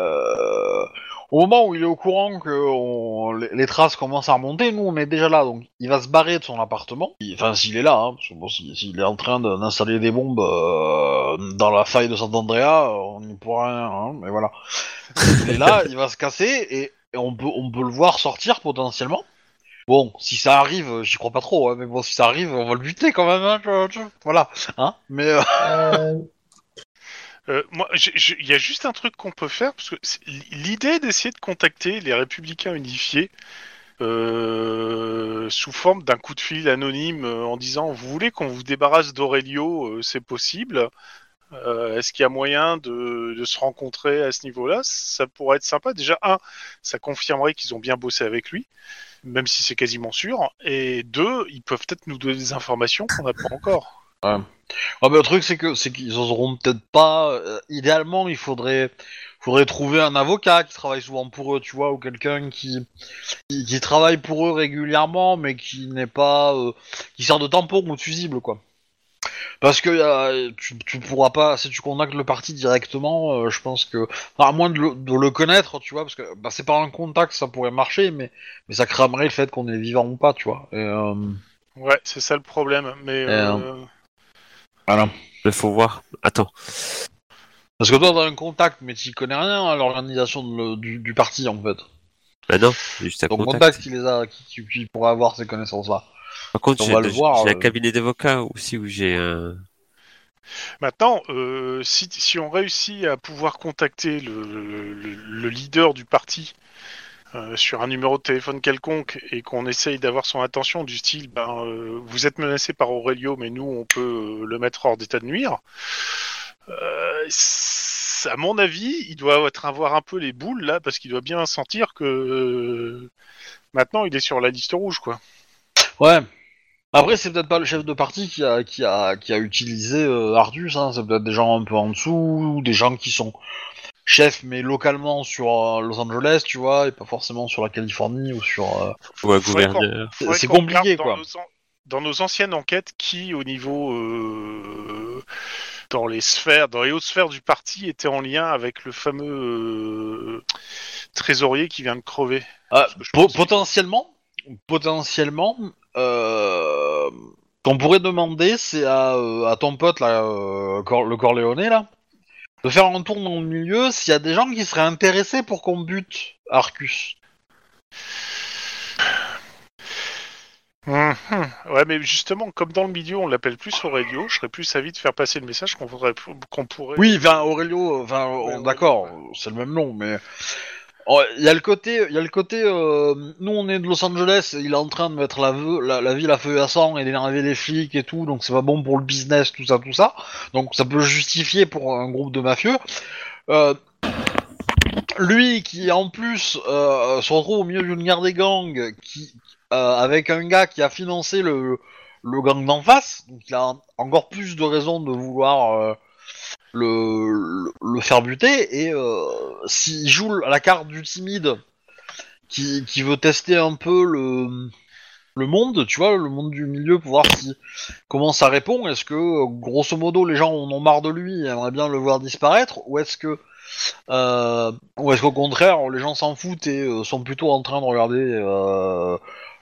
euh, au moment où il est au courant que on- les, les traces commencent à remonter, nous on est déjà là, donc il va se barrer de son appartement. Il- Enfin, s'il est là, hein, parce que bon, si- s'il est en train de- d'installer des bombes euh, dans la faille de Sant'Andrea, euh, on n'y pourra rien, hein, mais voilà. Il est là, il va se casser et, et on, peut, on peut le voir sortir potentiellement. Bon, si ça arrive, euh, j'y crois pas trop, hein, mais bon, si ça arrive, on va le buter quand même, hein, tu- tu- voilà. Hein mais euh, Euh, Euh, moi, j'ai- j'ai- il y a juste un truc qu'on peut faire parce que c'est- l'idée d'essayer de contacter les Républicains unifiés euh, sous forme d'un coup de fil anonyme euh, en disant vous voulez qu'on vous débarrasse d'Aurelio, euh, c'est possible. Euh, Est-ce qu'il y a moyen de, de se rencontrer à ce niveau-là Ça pourrait être sympa. Déjà, un, ça confirmerait qu'ils ont bien bossé avec lui, même si c'est quasiment sûr. Et deux, ils peuvent peut-être nous donner des informations qu'on n'a pas encore. Ah bah, le truc c'est que c'est qu'ils oseront peut-être pas. euh, idéalement, il faudrait faudrait trouver un avocat qui travaille souvent pour eux, tu vois, ou quelqu'un qui, qui qui travaille pour eux régulièrement, mais qui n'est pas euh, qui sert de tampon ou de fusible quoi. Parce que euh, tu, tu pourras pas si tu contactes le parti directement, euh, je pense que enfin, à moins de le, de le connaître, tu vois, parce que bah, c'est par un contact ça pourrait marcher, mais mais ça cramerait le fait qu'on est vivant ou pas, tu vois. Et, euh, Ouais, c'est ça le problème. Mais Euh, euh, voilà. Il faut voir. Attends. Parce que toi, t'as un contact, mais tu connais rien à l'organisation de le- du, du parti, en fait. Bah non, c'est juste un Ton contact. contact, qui les a, qui, qui- qui pourrait avoir ces connaissances-là. Par contre, on j'ai va le voir, j'ai euh. un cabinet d'avocats aussi où j'ai un. Maintenant, euh, si, si on réussit à pouvoir contacter le, le- le- le leader du parti euh, sur un numéro de téléphone quelconque et qu'on essaye d'avoir son attention du style ben, euh, vous êtes menacé par Aurelio mais nous on peut euh, le mettre hors d'état de nuire euh, c- à mon avis il doit être, avoir un peu les boules là parce qu'il doit bien sentir que euh, maintenant il est sur la liste rouge quoi. Ouais. Après, c'est peut-être pas le chef de parti qui a, qui a, qui a utilisé euh, Ardus, hein. c'est peut-être des gens un peu en dessous, ou des gens qui sont chefs, mais localement sur euh, Los Angeles, tu vois, et pas forcément sur la Californie ou sur... euh, Ou Faudrait un qu'on- gouverneur. C'est Faudrait c'est qu'on compliqué, regarde dans quoi. nos an- dans nos anciennes enquêtes, qui au niveau euh, dans les sphères, dans les hautes sphères du parti, était en lien avec le fameux euh, trésorier qui vient de crever. Ah, Parce que je po- pense que- potentiellement, potentiellement, euh, qu'on pourrait demander, c'est à, euh, à ton pote là, euh, Cor- le Corléonais là, de faire un tour dans le milieu s'il y a des gens qui seraient intéressés pour qu'on bute Arcus. Hum, hum. Mm-hmm. Ouais, mais justement, comme dans le milieu, on l'appelle plus Aurelio, je serais plus avis de faire passer le message qu'on voudrait, qu'on pourrait. Oui, enfin Aurelio, enfin on- Aurelio, d'accord, ouais. c'est le même nom, mais Oh, il y a le côté, il y a le côté, euh, nous on est de Los Angeles, il est en train de mettre la, veu- la, la ville à feu et à sang et d'énerver les flics et tout, donc c'est pas bon pour le business, tout ça, tout ça. Donc ça peut justifier pour un groupe de mafieux. Euh, lui qui en plus euh, se retrouve au milieu d'une guerre des gangs qui, euh, avec un gars qui a financé le, le gang d'en face, donc il a encore plus de raisons de vouloir euh, le, le, le faire buter. Et euh, s'il joue la carte du timide qui, qui veut tester un peu le, le monde, tu vois, le monde du milieu pour voir si, comment ça répond, est-ce que euh, grosso modo les gens en ont marre de lui et aimeraient bien le voir disparaître, ou est-ce que. Euh, ou est-ce qu'au contraire, les gens s'en foutent et euh, sont plutôt en train de regarder euh,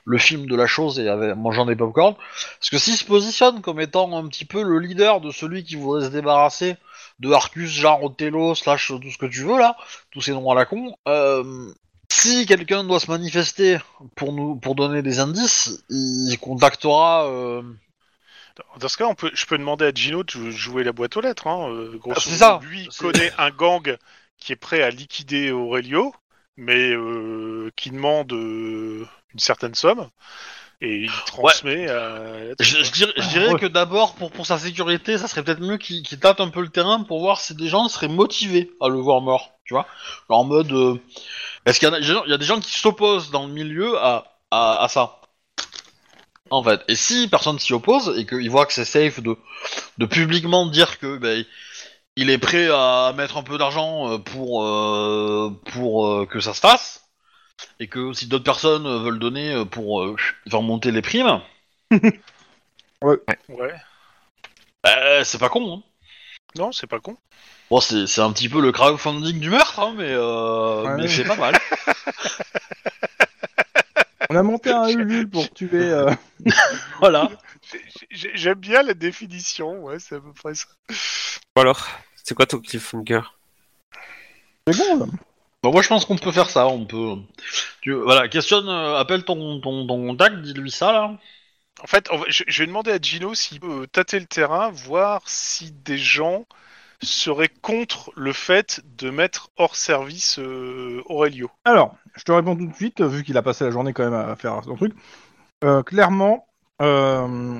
le film de la chose et avec, mangeant des popcorn Parce que s'il se positionne comme étant un petit peu le leader de celui qui voudrait se débarrasser de Arcus, genre Othello, slash euh, tout ce que tu veux là, tous ces noms à la con, euh, si quelqu'un doit se manifester pour nous pour donner des indices, il contactera. euh, Dans ce cas, on peut, je peux demander à Gino de jou- jouer la boîte aux lettres. Hein. euh, grosso Ah, c'est modo. ça. Lui il C'est- connaît un gang qui est prêt à liquider Aurelio, mais euh, qui demande euh, une certaine somme. Et il transmet à... Je, je dirais, je dirais que d'abord, pour, pour sa sécurité, ça serait peut-être mieux qu'il qu'il tâte un peu le terrain pour voir si des gens seraient motivés à le voir mort, tu vois Genre En mode... euh, Parce qu'il y, en a- il y a des gens qui s'opposent dans le milieu à, à, à ça, en fait. Et si personne s'y oppose, et qu'ils voient que c'est safe de, de publiquement dire que... ben, il est prêt à mettre un peu d'argent euh, pour, euh, pour euh, que ça se fasse, et que si d'autres personnes euh, veulent donner euh, pour euh, faire monter les primes, Ouais. euh, c'est pas con, hein. Non, c'est pas con. Bon, c'est c'est un petit peu le crowdfunding du meurtre, hein, mais, euh, Ouais. mais c'est pas mal. <laughs> On a monté un Ulule pour tuer. euh, voilà. J'ai- J'aime bien la définition, ouais, c'est à peu près ça. Bon alors, c'est quoi ton cliffhanger C'est bon. ça. Bon, Bah, moi, je pense qu'on peut faire ça. On peut. Tu, voilà, questionne, euh, appelle ton, ton, ton contact, dis-lui ça, là. En fait, on va- je, je vais demander à Gino s'il peut tâter le terrain, voir si des gens seraient contre le fait de mettre hors service euh, Aurelio. Alors, je te réponds tout de suite, vu qu'il a passé la journée quand même à faire son truc. Euh, clairement, euh,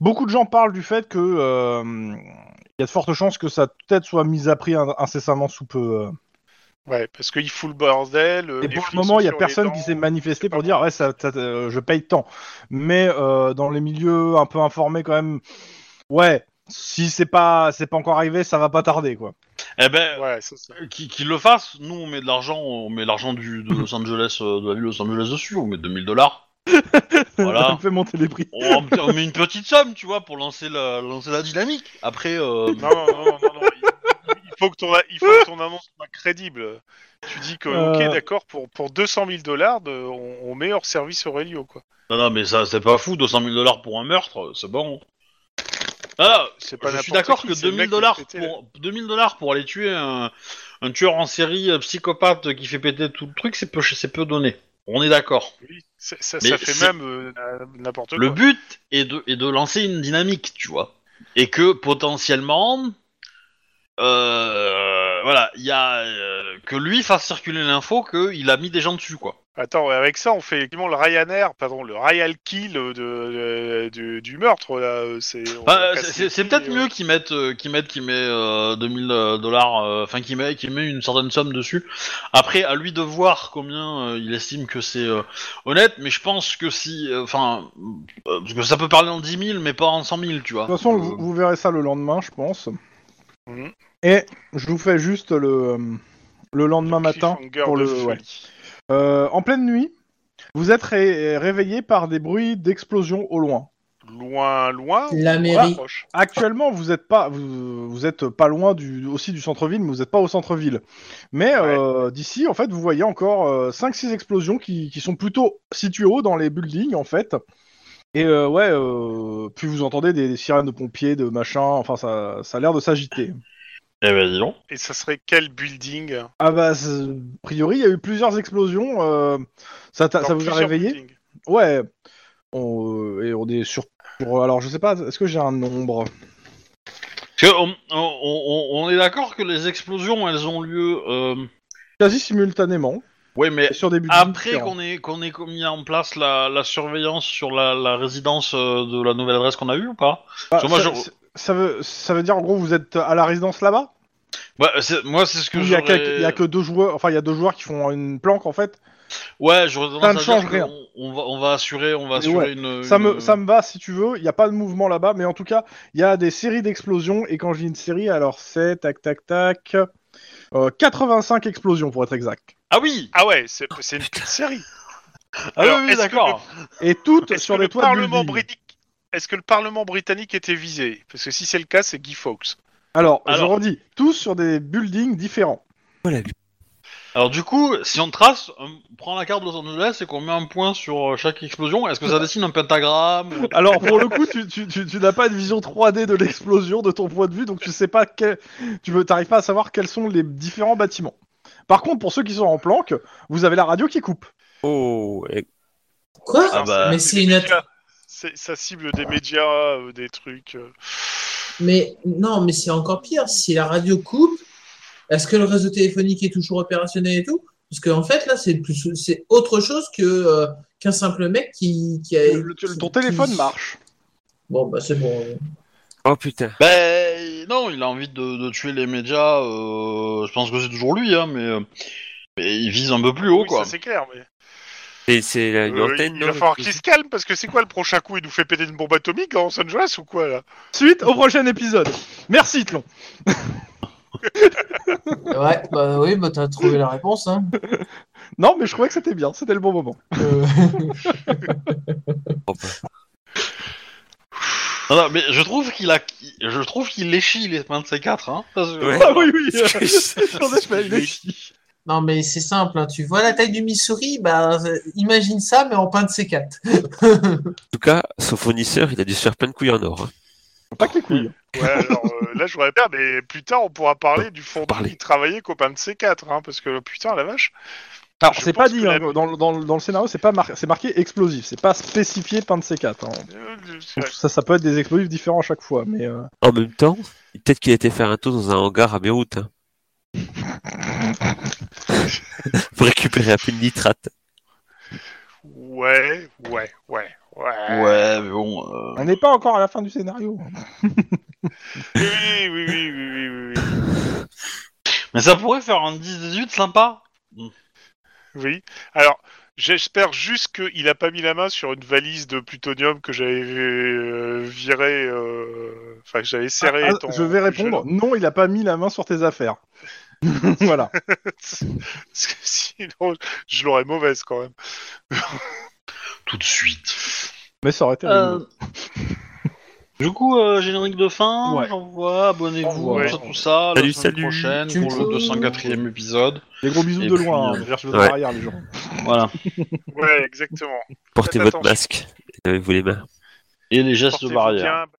beaucoup de gens parlent du fait que euh, il y a de fortes chances que sa tête soit mise à prix in- incessamment sous peu. euh. Ouais, parce qu'il fout le bordel. euh, Et les pour le flics moment, sont il y a sur les personne qui dents. s'est manifesté pour dire ouais, ça, ça, euh, je paye tant. Mais euh, dans les milieux un peu informés quand même, ouais, si c'est pas c'est pas encore arrivé, ça va pas tarder quoi. Eh ben, Ouais, c'est ça. qu'il qu'il le fasse. Nous, on met de l'argent, on met l'argent du de Los Angeles, euh, de la ville de Los Angeles dessus. On met 2000 dollars. <laughs> ça Voilà. me fait monter les prix. On, on met une petite somme, tu vois, pour lancer la, lancer la dynamique. Après, euh, <laughs> Non, non, non, non, non. Il, il faut que ton, il faut que ton annonce soit crédible. Tu dis que, Euh. ok, d'accord, pour, pour 200 000 dollars, on, on met hors service Aurelio, quoi. non, non, mais ça, c'est pas fou. 200 000 dollars pour un meurtre, c'est bon. Ah, C'est pas je suis n'importe d'accord qui, que c'est le 2000 mec qui a dollars pété la- pour 2000 dollars pour aller tuer un, un tueur en série euh, psychopathe qui fait péter tout le truc, c'est peu, c'est peu donné. On est d'accord. Oui, c'est- ça, Mais ça fait c'est- même euh, na- n'importe quoi. Le but est de, est de lancer une dynamique, tu vois. Et que potentiellement, euh, voilà, il y a euh, que lui fasse circuler l'info qu'il a mis des gens dessus, quoi. Attends, avec ça, on fait effectivement le Ryanair, pardon, le Royal Kill de, de- du, du meurtre, là. euh, C'est on Bah, casse c'est- c'est les c'est couilles, peut-être euh. mieux qu'ils mettent, euh, qu'ils mettent, qu'ils mettent euh, 2000 dollars, euh, enfin qu'ils mettent, qu'ils mettent une certaine somme dessus. Après, à lui de voir combien euh, il estime que c'est euh, honnête, mais je pense que si, euh, enfin, euh, parce que ça peut parler en 10 000, mais pas en 100 000, tu vois. De toute façon, Euh, vous, vous verrez ça le lendemain, je pense. Mhm. Et je vous fais juste le, euh, le lendemain matin. Cliffhanger pour de le- folie. ouais. Euh, en pleine nuit, vous êtes ré- réveillé par des bruits d'explosion au loin. Loin, loin. ou L'Amérique. proche Actuellement, vous êtes pas, vous, vous êtes pas loin du, aussi du centre-ville, mais vous n'êtes pas au centre-ville. Mais Ouais. euh, d'ici, en fait, vous voyez encore 5-6 explosions qui, qui sont plutôt situées haut dans les buildings, en fait. Et euh, ouais, euh, puis vous entendez des, des sirènes de pompiers, de machin, enfin, ça, ça a l'air de s'agiter. Eh ben dis donc. Et ça serait quel building Ah bah, c'est- a priori, il y a eu plusieurs explosions. euh, ça, t'a- Dans ça vous a plusieurs réveillé buildings. Ouais. On, euh, et on est sur, sur- Alors, je sais pas, est-ce que j'ai un nombre Parce que on, on- on- on est d'accord que les explosions, elles ont lieu. Euh... Quasi simultanément, Ouais, mais et sur des buildings après différents. qu'on ait, qu'on ait mis en place la, la surveillance sur la, la résidence euh, de la nouvelle adresse qu'on a eue ou pas Bah, Parce que moi, ça, je- ça- ça veut, ça veut dire en gros vous êtes à la résidence là-bas Bah, c'est- Moi, c'est ce que Il y, a j'aurais- quelques- il y a que deux joueurs, enfin il y a deux joueurs qui font une planque en fait. Ouais, j'aurais Ça tendance ne à change dire rien. qu'on- on va, on va assurer, on va Mais assurer ouais, une, Ça, une- me, ça me va si tu veux, il n'y a pas de mouvement là-bas, mais en tout cas il y a des séries d'explosions et quand je dis une série alors c'est tac tac tac euh, 85 explosions pour être exact. Ah oui Ah ouais, c'est c'est une <laughs> petite série. Ah Alors, oui, oui, est-ce d'accord Et toutes Est-ce sur que les le toits de Parlement buildings. britannique Est-ce que le Parlement britannique était visé Parce que si c'est le cas, c'est Guy Fawkes. Alors, je Alors. redis, tous sur des buildings différents. Voilà. Alors du coup, si on trace, on prend la carte de Los Angeles et qu'on met un point sur euh, chaque explosion, est-ce que ça dessine un pentagramme ou- Alors pour <laughs> le coup, tu, tu- tu- tu n'as pas une vision 3D de l'explosion de ton point de vue, donc tu sais pas quel, tu veux, t'arrives pas à savoir quels sont les différents bâtiments. Par contre, pour ceux qui sont en planque, vous avez la radio qui coupe. Oh, et- Quoi Ah bah. Mais c'est une. Des att- médias. C'est- Ça cible des médias, euh, des trucs. euh. Mais non, mais c'est encore pire. Si la radio coupe, est-ce que le réseau téléphonique est toujours opérationnel et tout Parce qu'en fait, là, c'est plus, c'est autre chose que euh, qu'un simple mec qui, qui a. Le- le- ton téléphone qui- marche. Bon, bah c'est bon. oh putain. Ben non, il a envie de, de tuer les médias. euh, je pense que c'est toujours lui, hein, mais, euh, mais il vise un peu plus haut, Oui, quoi. ça c'est clair. Mais... C'est- C'est la- une Euh, antenne, il non va falloir qu'il se calme parce que c'est quoi le prochain coup Il nous fait péter une bombe atomique en Los Angeles ou quoi là Suite au prochain épisode. Merci Tlon. Ouais, bah oui, bah t'as trouvé la réponse. Hein. Euh, Non, mais je trouvais que c'était bien, c'était le bon moment. Oh, bah. Non, non, mais je trouve qu'il a, je trouve qu'il léchit les mains de ces quatre, hein. parce que- Ouais. Ah oui, oui. <laughs> Parce que je- Attendez, je fais une échie. <laughs> non, mais c'est simple. hein. Tu vois la taille du Missouri, bah euh, imagine ça, mais en pain de C4. En tout cas, son fournisseur, il a dû se faire plein de couilles en or. hein. Pas que les couilles. Ouais, alors euh, là j'aurais bien, mais plus tard on pourra parler du fond Parler. qui travaillait copain de C4, hein, parce que putain la vache. Alors, Je c'est pense pas que dit la- hein, dans, le- dans le- dans le scénario, c'est pas mar- c'est marqué explosif, c'est pas spécifié pain de C4. hein. euh, je- Donc, Ça, ça peut être des explosifs différents à chaque fois, mais. euh, En même temps, peut-être qu'il a été faire un tour dans un hangar à Beyrouth. hein. Pour récupérer un peu de nitrate. Ouais, ouais, ouais, ouais. Ouais, mais bon. euh, On n'est pas encore à la fin du scénario. Oui, oui, oui, oui, oui, oui, oui. Mais ça pourrait faire un 10-18 sympa. Oui. Alors, j'espère juste qu'il n'a pas mis la main sur une valise de plutonium que j'avais euh, virée, euh, enfin que j'avais serrée. Ah, étant je vais plus jeune. répondre. Non, il a pas mis la main sur tes affaires. <laughs> voilà. <laughs> Parce que sinon, je l'aurais mauvaise quand même. Tout de suite. Mais ça aurait été. Euh, rigolo. Du coup, euh, générique de fin, Ouais. j'envoie, abonnez-vous, Ouais. tout ça, tout ça, Salut, la semaine salut. prochaine Tchou, pour tchou. le 204e épisode. Des gros bisous et de puis, loin. euh, hein. Je ouais. derrière les gens. Voilà. Ouais, exactement. Portez Faites votre attention. masque. Lavez-vous les mains. Et les gestes Portez-vous barrières. bien,